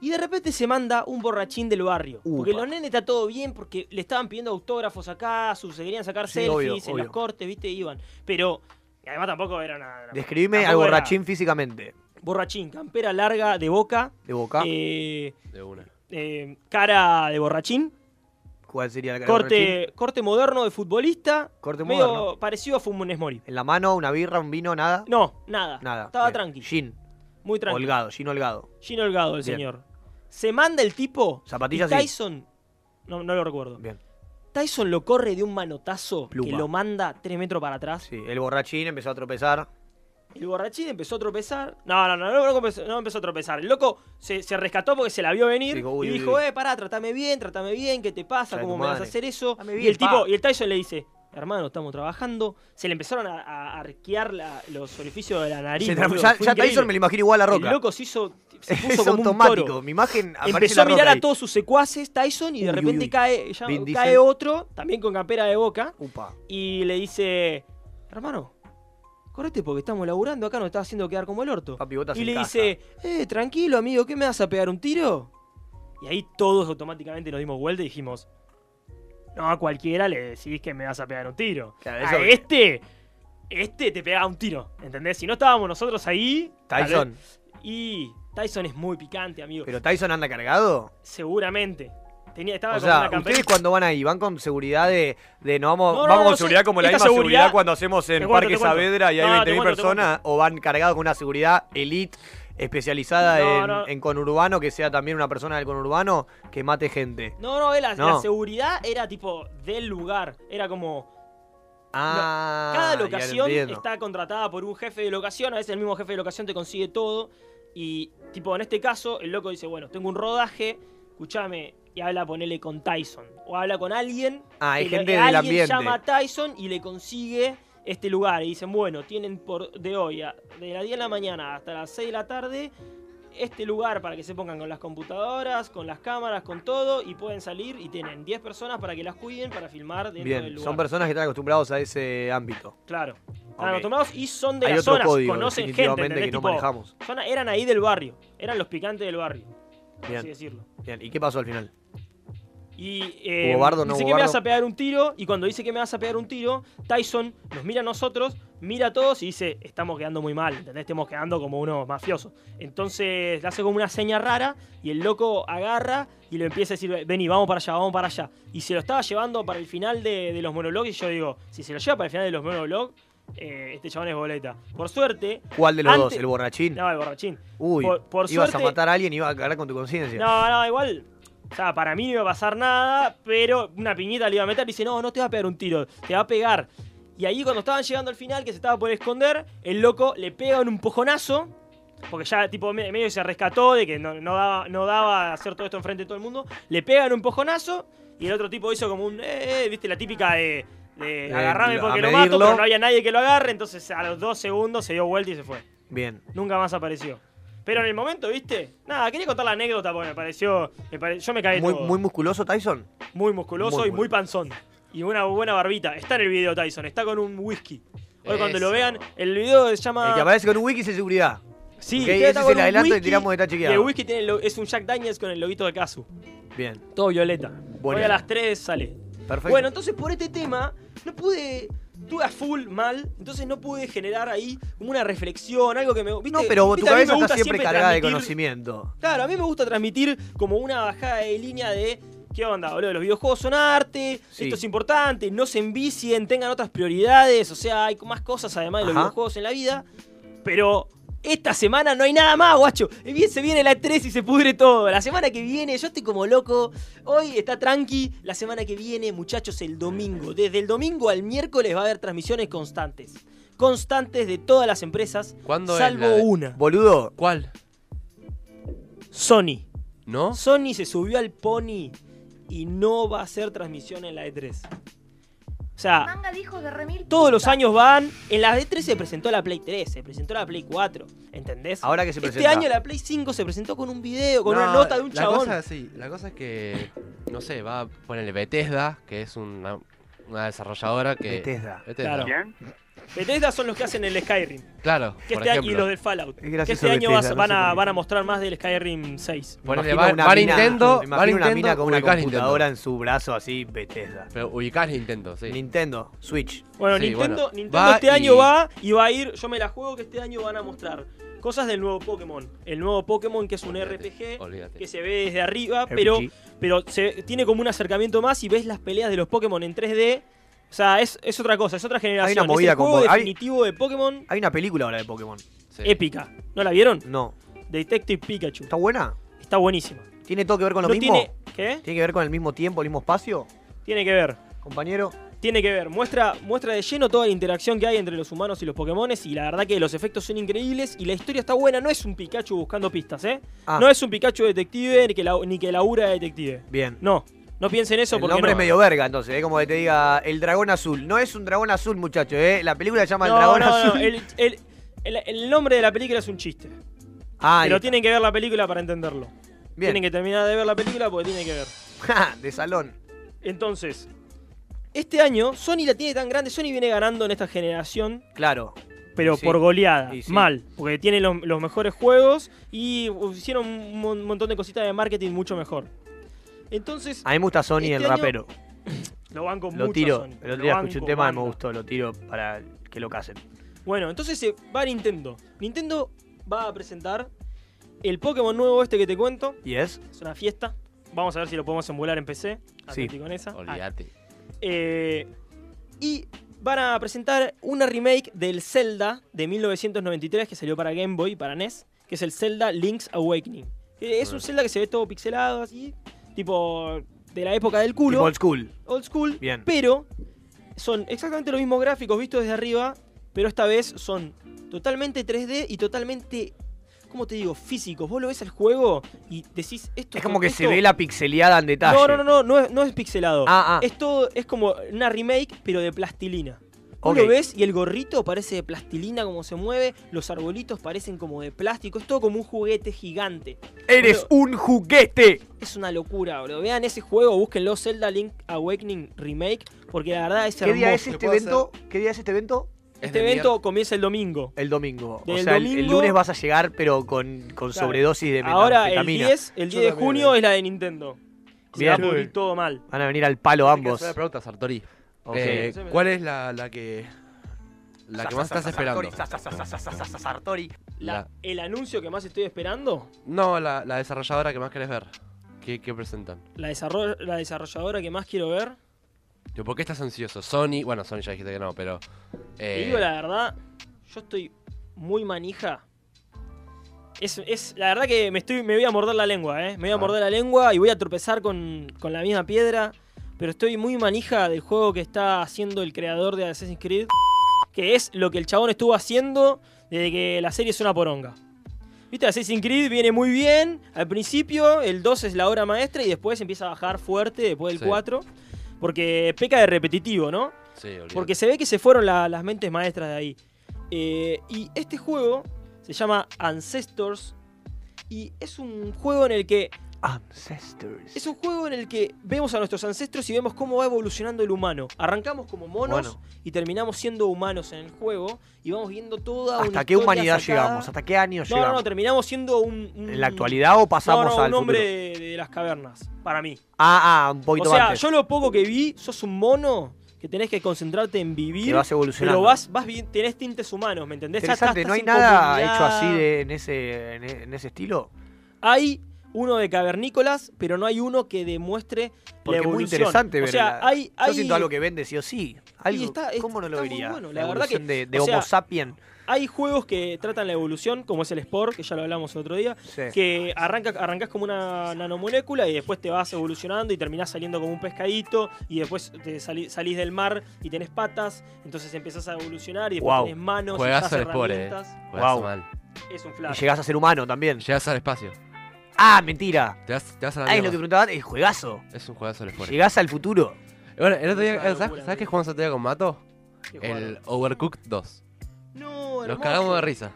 y de repente se manda un borrachín del barrio. Porque Upa. los nenes está todo bien, porque le estaban pidiendo autógrafos acá, sus- se querían sacar Sí, selfies obvio, en los obvio. cortes, viste, iban. Pero, y además tampoco era nada. nada- Describime al tampoco era borrachín físicamente. Borrachín, campera larga de boca, De boca. eh, De una. eh, cara de borrachín. ¿Cuál sería la cara de borrachín? Corte, corte moderno de futbolista. Corte medio moderno. parecido a Funes Mori. ¿En la mano, una birra, un vino, nada? No, nada. Nada. Estaba bien. tranqui. Gin. Muy tranquilo. Holgado, gin holgado. Gino Holgado, el Bien. señor. Se manda el tipo. Zapatillas y sí. Tyson. No, no lo recuerdo. Bien. Tyson lo corre de un manotazo que Pluma. lo manda tres metros para atrás. Sí, el borrachín empezó a tropezar. El borrachín empezó a tropezar. No, no, no, no, no empezó, no empezó a tropezar. El loco se, se rescató porque se la vio venir. Dijo, uy, y uy, dijo, uy. eh, pará, tratame bien, tratame bien, ¿qué te pasa? Trae ¿Cómo tu me vas a madre. hacer eso? Dame y bien, el tipo, pa. y el Tyson le dice, hermano, estamos trabajando. Se le empezaron a, a arquear la- los orificios de la nariz. Se tra- boludo, ya- fue ya Tyson increíble. me lo imagino igual a Roca. El loco se hizo, se Es puso como automático, un toro. mi imagen aparece Empezó a la Roca mirar ahí. a todos sus secuaces Tyson y de Uy, uy, repente uy. cae, ya- Vin Diesel. cae otro, también con campera de boca, Upa. y le dice, hermano, correte porque estamos laburando acá, nos estás haciendo quedar como el orto. y en le casa. dice, eh, tranquilo amigo, ¿qué me vas a pegar un tiro? Y ahí todos automáticamente nos dimos vuelta y dijimos, no a cualquiera le decís que me vas a pegar un tiro. eso- a este, este te pegaba un tiro, ¿entendés? Si no estábamos nosotros ahí... tal vez- Tyson. Y Tyson es muy picante, amigo. ¿Pero Tyson anda cargado? Seguramente. Tenía, estaba O Ah, con una sea, camperita. ¿ustedes cuando van ahí? ¿Van con seguridad de, de no vamos, No, no, vamos no, con no sé. seguridad como la Esta misma seguridad, seguridad- cuando hacemos en Te cuento, Parque te cuento. Saavedra y hay No, te 20.000 cuento, te personas? ¿O van cargados con una seguridad elite especializada No, en, no. en conurbano, que sea también una persona del conurbano que mate gente? No, no, la, la No. seguridad era tipo del lugar. Era como. Ah, cada ya locación entiendo. está contratada por un jefe de locación. A veces el mismo jefe de locación te consigue todo. Y, tipo, en este caso, el loco dice: Bueno, tengo un rodaje, escúchame. Y habla, ponele con Tyson. O habla con alguien. Ah, hay que lo- gente del alguien ambiente. llama a Tyson y le consigue este lugar. Y dicen: Bueno, tienen por de hoy, a- de las 10 de la mañana hasta las 6 de la tarde, este lugar para que se pongan con las computadoras, con las cámaras, con todo, y pueden salir y tienen 10 personas para que las cuiden para filmar dentro del Bien, lugar. son personas que están acostumbrados a ese ámbito. Claro. Están Ok. acostumbrados y son de Hay las otro zonas, código, conocen gente, definitivamente, ¿entendés? que no Tipo, manejamos. zona- eran ahí del barrio, eran los picantes del barrio, por Bien. así decirlo. Bien, ¿y qué pasó al final? Y eh, ¿Hubo bardo, no dice hubo que me bardo? vas a pegar un tiro, y cuando dice que me vas a pegar un tiro, Tyson nos mira a nosotros, mira a todos y dice, estamos quedando muy mal, ¿entendés? Estamos quedando como unos mafiosos. Entonces le hace como una seña rara y el loco agarra y le empieza a decir, vení, vamos para allá, vamos para allá. Y se lo estaba llevando para el final de, de los monologues y yo digo, si se lo lleva para el final de los monologues, eh, este chabón es boleta. Por suerte... ¿Cuál de los antes- dos? ¿El borrachín? No, el borrachín. Uy, por, por ibas suerte- a matar a alguien y ibas a cargar con tu conciencia. no, eh. no, igual. O sea, para mí no iba a pasar nada, pero una piñita le iba a meter y dice, no, no te va a pegar un tiro, te va a pegar. Y ahí cuando estaban llegando al final, que se estaba por esconder, el loco le pega un empujonazo, porque ya tipo me- medio se rescató de que no, no daba, no daba hacer todo esto enfrente de todo el mundo, le pega un empujonazo y el otro tipo hizo como un, eh, eh, viste, la típica de, de Eh, agarrame a porque lo medirlo. mato, pero no había nadie que lo agarre, entonces a los dos segundos se dio vuelta y se fue. Bien. Nunca más apareció. Pero en el momento, ¿viste? Nada, quería contar la anécdota porque me pareció. me pare- Yo me caí Muy, todo. muy musculoso Tyson. Muy musculoso muy y muy panzón. Y una buena barbita. Está en el video Tyson, está con un whisky. Hoy cuando lo Eso. vean, el video se llama. El que aparece con un wiki es de seguridad. Ah. Sí, Ok, que ese está es con el un adelanto y whisky, tiramos está y chequeado. el whisky tiene el lo- es un Jack Daniels con el loguito de Casu. Bien. Todo violeta. Hoy Bueno. a las 3 sale. Perfecto. Bueno, entonces por este tema no pude. Estuve a full mal, entonces no pude generar ahí como una reflexión, algo que me. ¿viste? no, pero tu ¿Viste? este, A mí me cabeza está gusta siempre, cargada de transmitir- conocimiento. Claro, a mí me gusta transmitir como una bajada de línea de qué onda, boludo, los videojuegos son arte, Sí. esto es importante, no se envicien, tengan otras prioridades, o sea, hay más cosas además de los Ajá. videojuegos en la vida, pero esta semana no hay nada más, guacho. Y Bien, se viene la 3 y se pudre todo. La semana que viene, yo estoy como loco. Hoy está tranqui. La semana que viene, muchachos, el domingo. Desde el domingo al miércoles va a haber transmisiones constantes. Constantes de todas las empresas. ¿Cuándo es salvo la de- una. Boludo. ¿Cuál? Sony. ¿No? Sony se subió al pony y no va a hacer transmisión en la E3. O sea, Manga de hijos de remil. todos los años van. En la E3 se presentó la Play 3, se presentó la Play 4. ¿Entendés? Ahora que se Este presenta. año la Play 5 se presentó con un video, con No, una nota de un la chabón. Cosa, sí, la cosa es que, no sé, va a ponerle Bethesda, que es una, una desarrolladora que... Bethesda. Claro. Bethesda son los que hacen el Skyrim. Claro, Que por este año, ejemplo. y los del Fallout. Es Que gracioso este año Bethesda, vas- no van, sé a, por qué. van a mostrar más del Skyrim 6. Ponele, Imagino va- una va mina- Nintendo, me va imagino una Nintendo, mina con una ubicás Nintendo. computadora en su brazo así, Bethesda. Pero ubicás Nintendo, sí. Nintendo, Switch. Bueno, Sí, Nintendo, bueno. Nintendo Va este año y- va y va a ir. Yo me la juego que este año van a mostrar cosas del nuevo Pokémon. El nuevo Pokémon que es un RPG Olvídate. que se ve desde arriba, pero, pero se, tiene como un acercamiento más y ves las peleas de los Pokémon en 3D. O sea, es, es otra cosa, es otra generación. Hay una movida es el con juego Pokémon. Hay- definitivo de Pokémon Hay una película ahora de Pokémon. épica. ¿No la vieron? No. Detective Pikachu. ¿Está buena? Está buenísima. ¿Tiene todo que ver con lo No mismo? tiene- ¿Qué? ¿Tiene que ver con el mismo tiempo, el mismo espacio? Tiene que ver. Compañero. Tiene que ver, muestra, muestra de lleno toda la interacción que hay entre los humanos y los Pokémones y la verdad que los efectos son increíbles y la historia está buena, no es un Pikachu buscando pistas, ¿eh? Ah. No es un Pikachu detective ni que, lau- ni que labura de detective. Bien. No, No piensen eso El porque no. nombre es medio verga, entonces, es como que te diga el dragón azul. No es un dragón azul, muchacho, ¿eh? La película se llama El No, dragón no, no. azul. El, el- el- el nombre de la película es un chiste. Ah, ahí pero está. tienen que ver la película para entenderlo. Bien. Tienen que terminar de ver la película porque tienen que ver. Ja, de salón. Entonces, este año Sony la tiene tan grande. Sony viene ganando en esta generación Claro. pero Sí. por goleada. Y sí. Mal, porque tiene los, los mejores juegos y hicieron un mon- montón de cositas de marketing mucho mejor. Entonces, A mí me gusta Sony Este el año- rapero. lo banco Lo mucho tiro. a Sony, El lo otro día escuché banco, un tema y me banda. gustó. Lo tiro para que lo casen. Bueno, entonces se va Nintendo. Nintendo va a presentar el Pokémon nuevo este que te cuento. ¿Y es? Es una fiesta. Vamos a ver si lo podemos emular en PC. Sí. Atenti con esa. Olvídate. Eh, y van a presentar una remake del Zelda de 1993 que salió para Game Boy, para NES, que es el Zelda Link's Awakening. Que es un Zelda que se ve todo pixelado, así, tipo de la época del culo. Tipo old school. Old school. Bien. Pero son exactamente los mismos gráficos vistos desde arriba, pero esta vez son totalmente 3D y totalmente, ¿cómo te digo? Físicos. Vos lo ves al juego y decís esto. Es como que se esto- ve la pixeleada en detalle. no, no, no, no, no es, no es pixelado. Ah, ah. Es todo, es como una remake, pero de plastilina. Vos Ok. lo ves y el gorrito parece de plastilina como se mueve, los arbolitos parecen como de plástico, es todo como un juguete gigante. ¡Eres Boludo, un juguete! Es una locura, bro. Vean ese juego, búsquenlo, Zelda Link Awakening Remake, porque la verdad es ¿Qué día es hermoso. este evento? ¿Qué día es este evento? Este evento comienza el domingo. El domingo. Del o sea, el- El, domingo- lunes vas a llegar, pero con, con Claro. sobredosis de Ahora el metanfetamina. 10, el 10 de eh. junio es la de Nintendo. Se va a Bien. pudrir todo mal. Van a venir al palo ambos. Hacer la pregunta, Sartori. Ok. Eh, ¿Cuál es la, la que. La que más estás esperando? Sartori. La- el anuncio que más estoy esperando No, la, la desarrolladora que más querés ver. ¿Qué, qué presentan? La, desarroll- la desarrolladora que más quiero ver. Yo, ¿Por qué estás ansioso? Sony. Bueno, Sony ya dijiste que no, pero. Te eh, digo la verdad, yo estoy muy manija. Es, es- la verdad que me, estoy, me voy a morder la lengua, ¿eh? Me Ah. voy a morder la lengua y voy a tropezar con, con la misma piedra. Pero estoy muy manija del juego que está haciendo el creador de Assassin's Creed. Que es lo que el chabón estuvo haciendo desde que la serie es una poronga. Viste, Assassin's Creed viene muy bien. Al principio, el 2 es la obra maestra y después empieza a bajar fuerte después del Sí. 4. Porque peca de repetitivo, ¿no? Sí, olvídate. Porque se ve que se fueron la- las mentes maestras de ahí. Eh, y este juego se llama Ancestors. Y es un juego en el que. Ah. Ancestors. Es un juego en el que vemos a nuestros ancestros y vemos cómo va evolucionando el humano. Arrancamos como monos Bueno. y terminamos siendo humanos en el juego. Y vamos viendo toda una. ¿Hasta qué historia humanidad sacada- llegamos? ¿Hasta qué año No, no, llegamos? no, terminamos siendo un. un- ¿En la actualidad o pasamos no, no, al un hombre futuro? de, de las cavernas, para mí. Ah, ah, un poquito O sea, antes. yo lo poco que vi, sos un mono que tenés que concentrarte en vivir. Que vas evolucionando. Pero vas, vas vi- tenés tintes humanos, ¿me entendés? Ya Interesante, estás- ¿no hay estás en nada comunidad. hecho así de, en, ese, en, e, en ese estilo? Hay uno de cavernícolas, pero no hay uno que demuestre Porque la es muy evolución. interesante o ver. sea, la- hay, Yo hay- siento algo que vende sí o sí. Algo, Y está- es- ¿Cómo no lo está muy vería? bueno, la la verdad que- evolución de, de o Homo sea, sapien. Hay juegos que tratan la evolución, como es el Sport, que ya lo hablamos el otro día, Sí. que arranca, arrancas como una nanomolécula y después te vas evolucionando y terminás saliendo como un pescadito y después te sali- salís del mar y tenés patas, entonces empezás a evolucionar y después Wow. tenés manos, Juegazo usás el Sport, eh. herramientas. Juegazo Wow. mal. Es un Y flash. llegás a ser humano también. Llegás al espacio. Ah, mentira. Te vas, te vas a la Ah, es mierda. lo que preguntaba antes, el juegazo. Es un juegazo el Sport. Llegás al futuro. Bueno, el otro día, Es una ¿sabes, locura, ¿sabes qué jugamos el otro día con Mato? El Overcooked 2. No, Nos hermoso. cagamos de risa.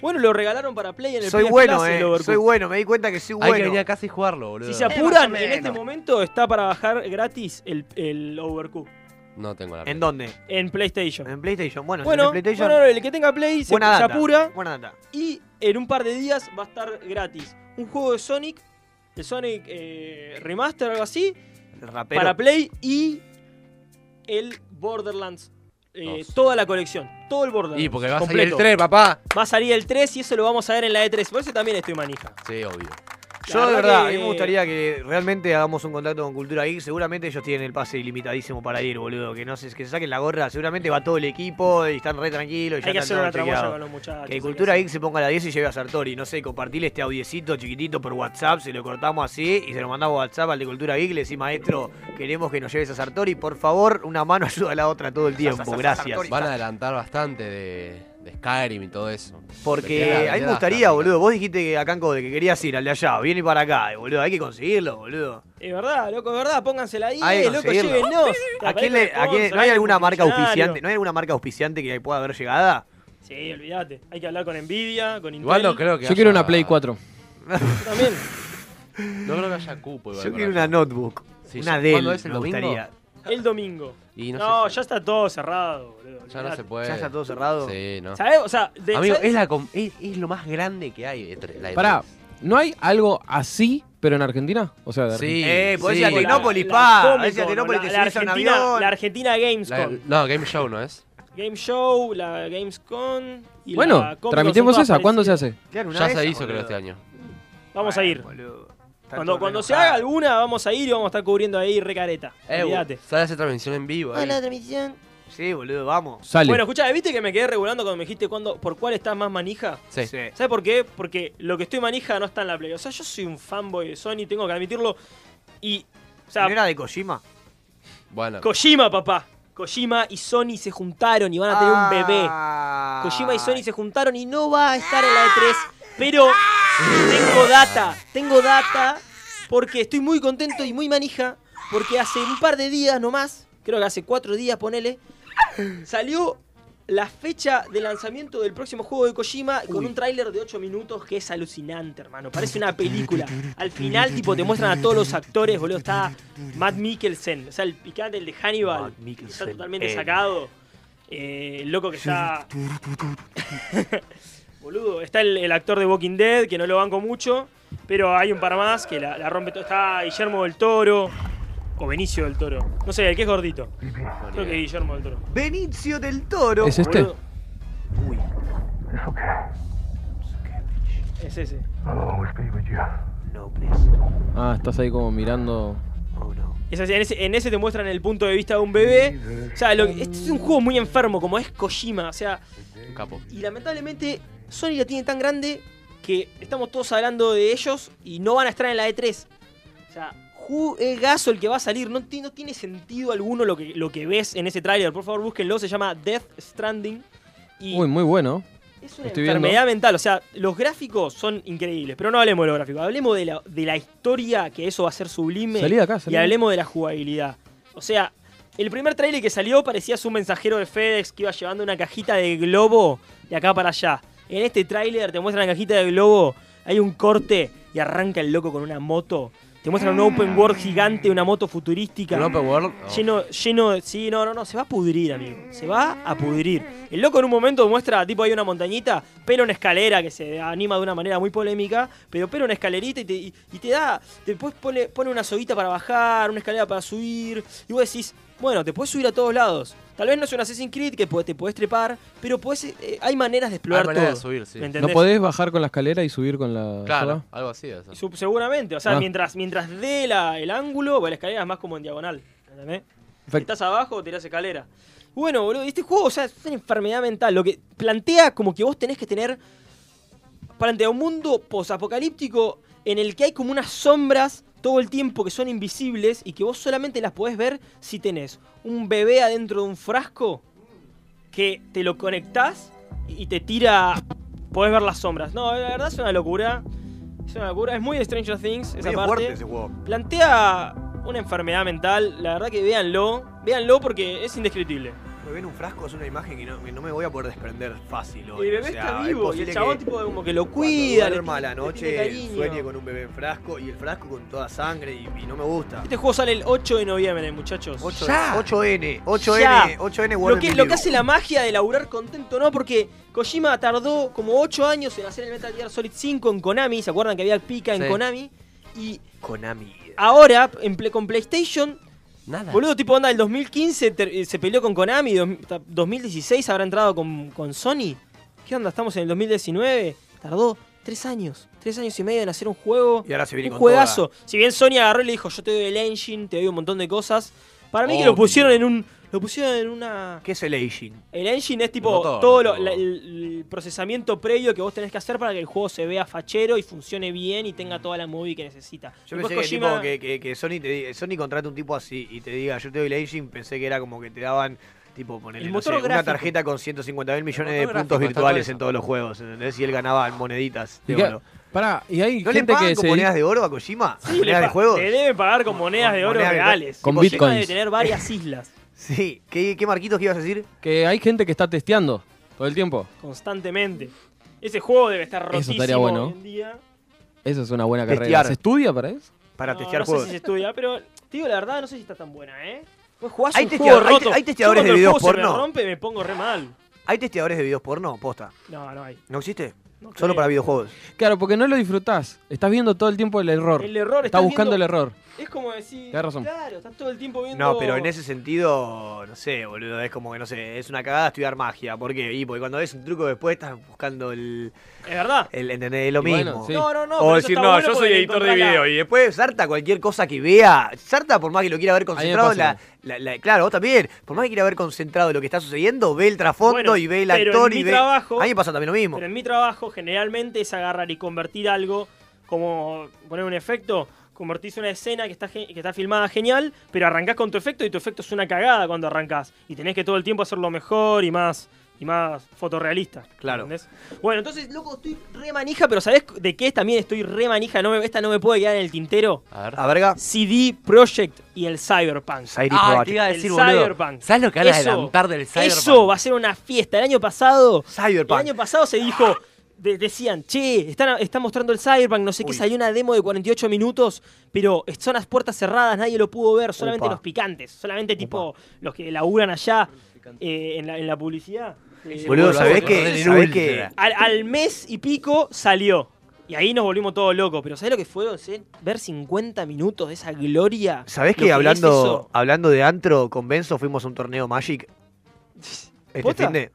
Bueno, lo regalaron para Play en el Soy PS bueno, Plus, el eh. Overcooked. Soy bueno, me di cuenta que soy Hay bueno. que venir acá y jugarlo, boludo. Si se apuran, en este momento está para bajar gratis el, el Overcooked. No tengo la ¿En dónde? En PlayStation. En PlayStation. Bueno, si Bueno, en PlayStation. bueno, el que tenga Play se, buena se data, apura Buena data. y en un par de días va a estar gratis. Un juego de Sonic, de Sonic eh, Remaster o algo así, El rapero. para Play y el Borderlands. eh, toda la colección, todo el Borderlands. Y porque va a salir completo. el 3, papá. Va a salir el 3 y eso lo vamos a ver en la E3. Por eso también estoy manija. Sí, obvio. Yo, La de verdad verdad, que- a mí me gustaría que realmente hagamos un contacto con Cultura Geek. Seguramente ellos tienen el pase ilimitadísimo para ir, boludo. Que no se, que se saquen la gorra. Seguramente va todo el equipo y están re tranquilos. Y ya Hay que están hacer una todos tramoya chequeados. con los muchachos. hay Que que Cultura hacer- Geek se ponga a la 10 y lleve a Sartori. No sé, compartirle este audiecito chiquitito por WhatsApp. Se lo cortamos así y se lo mandamos a WhatsApp al de Cultura Geek. Le decís, maestro, queremos que nos lleves a Sartori. Por favor, una mano ayuda a la otra todo el tiempo. Gracias. Van a adelantar bastante de, de Skyrim y todo eso. Porque a mí me gustaría, boludo. Vos dijiste que a Canco de que querías ir al de allá, viene para acá, eh, boludo. Hay que conseguirlo, boludo. Es verdad, loco, es verdad, póngansela ahí, Ahí, Eh, loco, conseguirlo. llévennos. ¿A quién le- a quién- ¿No hay alguna marca auspiciante? ¿No hay alguna marca auspiciante que pueda haber llegada? Sí, olvídate. Hay que hablar con Nvidia, con Intel. Yo quiero una Play 4. También. No creo que haya cupo. igual Yo para quiero eso. una notebook. Sí, una sí. Dell, ¿Cuándo es el me domingo? gustaría. El domingo. Y no no, sé ya está todo cerrado, Ya boludo. no olvidate. se puede. ¿Ya está todo cerrado? Sí, no. ¿Sabés? O sea, de- Amigo, ¿sabés? es, la com- es, es lo más grande que hay. entre- la- E Pará, ¿no hay algo así, pero en Argentina? O sea, de Sí. Argentina. Eh, podés sí. ir a Tecnópolis, pa. Podés ir a Tecnópolis, te la, subís a un Argentina, avión. la Argentina la- E- Gamescom. no, Game Show no es. Game Show, la Gamescom y Bueno, la Comic-Con tramitemos son todas esa, ¿cuándo se parecidas. hace? Claro, una ya de se esas, hizo, creo, boludo. este año. Vamos a ir. Está Cuando, todo cuando se relojado. haga alguna, vamos a ir y vamos a estar cubriendo ahí recareta. Eh, Olvídate. sale a hacer transmisión en vivo. eh. transmisión. Sí, boludo, vamos. Bueno, escucha, ¿viste que me quedé regulando cuando me dijiste cuándo, por cuál estás más manija? Sí. ¿Sabes por qué? Porque lo que estoy manija no está en la Play. O sea, yo soy un fanboy de Sony, tengo que admitirlo. Y. O sea, ¿No era de Kojima? Bueno. Kojima, papá. Kojima y Sony se juntaron y van a tener un bebé. Ah. Kojima y Sony se juntaron y no va a estar en la E3. Pero tengo data, tengo data, porque estoy muy contento y muy manija, porque hace un par de días nomás, creo que hace cuatro días, ponele, salió la fecha de lanzamiento del próximo juego de Kojima con un tráiler de 8 minutos que es alucinante, hermano. Parece una película. Al final, tipo, te muestran a todos los actores, boludo. Está Matt Mikkelsen, o sea, el picante, el de Hannibal. Está totalmente el- sacado. Eh, el loco que está... Boludo, está el, el actor de Walking Dead, que no lo banco mucho, pero hay un par más que la, la rompe todo. Está Guillermo del Toro, o Benicio del Toro. No sé, el que es gordito. Creo que Guillermo del Toro. Benicio del Toro. ¿Es este? Boludo. Es ese. Ah, estás ahí como mirando. Es así, en, ese, en ese te muestran el punto de vista de un bebé. O sea, lo- este es un juego muy enfermo, como es Kojima. O sea, Un capo. y lamentablemente Sony la tiene tan grande que estamos todos hablando de ellos y no van a estar en la E3. O sea, juegazo el que va a salir. No, ti- no tiene sentido alguno lo que, lo que ves en ese tráiler. Por favor, búsquenlo. Se llama Death Stranding. Y Uy, muy bueno. es una estoy viendo. enfermedad Ah, mental. O sea, los gráficos son increíbles. Pero no hablemos de los gráficos. Hablemos de la, de la historia, que eso va a ser sublime. Salí de acá, salí y de acá. hablemos de la jugabilidad. O sea, el primer trailer que salió parecías un mensajero de FedEx que iba llevando una cajita de globo de acá para allá. En este tráiler te muestran la cajita de globo, hay un corte y arranca el loco con una moto. Te muestran un open world gigante, una moto futurística. Ah. ¿Un open world? oh. No. Lleno, lleno de... Sí, no, no, no, se va a pudrir, amigo. Se va a pudrir. El loco en un momento muestra, tipo, hay una montañita, pero una escalera que se anima de una manera muy polémica, pero pero una escalerita y te, y- y te da... Después pone, pone una soguita para bajar, una escalera para subir, y vos decís, bueno, te puedes subir a todos lados. Tal vez no es un Assassin's Creed que po- te podés trepar, pero podés, eh, hay maneras de explorar manera de todo. subir, sí. ¿Me ¿No entendés? podés bajar con la escalera y subir con la Claro, soga? algo así. de eso. Sup- Seguramente, o sea, Ah. mientras, mientras dé la- el ángulo, pues la escalera es más como en diagonal. ¿entendés? Perfecto. Estás abajo, tirás escalera. Bueno, boludo, este juego, o sea, es una enfermedad mental. Lo que plantea como que vos tenés que tener. Plantea un mundo posapocalíptico en el que hay como unas sombras todo el tiempo que son invisibles y que vos solamente las podés ver si tenés un bebé adentro de un frasco que te lo conectás y te tira. Podés ver las sombras. No, la verdad es una locura. Es una locura. Es muy de Stranger Things esa Medio parte. fuerte ese juego. Plantea una enfermedad mental. La verdad que véanlo. Véanlo porque es indescriptible. Me ven un frasco, es una imagen que no, que no me voy a poder desprender fácil hoy. El bebé o sea, está es vivo y el posible chabón que tipo como que lo cuando cuida. le duerma a la tiene- le tiene noche, cariño. sueñe con un bebé en frasco y el frasco con toda sangre y, y no me gusta. Este juego sale el 8 de noviembre, muchachos. 8, Ya. 8N, 8N, Ya. 8N Lo World que, Video. lo que hace la magia de laburar contento, ¿no? Porque Kojima tardó como 8 años en hacer el Metal Gear Solid 5 en Konami. ¿Se acuerdan que había pica en Sí. Konami? Y Konami. ahora, en Play- con PlayStation, Nada. Boludo, tipo, onda, el 2015 ter- eh, se peleó con Konami, dos- ta- 2016 habrá entrado con, con Sony. ¿Qué onda? Estamos en el 2019. Tardó tres años, tres años y medio en hacer un juego. Y ahora se viene un con juegazo. Si bien Sony agarró y le dijo, yo te doy el engine, te doy un montón de cosas. Para mí que lo Obvio. pusieron en un... Lo pusieron en una... ¿Qué es el aging? El engine es tipo Un motor, todo lo- tipo. la- el, el procesamiento previo que vos tenés que hacer para que el juego se vea fachero y funcione bien y tenga toda la movie que necesita. Yo Después pensé que, Kojima- tipo, que, que- que Sony, te, diga- Sony contrata un tipo así y te diga, yo te doy el aging, pensé que era como que te daban, tipo, ponerle El motor una gráfico. tarjeta con 150 mil millones de motor puntos gráfico, está virtuales todo en todos los juegos, ¿entendés? Y él ganaba en moneditas. ¿Y de qué- oro. Pará, y hay ¿No le gente pagan que con se. monedas de oro a Kojima? Sí, ¿Monedas le, de pa- juegos? le deben pagar con monedas de oro Monedas de- reales. Con Kojima bitcoins. debe tener varias islas Sí, ¿qué, qué marquitos que ibas a decir? Que hay gente que está testeando todo el tiempo. constantemente. Ese juego debe estar rotísimo Eso estaría bueno. hoy en día. Eso es una buena carrera. Testear. ¿Se estudia para eso? Para No, testear no juegos. sé si se estudia, pero te digo la verdad, no sé si está tan buena, ¿eh? Vos jugás Hay un testea- juego hay te- roto. hay Yo testeadores cuando de el videos juego se me porno. rompe, me pongo re mal. ¿Hay testeadores de videos porno? Posta. No, no hay. ¿No existe? creo. Solo para videojuegos. Claro, porque no lo disfrutás. Estás viendo todo el tiempo el error. El error, Estás estás buscando viendo- el error. Es como decir. Tenés razón. Claro, estás todo el tiempo viendo. No, pero en ese sentido, no sé, boludo, es como que no sé, es una cagada estudiar magia. ¿Por qué? Y porque cuando ves un truco después estás buscando el. Es verdad. El entender Y lo bueno, mismo. sí. No, no, no, pero eso O decir, está no, bueno yo porque soy le editor de encontrás la- video. Y después Sarta cualquier cosa que vea. Sarta, por más que lo quiera ver concentrado, la, pasa. la- la- claro, vos también. Por más que quiera ver concentrado lo que está sucediendo, ve el trasfondo Bueno, y ve el pero en actor mi y ve. trabajo- a mí me pasa también lo mismo. Pero en mi trabajo generalmente es agarrar y convertir algo, como poner un efecto, convertís una escena que está, ge- que está filmada genial, pero arrancás con tu efecto y tu efecto es una cagada cuando arrancás. Y tenés que todo el tiempo hacerlo mejor y más y más fotorrealista. Claro. ¿entendés? Bueno, entonces, loco, estoy re manija, pero ¿sabés de qué también estoy re manija? No me- esta no me puede quedar en el tintero. A ver. A verga. CD Project y el Cyberpunk. Sairi Ah, Proac. te iba a decir, el boludo. Cyberpunk. ¿Sabes lo que van a Eso- adelantar del Eso Cyberpunk? va a ser una fiesta. El año pasado. Cyberpunk. El año pasado se dijo. de- decían, che, están, están mostrando el Cyberpunk, no sé qué, salió una demo de 48 minutos, pero son las puertas cerradas, nadie lo pudo ver, solamente Upa. los picantes, solamente tipo los que laburan allá eh, en, la, en la publicidad. Eh, Boludo, boludo, ¿sabés lo que, ordené ¿sabés ultra. que al, al mes y pico salió. Y ahí nos volvimos todos locos. Pero ¿sabés lo que fueron? ¿Sí? Ver 50 minutos de esa gloria. ¿Sabés Lo que es hablando, eso. hablando de antro, con Benzo fuimos a un torneo Magic? Este ¿Posta? fin de.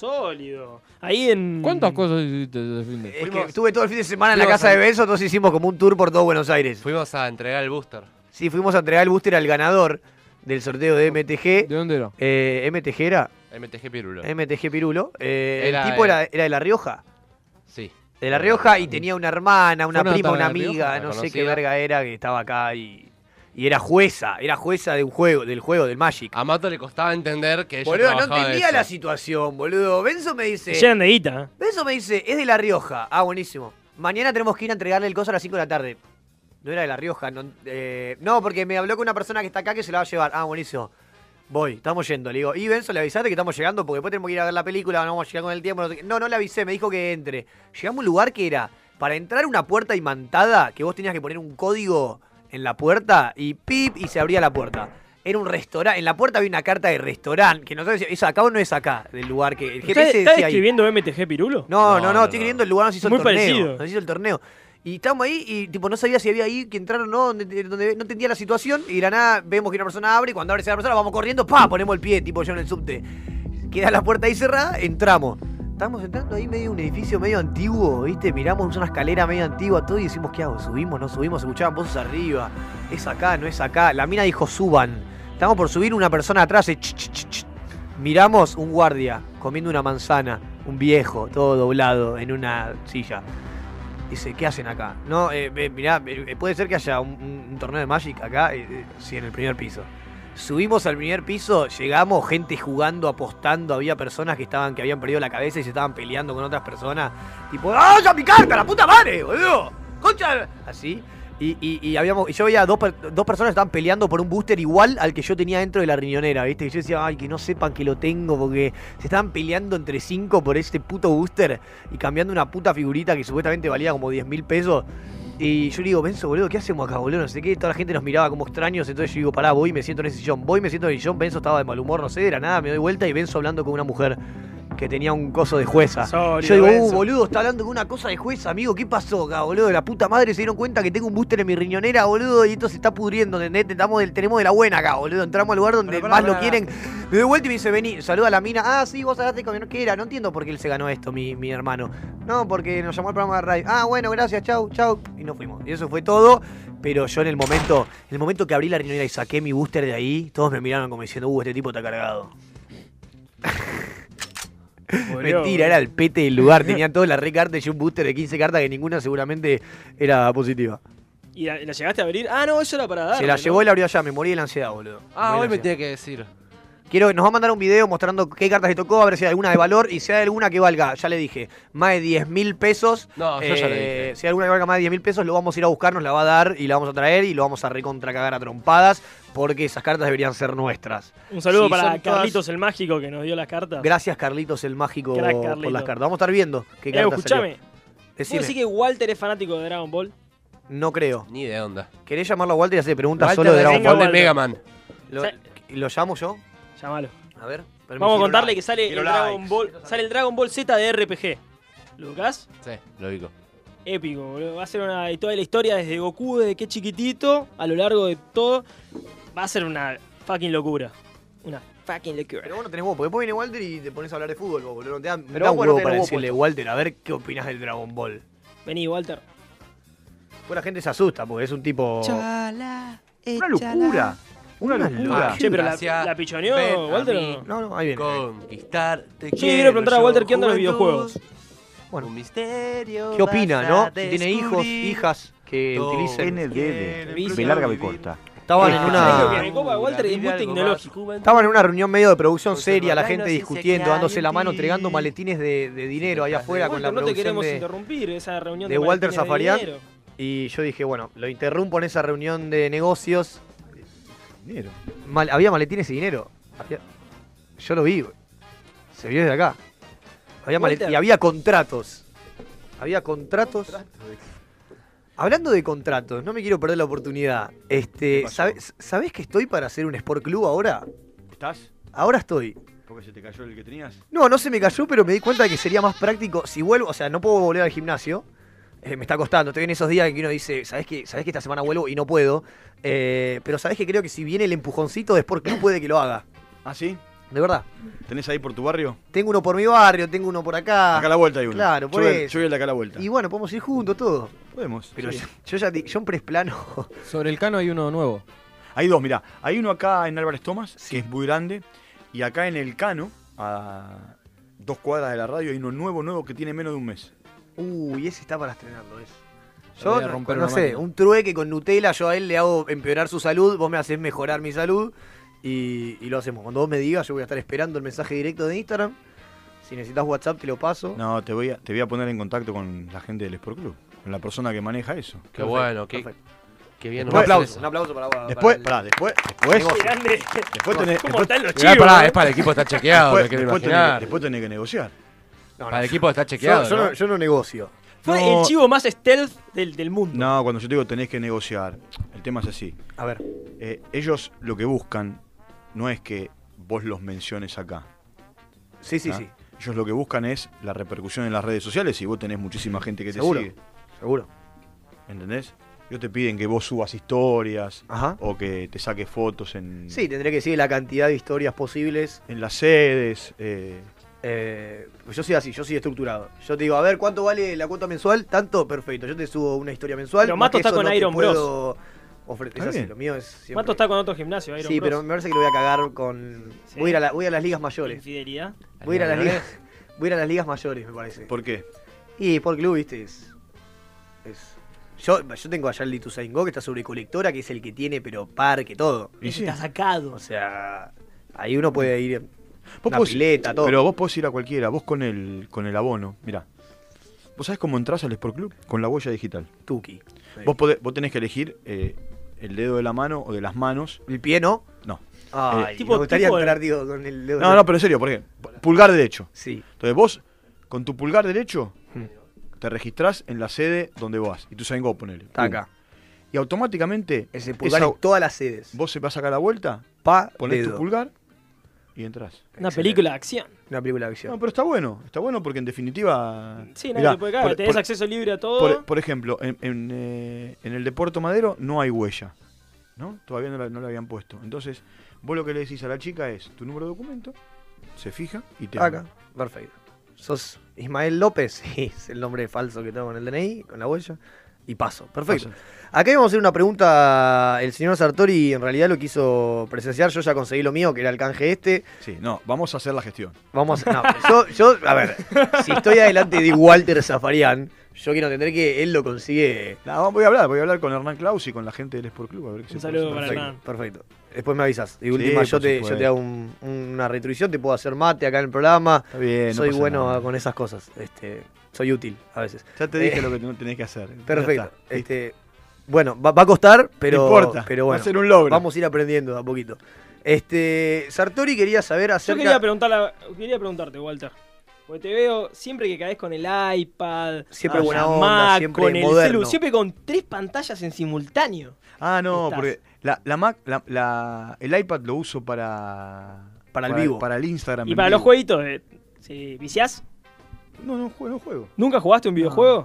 Sólido. Ahí en. Eh, ¿Cuántas cosas hiciste de fin de- Es que estuve todo el fin de semana en la Fuimos casa de a- Benzo, entonces hicimos como un tour por todo Buenos Aires. Fuimos a entregar el booster. Sí, fuimos a entregar el booster al ganador del sorteo de MTG. ¿De dónde era? Eh, MTG era. MTG Pirulo. MTG Pirulo. Eh, Era, el tipo era, eh, era de La Rioja. sí. De La Rioja y tenía una hermana, una ¿Fue una prima, nota una de La Rioja? amiga, La no sé conocía. qué verga era que estaba acá y. Y era jueza, era jueza de un juego, del juego, del Magic. A Mato le costaba entender que ella Boludo, no trabajaba de entendía eso. la situación, boludo. Benzo me dice. Llegan de guita. ¿eh? Benzo me dice, es de La Rioja. Ah, buenísimo. Mañana tenemos que ir a entregarle el coso a las 5 de la tarde. No era de La Rioja. No, eh, no, porque me habló con una persona que está acá que se la va a llevar. Ah, buenísimo. Voy, estamos yendo. Le digo, y Benzo, le avisaste que estamos llegando porque después tenemos que ir a ver la película, no vamos a llegar con el tiempo. No, sé qué". no, no le avisé, me dijo que entre. Llegamos a un lugar que era para entrar una puerta imantada que vos tenías que poner un código en la puerta y pip y se abría la puerta. Era un restaurante, en la puerta había una carta de restaurante que nosotros decíamos, ¿es acá o no es acá? Del lugar que el ¿Estás GPS estás decía ahí. escribiendo MTG Pirulo? No, No, no, no, no, estoy no. queriendo el lugar donde se hizo Muy el torneo. parecido. donde se hizo el torneo. Y estábamos ahí y tipo no sabía si había ahí que entrar o no, donde, eh, donde no entendía la situación. Y de la nada vemos que una persona abre y cuando abre esa persona vamos corriendo, pa, ponemos el pie, tipo yo en el subte. Queda la puerta ahí cerrada, entramos. Estábamos entrando ahí medio un edificio medio antiguo, ¿viste? Miramos una escalera medio antigua, todo y decimos, ¿qué hago? ¿Subimos? ¿No subimos? Escuchaban voces arriba. Es acá, no es acá. La mina dijo, suban. Estamos por subir una persona atrás. y ch, ch, ch, ch. Miramos un guardia comiendo una manzana, un viejo, todo doblado en una silla. Dice, ¿qué hacen acá? No, eh, eh, mirá, eh, puede ser que haya un, un- un torneo de Magic acá, eh, eh, sí, en el primer piso. Subimos al primer piso, llegamos, gente jugando, apostando, había personas que estaban, que habían perdido la cabeza y se estaban peleando con otras personas. Tipo, ¡ah, ya mi carta, la puta madre, boludo! ¡Concha! de-". Así. Y, y- y habíamos, y yo veía dos, per- dos personas que estaban peleando por un booster igual al que yo tenía dentro de la riñonera, ¿viste? Y yo decía, ay, que no sepan que lo tengo, porque se estaban peleando entre cinco por este puto booster y cambiando una puta figurita que supuestamente valía como 10 mil pesos. Y yo le digo, Benzo, boludo, ¿qué hacemos acá, boludo? No sé qué. Toda la gente nos miraba como extraños. Entonces yo digo, pará, voy y me siento en ese sillón. Voy y me siento en el sillón. Benzo estaba de mal humor, no sé, de la nada. Me doy vuelta y Benzo hablando con una mujer que tenía un coso de jueza. Sorry, yo digo, uh, Benzo. boludo, está hablando con una cosa de jueza, amigo. ¿Qué pasó acá, boludo? De la puta madre se dieron cuenta que tengo un booster en mi riñonera, boludo. Y esto se está pudriendo, ¿entendés? Estamos del, tenemos de la buena acá, boludo. Entramos al lugar donde Pará, pará, más pará, lo pará. quieren. Me doy vuelta y me dice, vení, saluda a la mina. Ah, sí, vos hablaste con ¿Qué era? No entiendo por qué él se ganó esto, mi, mi hermano. No, porque nos llamó el programa de radio. Ah, bueno, gracias, chau, chau. Y nos fuimos. Y eso fue todo. Pero yo en el momento, en el momento que abrí la riñonera y saqué mi booster de ahí, todos me miraron como diciendo, uh, este tipo está cargado. Mentira, era el pete del lugar. Tenían todas las re cartas y un booster de 15 cartas que ninguna seguramente era positiva. ¿Y la, la llegaste a abrir? Ah, no, eso era para dar. Se la llevó y la abrió allá. Me morí de la ansiedad, boludo. Ah, Me hoy morí de la me tiene que decir. Quiero, nos va a mandar un video mostrando qué cartas le tocó, a ver si hay alguna de valor y si hay alguna que valga, ya le dije, más de 10 mil pesos. Eh, No, yo ya le dije. Si hay alguna que valga más de 10 mil pesos, lo vamos a ir a buscar, nos la va a dar y la vamos a traer y lo vamos a recontra cagar a trompadas porque esas cartas deberían ser nuestras. Un saludo Si para son todas- Carlitos el Mágico que nos dio las cartas. Gracias, Carlitos el Mágico, Crack, por Carlito. las cartas. Vamos a estar viendo qué Eh, cartas escuchame. salió. ¿Vos decís Decime. que Walter es fanático de Dragon Ball? No creo. Ni de onda. ¿Querés llamarlo a Walter y hacer preguntas Walter, solo de venga, Dragon Ball? Walter. Mega Man. Lo, Sa- ¿Lo llamo yo? Llámalo. A ver. Vamos a contarle like. que sale el, Quiero Dragon Ball, sale el Dragon Ball Z de RPG. ¿Lo buscás? Sí, lo digo. Épico, boludo. Va a ser una. y Toda la historia desde Goku, desde que es chiquitito, a lo largo de todo. Va a ser una fucking locura. Una fucking locura. Pero vos no tenés huevo, porque después viene Walter y te pones a hablar de fútbol, vos, boludo. No te dan Pero da vos huevo no tenés para huevo decirle, puesto. Walter, a ver qué opinás del Dragon Ball. Vení, Walter. Pues la gente se asusta porque es un tipo. Una locura. Una locura. Che, pero la, la pichoneó, Ven a Walter. mí. o No, no, ahí viene. Conquistar, te Yo le quiero preguntar a Walter qué onda en los videojuegos. Bueno. Un misterio. ¿Qué opina, vas a no? Si tiene hijos, descubrir. hijas que Todo utilicen. NDD, B larga B corta. Estaban en Lo que una. me copa de Walter es muy tecnológico. Estaban en una reunión medio de producción seria, la no gente sé si discutiendo, que hay dándose la en mano, ti. entregando maletines de, de dinero ahí afuera con la Walter, no te producción queremos de, interrumpir esa reunión de, de Walter maletines de Zafarian. dinero. Y yo dije, bueno, lo interrumpo en esa reunión de negocios. Dinero. había maletines y dinero. Había- yo lo vi, güey. Se vio desde acá. Había malet- Walter. y había contratos. Había contratos. Hablando de contratos, no me quiero perder la oportunidad. Este, ¿sabes, ¿Sabés que estoy para hacer un Sport Club ahora? ¿Estás? Ahora estoy. Porque se te cayó el que tenías. No, no se me cayó, pero me di cuenta de que sería más práctico. Si vuelvo, o sea, no puedo volver al gimnasio. eh, me está costando. Estoy en esos días en que uno dice, ¿sabes que, ¿sabés que esta semana vuelvo y no puedo? Eh, pero ¿sabes que creo que si viene el empujoncito de Sport Club puede que lo haga? ¿Ah, sí? De verdad. ¿Tenés ahí por tu barrio? Tengo uno por mi barrio, tengo uno por acá. Acá a la vuelta hay uno. Claro, por yo voy al- eso. Yo voy al de acá a la vuelta. Y bueno, podemos ir juntos todo. Podemos. Pero sí. yo, yo ya di- yo en presplano. Sobre el cano hay uno nuevo. Hay dos, mirá. Hay uno acá en Álvarez Tomás, que es muy grande. Y acá en El Cano, a dos cuadras de la radio, hay uno nuevo, nuevo, que tiene menos de un mes. Uy, ese está para estrenarlo, es. Le Yo voy a no, romper no una sé, máquina. un trueque con Nutella, yo a él le hago empeorar su salud, vos me haces mejorar mi salud y, y lo hacemos. Cuando vos me digas, yo voy a estar esperando el mensaje directo de Instagram. Si necesitas WhatsApp, te lo paso. No, te voy, a, te voy a poner en contacto con la gente del Sport Club, con la persona que maneja eso. Qué bueno, qué, qué bien. nos Un va a hacer aplauso, eso. un aplauso para vos. Después, pará, después, después. Negocio. Grande. Después tenés. ¿Cómo después- están los Mirá, chivos? pará, eh? es para el equipo está chequeado, me después, quiero después tenés, imaginar. que- después tenés que negociar. Para el equipo está chequeado. yo ¿no? no- yo no negocio. Fue No. el chivo más stealth del, del mundo. No, cuando yo te digo tenés que negociar, el tema es así. Eh, A ver. ellos lo que buscan no es que vos los menciones acá. Sí, sí, ¿Ah? sí. Ellos lo que buscan es la repercusión en las redes sociales y vos tenés muchísima gente que Seguro, te sigue. Seguro. ¿Entendés? Ellos te piden que vos subas historias Ajá. o que te saques fotos en, Sí, tendré que decir la cantidad de historias posibles. Mm. en las sedes. eh, Eh, pues yo soy así, yo soy estructurado. Yo te digo, a ver, ¿cuánto vale la cuota mensual? Tanto, perfecto. Yo te subo una historia mensual. Pero Más Mato que está eso con no te Iron Bros. puedo ofre- Es Está así, bien. lo mío es siempre- Mato está con otro gimnasio, Iron Sí, Bros. pero me parece que lo voy a cagar con. Sí. Voy, a ir a la- voy a las ligas mayores. Infidelidad. Voy a ir a las ligas. Voy a ir a las ligas mayores, me parece. ¿Por qué? Y por club, viste, es. es- Yo, yo tengo allá el Lituzain Go, que está sobre colectora, que es el que tiene, pero parque, todo. Y sí. Está sacado. O sea, ahí uno puede ir. Una podés- pileta, todo. Pero vos podés ir a cualquiera, vos con el, con el abono. Mirá, ¿vos sabés cómo entras al Sport Club? Con la huella digital. Tuki. Vos, podés- vos tenés que elegir eh, el dedo de la mano o de las manos. ¿El pie no? No. Ay, Eh, me gustaría entrar, digo, con el dedo. No, no, pero en serio, ¿por qué? Pulgar derecho. Sí. Hmm. Entonces vos, con tu pulgar derecho, te registrás en la sede donde vas. Y tú sabes cómo ponerle. Está acá. Y automáticamente. Ese pulgar en todas las sedes. Vos se vas a sacar la vuelta, pa, ponés dedo. tu pulgar y entras. Una película de acción. Una película de acción. No, pero está bueno, está bueno porque en definitiva. Sí, nadie mirá, te puede cagar. por- Tenés por- acceso libre a todo. Por, por ejemplo, en, en, eh, en el de Puerto Madero no hay huella. ¿No? Todavía no la, no la habían puesto. Entonces, vos lo que le decís a la chica es tu número de documento, se fija y te. Acá, perfecto. Sos Ismael López, sí, es el nombre falso que tengo en el DNI, con la huella. Y paso. Perfecto. Acá íbamos a hacer una pregunta. El señor Sartori en realidad lo quiso presenciar. Yo ya conseguí lo mío, que era el canje este. Sí, no, vamos a hacer la gestión. Vamos a. No, yo, yo, a ver, si estoy adelante de Walter Zafarian, yo quiero entender que él lo consigue. No, voy a hablar, voy a hablar con Hernán Claus y con la gente del Sport Club. A ver qué se puede hacer. perfecto, perfecto. Después me avisas. Y última, yo, te, yo te hago un- una retribución, te puedo hacer mate acá en el programa. bien, no soy pasa bueno nada. con esas cosas. Este, soy útil a veces. Eh, Ya te dije lo que no tenés que hacer. Ya Perfecto. está. Este, bueno, va, va a costar, pero, No importa, pero va a bueno. ser un logro. Vamos a ir aprendiendo de a poquito. Este, Sartori quería saber Yo acerca. quería, preguntarle a- quería preguntarte, Walter. Porque te veo siempre que caes con el iPad, Siempre con buena la onda, Mac, siempre Ah, con el moderno. celu, siempre con tres pantallas en simultáneo. Ah, no, Estás. porque la, la Mac, la- la- el iPad lo uso para. Para el vivo. Para el Instagram. Y en para vivo. los jueguitos, eh, ¿sí? ¿viciás? No, no juego, no juego. ¿Nunca jugaste un videojuego?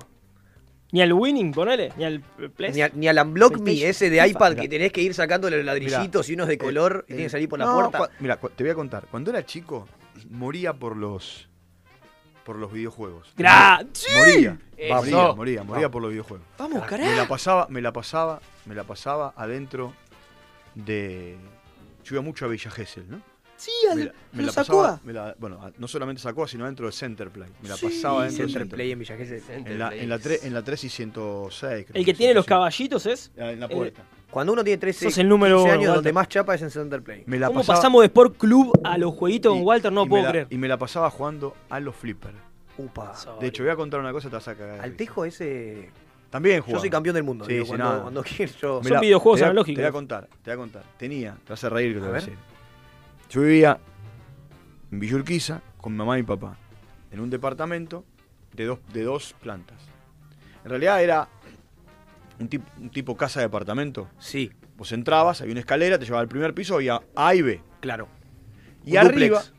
Ni al Winning, ponele, ni al eh, Play. Ni, a- ni al Unblock Me, PlayStation. ese de FIFA. iPad que tenés que ir sacando los ladrillitos Mirá, y unos de color y eh, tiene que salir por la no, puerta. cua- Mira, cua- te voy a contar. Cuando era chico, moría por los. Por los videojuegos. Gra- Moría, ¡Sí! Moría, Eso. moría, moría, moría por los videojuegos. Vamos, Me carajo. la pasaba, me la pasaba, me la pasaba adentro de. Yo iba mucho a Villa Gesell, ¿no? Sí, Me la- me la pasaba- me la- bueno, a- no solamente sacó, sino dentro de Centerplay. Me la Sí. pasaba dentro de Center Centerplay. Play en Villa Gesell. En la, en, la tre- en la 3 y 106. creo El que es. tiene los caballitos es. Ah, En la el- puerta. Cuando uno tiene 13 Sos el número 15 uno, años, donde Walter. más chapa es en Center Play. Me la ¿Cómo pasaba- pasamos de Sport Club a los jueguitos con Walter? No y puedo me la- creer. Y me la pasaba jugando a los flippers. Upa. De hecho, voy a contar una cosa, te vas a cagar. de Al risa. tejo ese. También jugaba. Yo soy campeón del mundo. Sí, digo, sí, cuando, nada. cuando quiero yo. Mirá, videojuegos te voy a- analógicos. Te voy a contar, te voy a contar. Tenía, te vas a reír que te voy A a ver. decir. Yo vivía en Villurquiza con mamá y papá, en un departamento de dos, de dos plantas. En realidad era un, tip- un tipo casa de departamento. Sí. Vos entrabas, había una escalera, te llevaba al primer piso, había A y B. Claro. Y Un arriba. dúplex.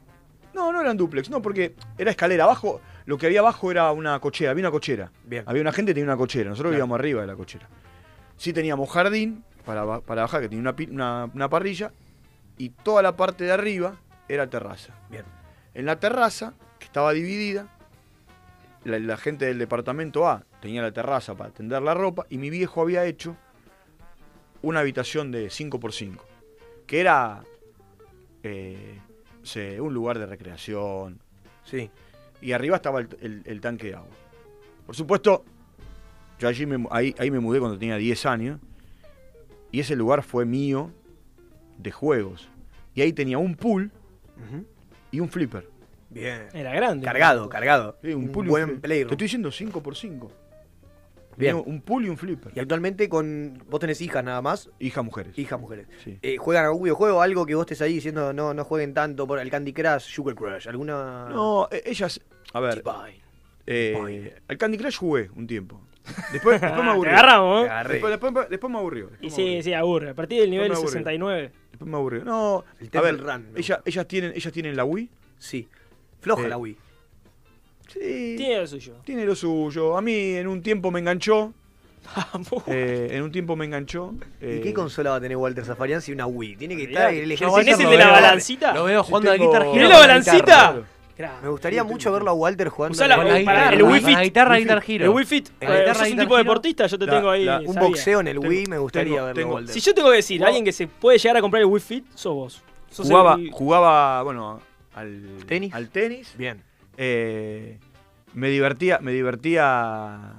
No, no eran duplex, no, porque era escalera. Abajo, lo que había abajo era una cochera, había una cochera. Bien. Había una gente que tenía una cochera, nosotros Claro. vivíamos arriba de la cochera. Sí teníamos jardín para, ba- para bajar, que tenía una, pi- una- una parrilla, y toda la parte de arriba era terraza. Bien. En la terraza, que estaba dividida, la, la gente del departamento A tenía la terraza para tender la ropa, y mi viejo había hecho una habitación de 5x5, que era eh, no sé, un lugar de recreación. Sí. Y arriba estaba el, el- el tanque de agua. Por supuesto, yo allí me mu- ahí, ahí me mudé cuando tenía 10 años. Y ese lugar fue mío de juegos. Y ahí tenía un pool y un flipper. Bien. Era grande. Cargado, cargado. Sí, un Un pool y buen un flipper. playroom. Te estoy diciendo 5x5. Bien. Tenía Un pool y un flipper. Y actualmente con. Vos tenés hijas nada más. Hija mujeres. Hijas mujeres. Sí. Eh, ¿Juegan algún videojuego? Algo que vos estés ahí diciendo no, no jueguen tanto por el Candy Crush, Sugar Crush, alguna. No, e- ellas. A ver. Eh, al Candy Crush jugué un tiempo. Después, después me Te aburrió. agarramos, ¿eh? Te agarré. Después, después- después me aburrió. Y Después me sí, aburrió. sí, aburre. A partir del nivel me aburre. 69. Después me aburrió. No, El a Temple ver, Run, me ella- ellas, tienen, ellas tienen la Wii. Sí. Floja Eh, la Wii. Sí. Tiene lo suyo. Tiene lo suyo. A mí en un tiempo me enganchó. Vamos. eh, en un tiempo me enganchó. Ah, ¿Y eh, qué consola va a tener Walter Zafarian si una Wii? Ah, Tiene que Olvidate. estar el Yo Walter ejercicio ¿Tenés el de la lo veo. balancita? Lo veo jugando a la guitarra hero. ¿Tenés la Con balancita? guitarra. Claro. Me gustaría mucho verlo a Walter jugando Usá la- a la pará, el Wii Fit. Wii Fit. El Wii Fit. La Eh, sos un guitarra, guitarra tipo de hero. deportista, yo te La- tengo ahí. la- un sabía. boxeo en el Tengo- Wii me gustaría tengo- verlo a tengo- Walter. Si yo tengo que decir, alguien que se puede llegar a comprar el Wii Fit, sos vos. Sos jugaba, el- jugaba, bueno, al ¿Tenis? Al tenis. Bien. Eh, me divertía, me divertía,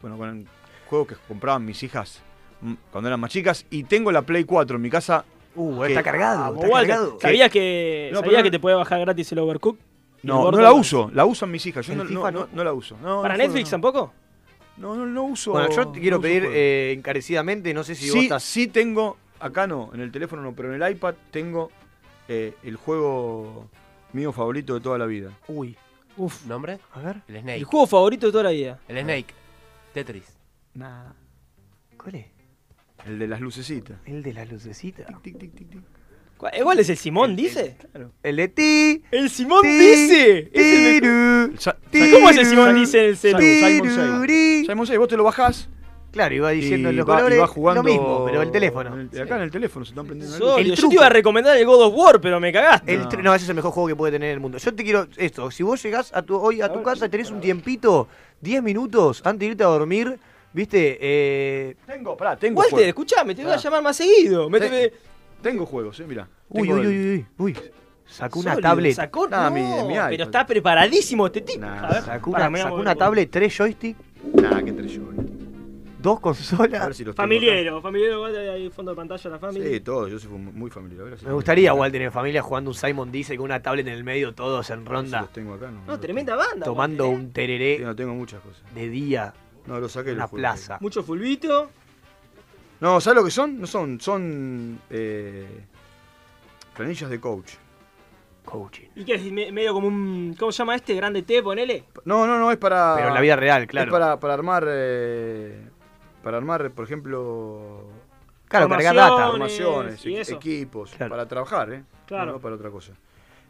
bueno, con juegos que compraban mis hijas mm, cuando eran más chicas. Y tengo la Play 4 en mi casa. Uh, que- Ah, está cargado, Vamos, está Walter. cargado. ¿Sabías que, No, sabías pero- que te puede bajar gratis el Overcook? Y el No, no Borderlands. la uso, la usan mis hijas. Yo El no, FIFA no, no- no la uso. No, ¿Para no Netflix juego, tampoco? No, no, no, no uso. Bueno, yo te no quiero uso pedir juegos. eh, encarecidamente, no sé si vos sí, estás. sí tengo, acá no, en el teléfono no, pero en el iPad tengo eh, el juego mío favorito de toda la vida. Uy. Uf. ¿Nombre? A ver. El El Snake. juego favorito de toda la vida. El Snake. Tetris. Nada. ¿Cuál es? El de las lucecitas. El de las lucecitas. ¿Cuál- ¿Igual es el Simón, dice? El de ti. ¡El Simón ti, dice! Es el mejor. tiru, Sa- tiru, ¿Cómo es el Simón dice en el celu? Simon Says. tiruri. Simon Says, vos te lo bajás Claro, iba diciendo y los va- y colores. va jugando Lo mismo, pero el teléfono. en el- Acá en el teléfono se están prendiendo la luz. Sorry, El yo te iba a recomendar el God of War, pero me cagaste. El No. tr- no. ese es el mejor juego que puede tener el mundo. Yo te quiero esto. Si vos llegás a tu, hoy a tu casa y tenés un tiempito, 10 minutos antes de irte a dormir, ¿Viste? Eh... Tengo, pará, tengo Walter, juegos. escuchame, te voy a Pará. llamar más seguido. Te- Méteme- Tengo juegos, eh, mirá. Uy, Tengo uy, el- uy, uy, uy. Sacó una Sólido, tablet. sacó- Nah, no, mi- mi iPod. pero está preparadísimo este tipo. Nah, a ver, Sacó pará, una, me voy a sacó mover una un poco. tablet, tres joystick, Nah, qué tres joystick. dos consolas. A ver si los tengo Familiero, familiero, guarda ahí fondo de pantalla la acá. familia. Sí, todo, yo soy muy familiar. a ver si- Me gustaría, Walter, en familia jugando un Simon Dice con una tablet en el medio, todos en ronda. tengo acá, no. No, tremenda banda. Tomando un tereré. no tengo muchas cosas. De día. No, lo saqué. Una los juegos. plaza. Mucho fulbito. No, ¿sabes lo que son? No son, son eh, planillas de coach. Coaching. ¿Y qué es? Me- medio como un. ¿Cómo se llama este? Grande T, ponele. No, no, no, es para. Pero en la vida real, Es claro. para, para armar. eh, para armar, por ejemplo. Claro, cargar data. Formaciones, y equi- eso. equipos. Para trabajar, ¿eh? Claro. No, no para otra cosa.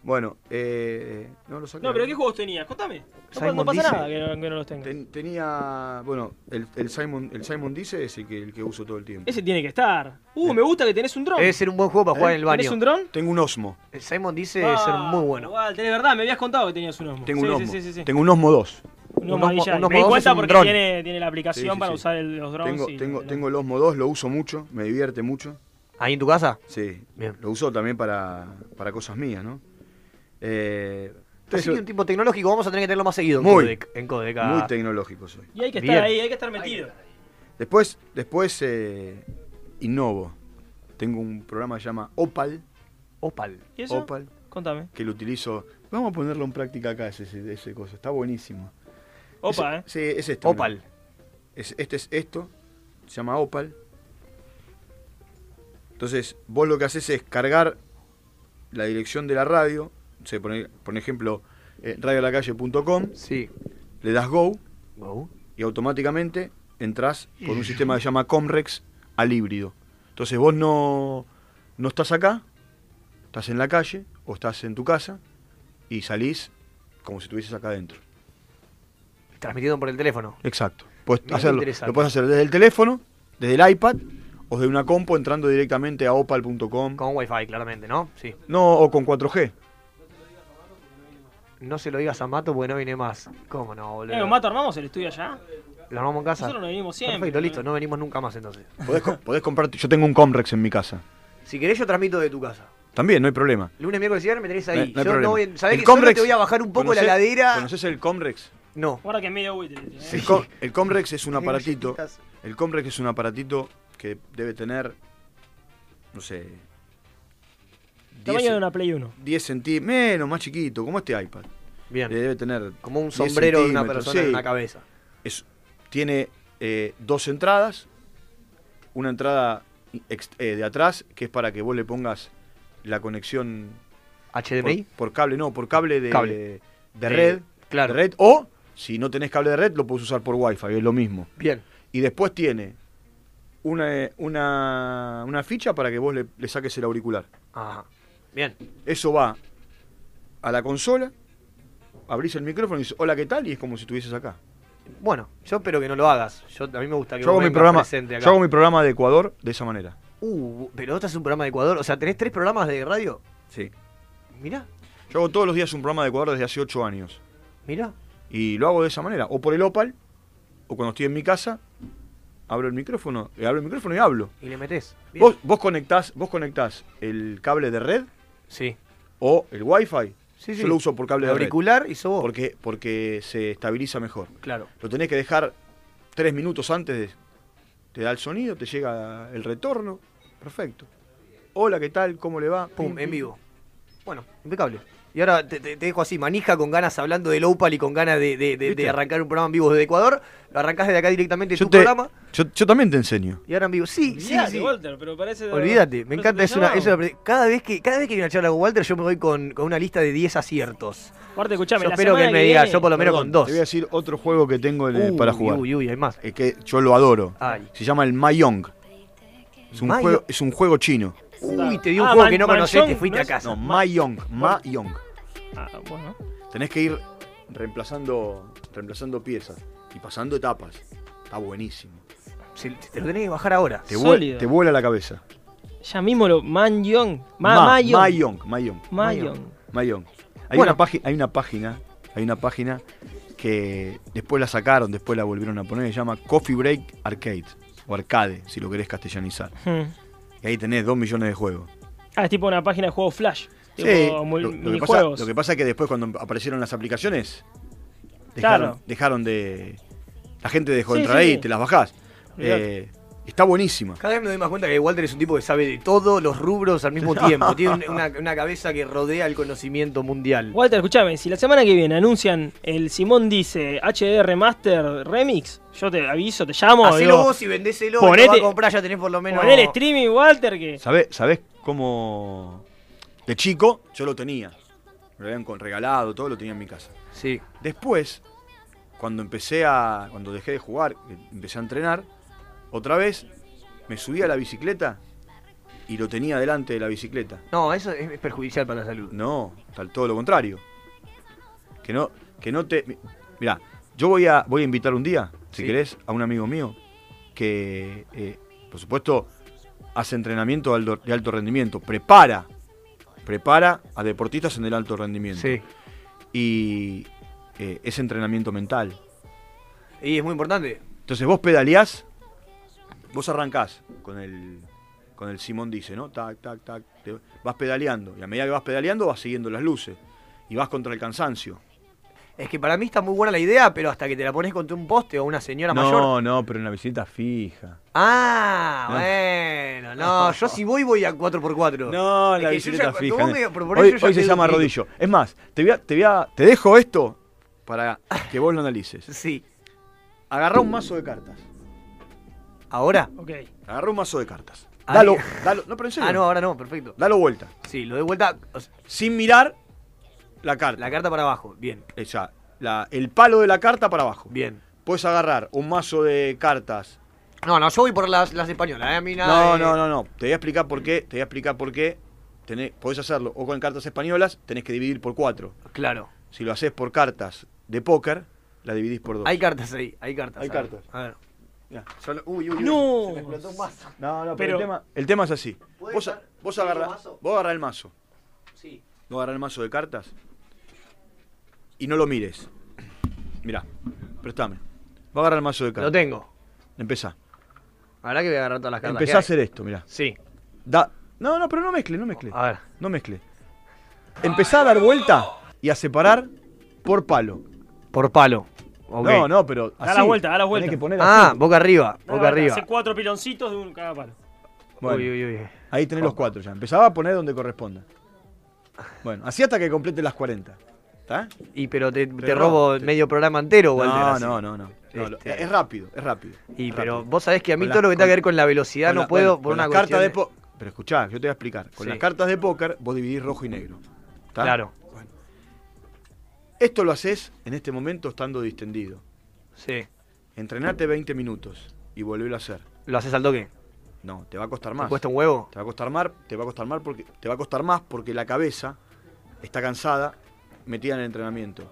Bueno, eh, no lo saqué. No, pero ¿qué juegos tenías? Contame. No, pa- Simon no pasa dice- nada que no, que no los tenga. Tenía. Bueno, el, el Simon, el Simon dice es el que, el que uso todo el tiempo. Ese tiene que estar. Uh, me gusta que tenés un dron. Eh, Debe ser un buen juego para jugar en el baño. ¿Tenés un dron? Tengo un Osmo. El Simon dice debe ser muy bueno. Ah, Igual, tenés verdad, me habías contado que tenías un Osmo. Tengo Sí, un sí, Osmo. sí, sí, sí. Tengo un Osmo 2. Un Osmo DJI. Me di cuenta porque tiene, tiene la aplicación Sí, sí, para sí. usar el- los drones. Tengo, y- tengo, tengo el Osmo 2, lo uso mucho, me divierte mucho. ¿Ahí en tu casa? Sí. Lo uso también para, para cosas mías, ¿no? Eh, Así entonces, que un tipo tecnológico, vamos a tener que tenerlo más seguido en Muy. Codec. En Codec ah. a- muy tecnológico soy. Y hay que Bien. estar ahí, hay que estar metido. Después, después eh, innovo. Tengo un programa que se llama Opal. Opal. ¿Y eso? Opal, Contame. que lo utilizo. Vamos a ponerlo en práctica acá, ese, ese, ese cosa. Está buenísimo. Opa, ¿eh? Sí, es esto. Opal. mirá. Es- este es esto. Se llama Opal. Entonces, vos lo que haces es cargar la dirección de la radio. O sea, por, por ejemplo, eh, radiolacalle.com. Sí. Le das go. Y automáticamente entras con un sistema que se llama Comrex al híbrido. Entonces, vos no, no estás acá. Estás en la calle o estás en tu casa. Y salís como si estuvieses acá adentro. Transmitido por el teléfono. Exacto. Puedes Mirá qué hacerlo. interesante. Lo puedes hacer desde el teléfono, desde el iPad o desde una compo entrando directamente a opal.com. Con Wi-Fi, claramente, ¿no? Sí. No, o con 4G. No se lo digas a Mato porque no viene más. ¿Cómo no, boludo? Eh, con Mato, armamos el estudio allá. ¿Lo armamos en casa? Nosotros nos venimos siempre, Perfecto, ¿no? listo. No venimos nunca más entonces. Podés, co- podés comprar. Yo tengo un Comrex en mi casa. Si querés, yo transmito de tu casa. También, no hay problema. Lunes, miércoles y viernes me tenés No ahí. hay- no hay yo problema. no voy a- ¿Sabés El que solo Comrex- te voy a bajar un poco la ¿conocés- heladera? ¿Conoces el Comrex? No. Guarda que es medio buitre. ¿eh? El, com- el Comrex es un Tiene aparatito. galletitas. El Comrex es un aparatito que debe tener. No sé. Tamaño de una Play 1. 10 centímetros. Menos, más chiquito, como este iPad. Bien. debe tener. Como un 10 sombrero de una centímetros, persona en sí. una cabeza. Es- tiene eh, dos entradas. Una entrada ex- eh, de atrás, que es para que vos le pongas la conexión. ¿HDMI? Por, por cable, no, por cable de, Cable. de De- red. Eh, claro. de red. O, si no tenés cable de red, lo puedes usar por Wi-Fi, es lo mismo. Bien. Y después tiene una, eh, una, una ficha para que vos le, le saques el auricular. Ajá. Bien. Eso va a la consola, abrís el micrófono y dices, hola, ¿qué tal? Y es como si estuvieses acá. Bueno, yo espero que no lo hagas. Yo, a mí me gusta que Yo hago, vos mi vengas programa, presente acá. yo hago mi programa de Ecuador de esa manera. Uh, pero este es un programa de Ecuador. O sea, ¿tenés tres programas de radio? Sí. Mirá, Yo hago todos los días un programa de Ecuador desde hace 8 años. mirá. Y lo hago de esa manera. O por el Opal, o cuando estoy en mi casa, abro el micrófono, eh, abro el micrófono y hablo. Y le metés. Bien. Vos, vos, conectás, vos conectás el cable de red. Sí. O el Wi-Fi. Sí, sí. Yo lo uso por cable El de red. auricular y vos. Porque, porque se estabiliza mejor. Claro. Lo tenés que dejar tres minutos antes. de- te da el sonido, te llega el retorno. Perfecto. Hola, ¿qué tal? ¿Cómo le va? Pum, Pim, en pim. vivo. Bueno, impecable. Y ahora te, te- te dejo así, manija con ganas hablando del Opal y con ganas de, de- de- de ¿Viste? arrancar un programa en vivo desde Ecuador. Lo arrancás desde acá directamente Yo tu te- programa Yo, yo también te enseño. y ahora en vivo. Sí, sí, Olvídate, sí. Walter, pero parece. Olvídate, me parece encanta. Es una, llamado. es una pre- cada, vez que, cada vez que hay una charla con Walter, yo me voy con, con una lista de 10 aciertos. Aparte, escuchame, Yo la espero que semana me diga, viene- yo por lo menos Perdón, con dos. Te voy a decir otro juego que tengo en- eh, Uy, para jugar. uy, hay más. Eh, que yo lo adoro. Ay. Se llama el Mayong. Es un, Mayong. juego, es un juego chino. Uy, te di un Ah, juego Man- que no conocés, Manchón, te fuiste ¿no a es? casa. No, Mayong. Mayong. Ah, bueno. Tenés que ir reemplazando, reemplazando piezas y pasando etapas. Está buenísimo. Si- si te lo tenés que bajar ahora. Te, Sólido. vuel- te vuela la cabeza. Ya mismo lo. Man Young. Ma, Ma- Ma Young. Mayong. Mayong. Ma Young. Mayong. Hay, Bueno. una página, hay una página. Hay una página que después la sacaron, después la volvieron a poner, se llama Coffee Break Arcade, o Arcade, si lo querés castellanizar. Hmm. Y ahí tenés 2 millones de juegos. Ah, es tipo una página de juegos Flash. Tipo Sí, lo, mul- lo que pasa, minijuegos. lo que pasa es que después cuando aparecieron las aplicaciones, dejaron, Claro. dejaron de... La gente dejó Sí, entrar sí, ahí, sí. te las bajás. Olvidate. Eh, está buenísima. Cada vez me doy más cuenta que Walter es un tipo que sabe de todos los rubros al mismo tiempo. Tiene un- una, una cabeza que rodea el conocimiento mundial. Walter, escuchame, si la semana que viene anuncian el Simón dice HDR Master Remix, yo te aviso, te llamo. Hacelo digo, vos y vendéselo. ponete- Ponete, lo va a comprar, ya tenés por lo menos. Poné el streaming, Walter, que. ¿Sabés, ¿Sabés cómo? De chico, yo lo tenía. Me lo habían con- regalado, todo lo tenía en mi casa. Sí. Después, cuando empecé a. Cuando dejé de jugar, que empecé a entrenar, otra vez me subí a la bicicleta y lo tenía delante de la bicicleta. No, eso es, es perjudicial para la salud. No, tal todo lo contrario. Que no, que no te. mi- Mirá, yo voy a, voy a invitar un día, si querés, a un amigo mío que, eh, por supuesto, hace entrenamiento de alto, de alto rendimiento, prepara, prepara a deportistas en el alto rendimiento. Y eh, es entrenamiento mental. Y es muy importante. Entonces vos pedaleás, vos arrancás con el, con el Simón dice, ¿no? Tac, tac, tac. te- vas pedaleando. Y a medida que vas pedaleando vas siguiendo las luces. Y vas contra el cansancio. Es que para mí está muy buena la idea, pero hasta que te la pones contra un poste o una señora mayor. no, pero en la bicicleta fija. Ah, No. bueno, no, yo si voy, voy a 4x4. No, Es la que yo bicicleta ya- fija. cuando vos nene. me proponés, Hoy, yo ya hoy se te llama duplico. rodillo. Es más, te, voy a- te, voy a- te dejo esto para que vos lo analices. Sí. Agarrá un mazo de cartas. ¿Ahora? Ok. Agarrá un mazo de cartas. Ah, Dalo, bien. dalo. No, pero en serio. Ah, no, ahora no, perfecto. Dalo vuelta. Sí, lo de vuelta. Sin mirar la carta. La carta para abajo, bien. Esa, la- el palo de la carta para abajo. Bien. Puedes agarrar un mazo de cartas. No, no, yo voy por las, las españolas, ¿eh? A mí nada. No, de- no, no, no. Te voy a explicar por qué. Te voy a explicar por qué. Tenés, podés hacerlo o con cartas españolas, tenés que dividir por cuatro. Claro. Si lo haces por cartas de póker, la dividís por dos. Hay cartas ahí, hay cartas. Hay a ver. cartas. A ver. Solo- uy, uy, uy. No. Se me explotó un mazo. No, no, pero, Pero- el, tema, el tema es así. ¿Puede Vos, estar- vos ¿puede agarrás, ir mazo? vos agarrás el mazo. Sí. Vos agarrás el mazo de cartas y no lo mires. Mirá, préstame. Vos agarrar el mazo de cartas. Lo tengo. Empezá. Ahora que voy a agarrar todas las cartas. Empezá a que hacer esto, mirá. Sí. Da... No, no, pero no mezcle, no mezcle. A ver. No mezcle. Empezá a dar vuelta y a separar por palo. Por palo. Ok. No, no, pero Da así. la vuelta, da la vuelta. Tenés que poner Ah, así. boca arriba, Dale, boca Walter, arriba. Hace cuatro piloncitos de un cada palo. Bueno, Uy, uy, uy. Ahí tenés los cuatro ya. Empezaba a poner donde corresponda. Bueno, así hasta que complete las 40. ¿Está? Y pero te, te Pero no, robo medio programa entero, Walter. No, así. no, no, no. No, lo- Este- Es rápido, es rápido. Y es pero rápido. vos sabés que a mí Con todo la- lo que tenga que ver con- con la velocidad con no la- puedo bueno, por con una las cartas cuestión de po- Pero escuchá, yo te voy a explicar. Con Sí. las cartas de póker vos dividís rojo y negro. ¿tá? Claro. Bueno. Esto lo haces en este momento estando distendido. Sí. Entrenate 20 minutos y volvelo a hacer. ¿Lo haces al toque? No, te va a costar más. cuesta un huevo? Te va a costar más, te va a costar más porque te va a costar más porque la cabeza está cansada, metida en el entrenamiento.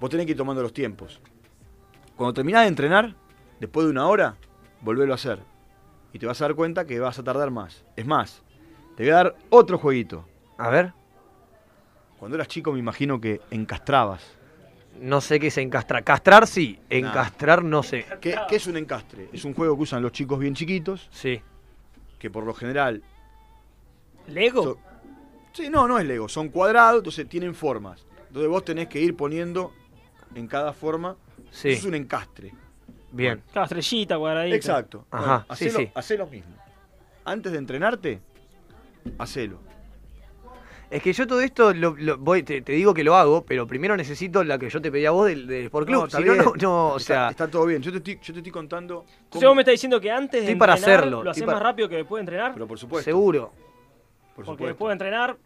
Vos tenés que ir tomando los tiempos. Cuando terminás de entrenar, después de una hora, volvelo a hacer. Y te vas a dar cuenta que vas a tardar más. Es más, te voy a dar otro jueguito. A ver. Cuando eras chico me imagino que encastrabas. No sé qué es encastrar. Castrar sí, encastrar no sé. ¿Qué, qué es un encastre? Es un juego que usan los chicos bien chiquitos. Sí. Que por lo general. ¿Lego? sí, no, no es Lego. Son cuadrados, entonces tienen formas. Entonces vos tenés que ir poniendo en cada forma. Sí. Eso es un encastre. Bien. Cada estrellita, cuadradita. Exacto. Ajá, Bueno, sí, hacelo, sí. hacelo mismo. Antes de entrenarte, hacelo. Es que yo todo esto lo, lo- voy, te, te digo que lo hago, pero primero necesito la que yo te pedí a vos del, del Sport Club. No, está si no, no, bien. no, o Está- sea. Está todo bien. Yo te estoy, yo te estoy contando. Entonces vos me estás diciendo que antes de Estoy para entrenar, hacerlo, lo estoy haces para- más rápido que después de entrenar. Pero por supuesto. Seguro. porque Por supuesto. después de entrenar,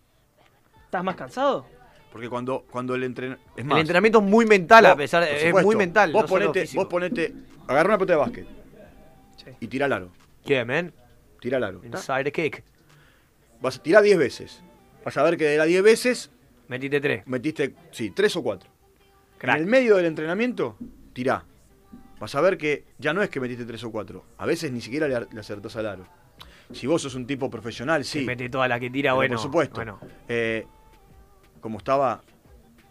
¿estás más cansado? Porque cuando, cuando el entrenador. Es más. el entrenamiento es muy mental, a Vos, pesar por es supuesto, muy mental. Vos no solo ponete, físico. vos ponete, agarra una pelota de básquet y tira al aro. ¿Qué, man? Tira al aro. ¿tá? Inside the kick. Vas a tirar 10 veces. Vas a ver que de las 10 veces Metiste 3. metiste, sí, 3 o 4. En el medio del entrenamiento, tirá. Vas a ver que ya no es que metiste 3 o 4. A veces ni siquiera le, ar- le acertás al aro. Si vos sos un tipo profesional, sí. Mete toda la que tira, Pero bueno. Por supuesto. Bueno. Eh, como estaba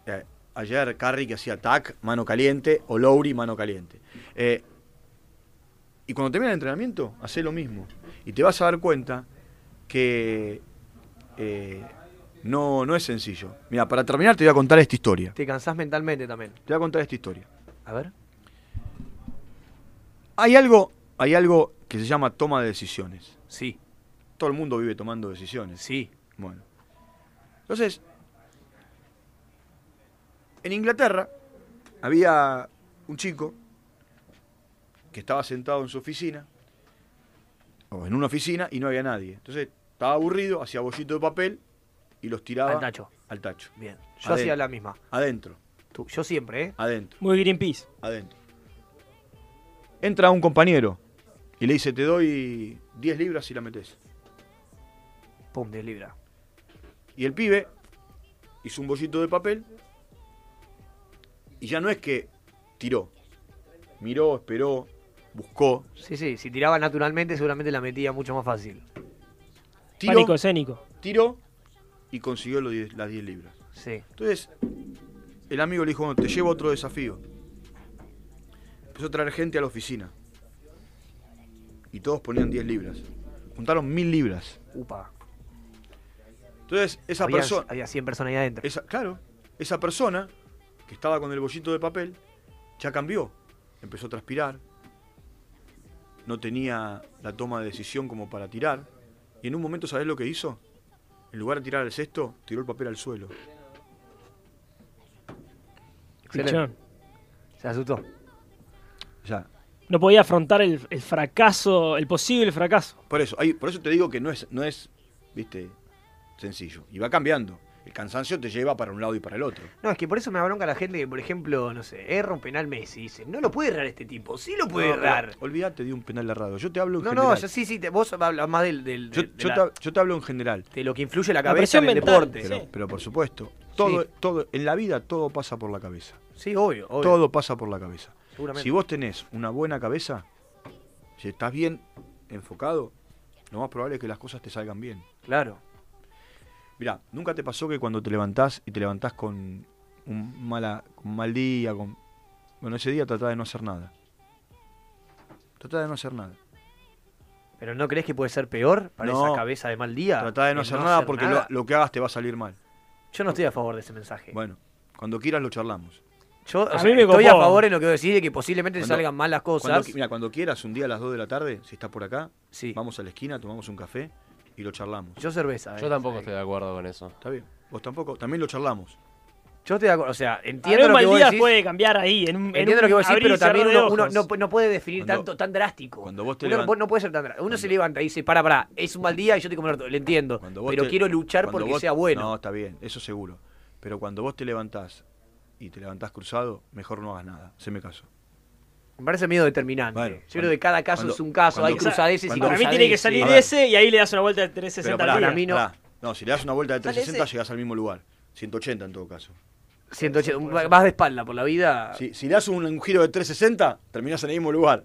eh, ayer Carri que hacía tac, mano caliente, o Lowry, mano caliente. Eh, y cuando termina el entrenamiento, hace lo mismo. Y te vas a dar cuenta que eh, no, no es sencillo. Mira, para terminar te voy a contar esta historia. Te cansás mentalmente también. Te voy a contar esta historia. A ver. Hay algo, hay algo que se llama toma de decisiones. Sí. Todo el mundo vive tomando decisiones. Sí. Bueno. Entonces, en Inglaterra había un chico que estaba sentado en su oficina, o en una oficina, y no había nadie. Entonces, estaba aburrido, hacía bollito de papel y los tiraba Al tacho. Al tacho. Bien. Yo hacía la misma. Adentro. Tú- yo siempre, ¿eh? Adentro. Muy Greenpeace. Adentro. Entra un compañero y le dice, te doy 10 libras si la metes. Pum, 10 libras. Y el pibe hizo un bollito de papel y ya no es que tiró. Miró, esperó, buscó. Sí, sí. Si tiraba naturalmente, seguramente la metía mucho más fácil. Tiró, Pánico escénico. Tiró y consiguió los 10 las 10 libras. Sí. Entonces, el amigo le dijo, "Bueno, te llevo otro desafío. Empezó a traer gente a la oficina. Y todos ponían 10 libras. Juntaron 1000 libras. Upa. Entonces, esa Había- persona... Había 100 personas ahí adentro. Esa, claro, esa persona que estaba con el bollito de papel ya cambió. Empezó a transpirar. No tenía la toma de decisión como para tirar. Y en un momento, ¿sabés lo que hizo? En lugar de tirar al cesto, tiró el papel al suelo. Excelente. Pichón. Se asustó. No podía afrontar el, el fracaso, el posible fracaso. Por eso, ahí, por eso te digo que no es, no es, viste, sencillo. Y va cambiando. El cansancio te lleva para un lado y para el otro. No, es que por eso me abronca la gente que, por ejemplo, no sé, erra un penal Messi y dice, no lo puede errar este tipo, sí lo puede No, pero errar. Olvídate de un penal errado. Yo te hablo en No, no, general. yo sí, sí, te- vos hablas más del, del- Yo, de- de yo la- te, yo te hablo en general. De lo que influye la La cabeza presión en el mental, deporte. Pero, sí. pero por supuesto, todo, Sí. todo, en la vida todo pasa por la cabeza. Sí, obvio, obvio. Todo pasa por la cabeza. Seguramente. Si vos tenés una buena cabeza, si estás bien enfocado, lo más probable es que las cosas te salgan bien. Claro. Mirá, ¿nunca te pasó que cuando te levantás y te levantás con un, mala, con un mal día, con... Bueno, ese día tratá de no hacer nada. Tratá de no hacer nada. Pero no crees que puede ser peor para No. esa cabeza de mal día. Tratá de no El hacer nada porque lo- nada? Lo, que hagas te va a salir mal. Yo no estoy a favor de ese mensaje. Bueno, cuando quieras lo charlamos. Yo o sea, estoy a favor en lo que decís de que posiblemente te Cuando- salgan mal las Cuando, cosas. qui- mira, cuando quieras, un día a las 2 de la tarde, si estás por acá, vamos a la esquina, tomamos un café y lo charlamos. Yo cerveza, eh. Yo tampoco estoy de acuerdo con eso. Está bien. Vos tampoco, también lo charlamos. Yo estoy de acuerdo, o sea, Entiendo entiendo un lo que mal vos día decís. puede cambiar ahí. En un, en Entiendo lo un que vos decís, abrir y pero cerrar también de uno, uno ojos. no, no puede definir Cuando- tanto, tan drástico. Cuando vos te Uno no, levant- puede- no puede ser tan drástico. Uno se levanta y dice, para, para, es un mal día y yo te como el orto". le entiendo. cuando vos Pero te- quiero luchar cuando porque vos- sea bueno. No, está bien, eso seguro. Pero cuando vos te levantás y te levantás cruzado, mejor no hagas nada. Se me caso. Me parece medio determinante. Yo creo que cada caso cuando- es un caso. cuando- Hay cruzadeces y cuando- Para mí tiene que salir A ver. ese y ahí le das una vuelta de 360 Pero al pará, día. pará, pará. No, si le das una vuelta de Sale 360 ese. llegás al mismo lugar. 180 en todo caso. 180, un- vas de espalda por la vida. Si, si le das un, un giro de 360, terminás en el mismo lugar.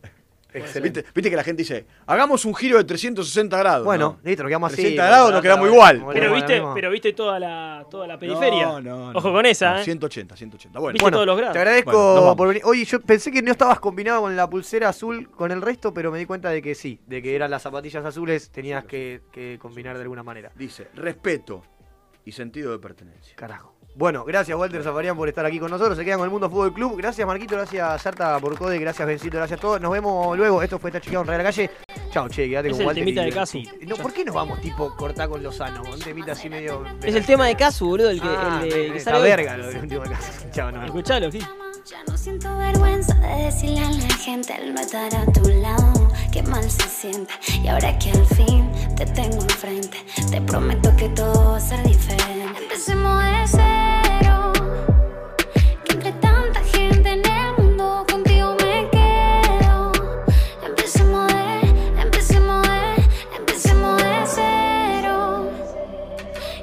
Excelente. ¿Viste, viste que la gente dice, hagamos un giro de 360 grados. Bueno, ¿no? listo, nos quedamos así. 360 grados nos quedamos igual. Pero viste, pero viste toda la, toda la periferia. No, no, no. Ojo con esa, No, ¿eh? 180, 180. Bueno, Viste todos los grados. Te agradezco Bueno, nos vamos. por venir. Oye, yo pensé que no estabas combinado con la pulsera azul con el resto, pero me di cuenta de que sí, de que eran las zapatillas azules, tenías que, que combinar de alguna manera. Dice, respeto y sentido de pertenencia. Carajo. Bueno, gracias Walter Zafarian por estar aquí con nosotros. Se quedan con el Mundo Fútbol Club. Gracias Marquito, gracias Sarta por Code, gracias Bencito, gracias a todos. Nos vemos luego. Esto fue Tachiqueado en Real la Calle. Chao, che, quédate Es con el Walter. temita y- de Casu. y- No, ¿Por qué nos vamos tipo cortar con Lozano? Un temita así medio. Es el tema de Casu, boludo, el que, Ah, el de- que la sale hoy. verga lo del último de Casu. Chao, no. Escuchalo, sí. Ya no siento vergüenza de decirle a la gente el no estar a tu lado, qué mal se siente. Y ahora que al fin te tengo enfrente, te prometo que todo va a ser diferente. Empecemos de cero, que entre tanta gente en el mundo contigo me quedo. Empecemos de, empecemos de, empecemos de cero.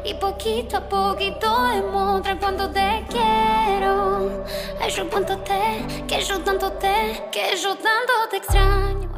Y poquito a poquito demuestra cuánto te quiero. Ay, yo cuánto te, que yo tanto te, que yo tanto te extraño.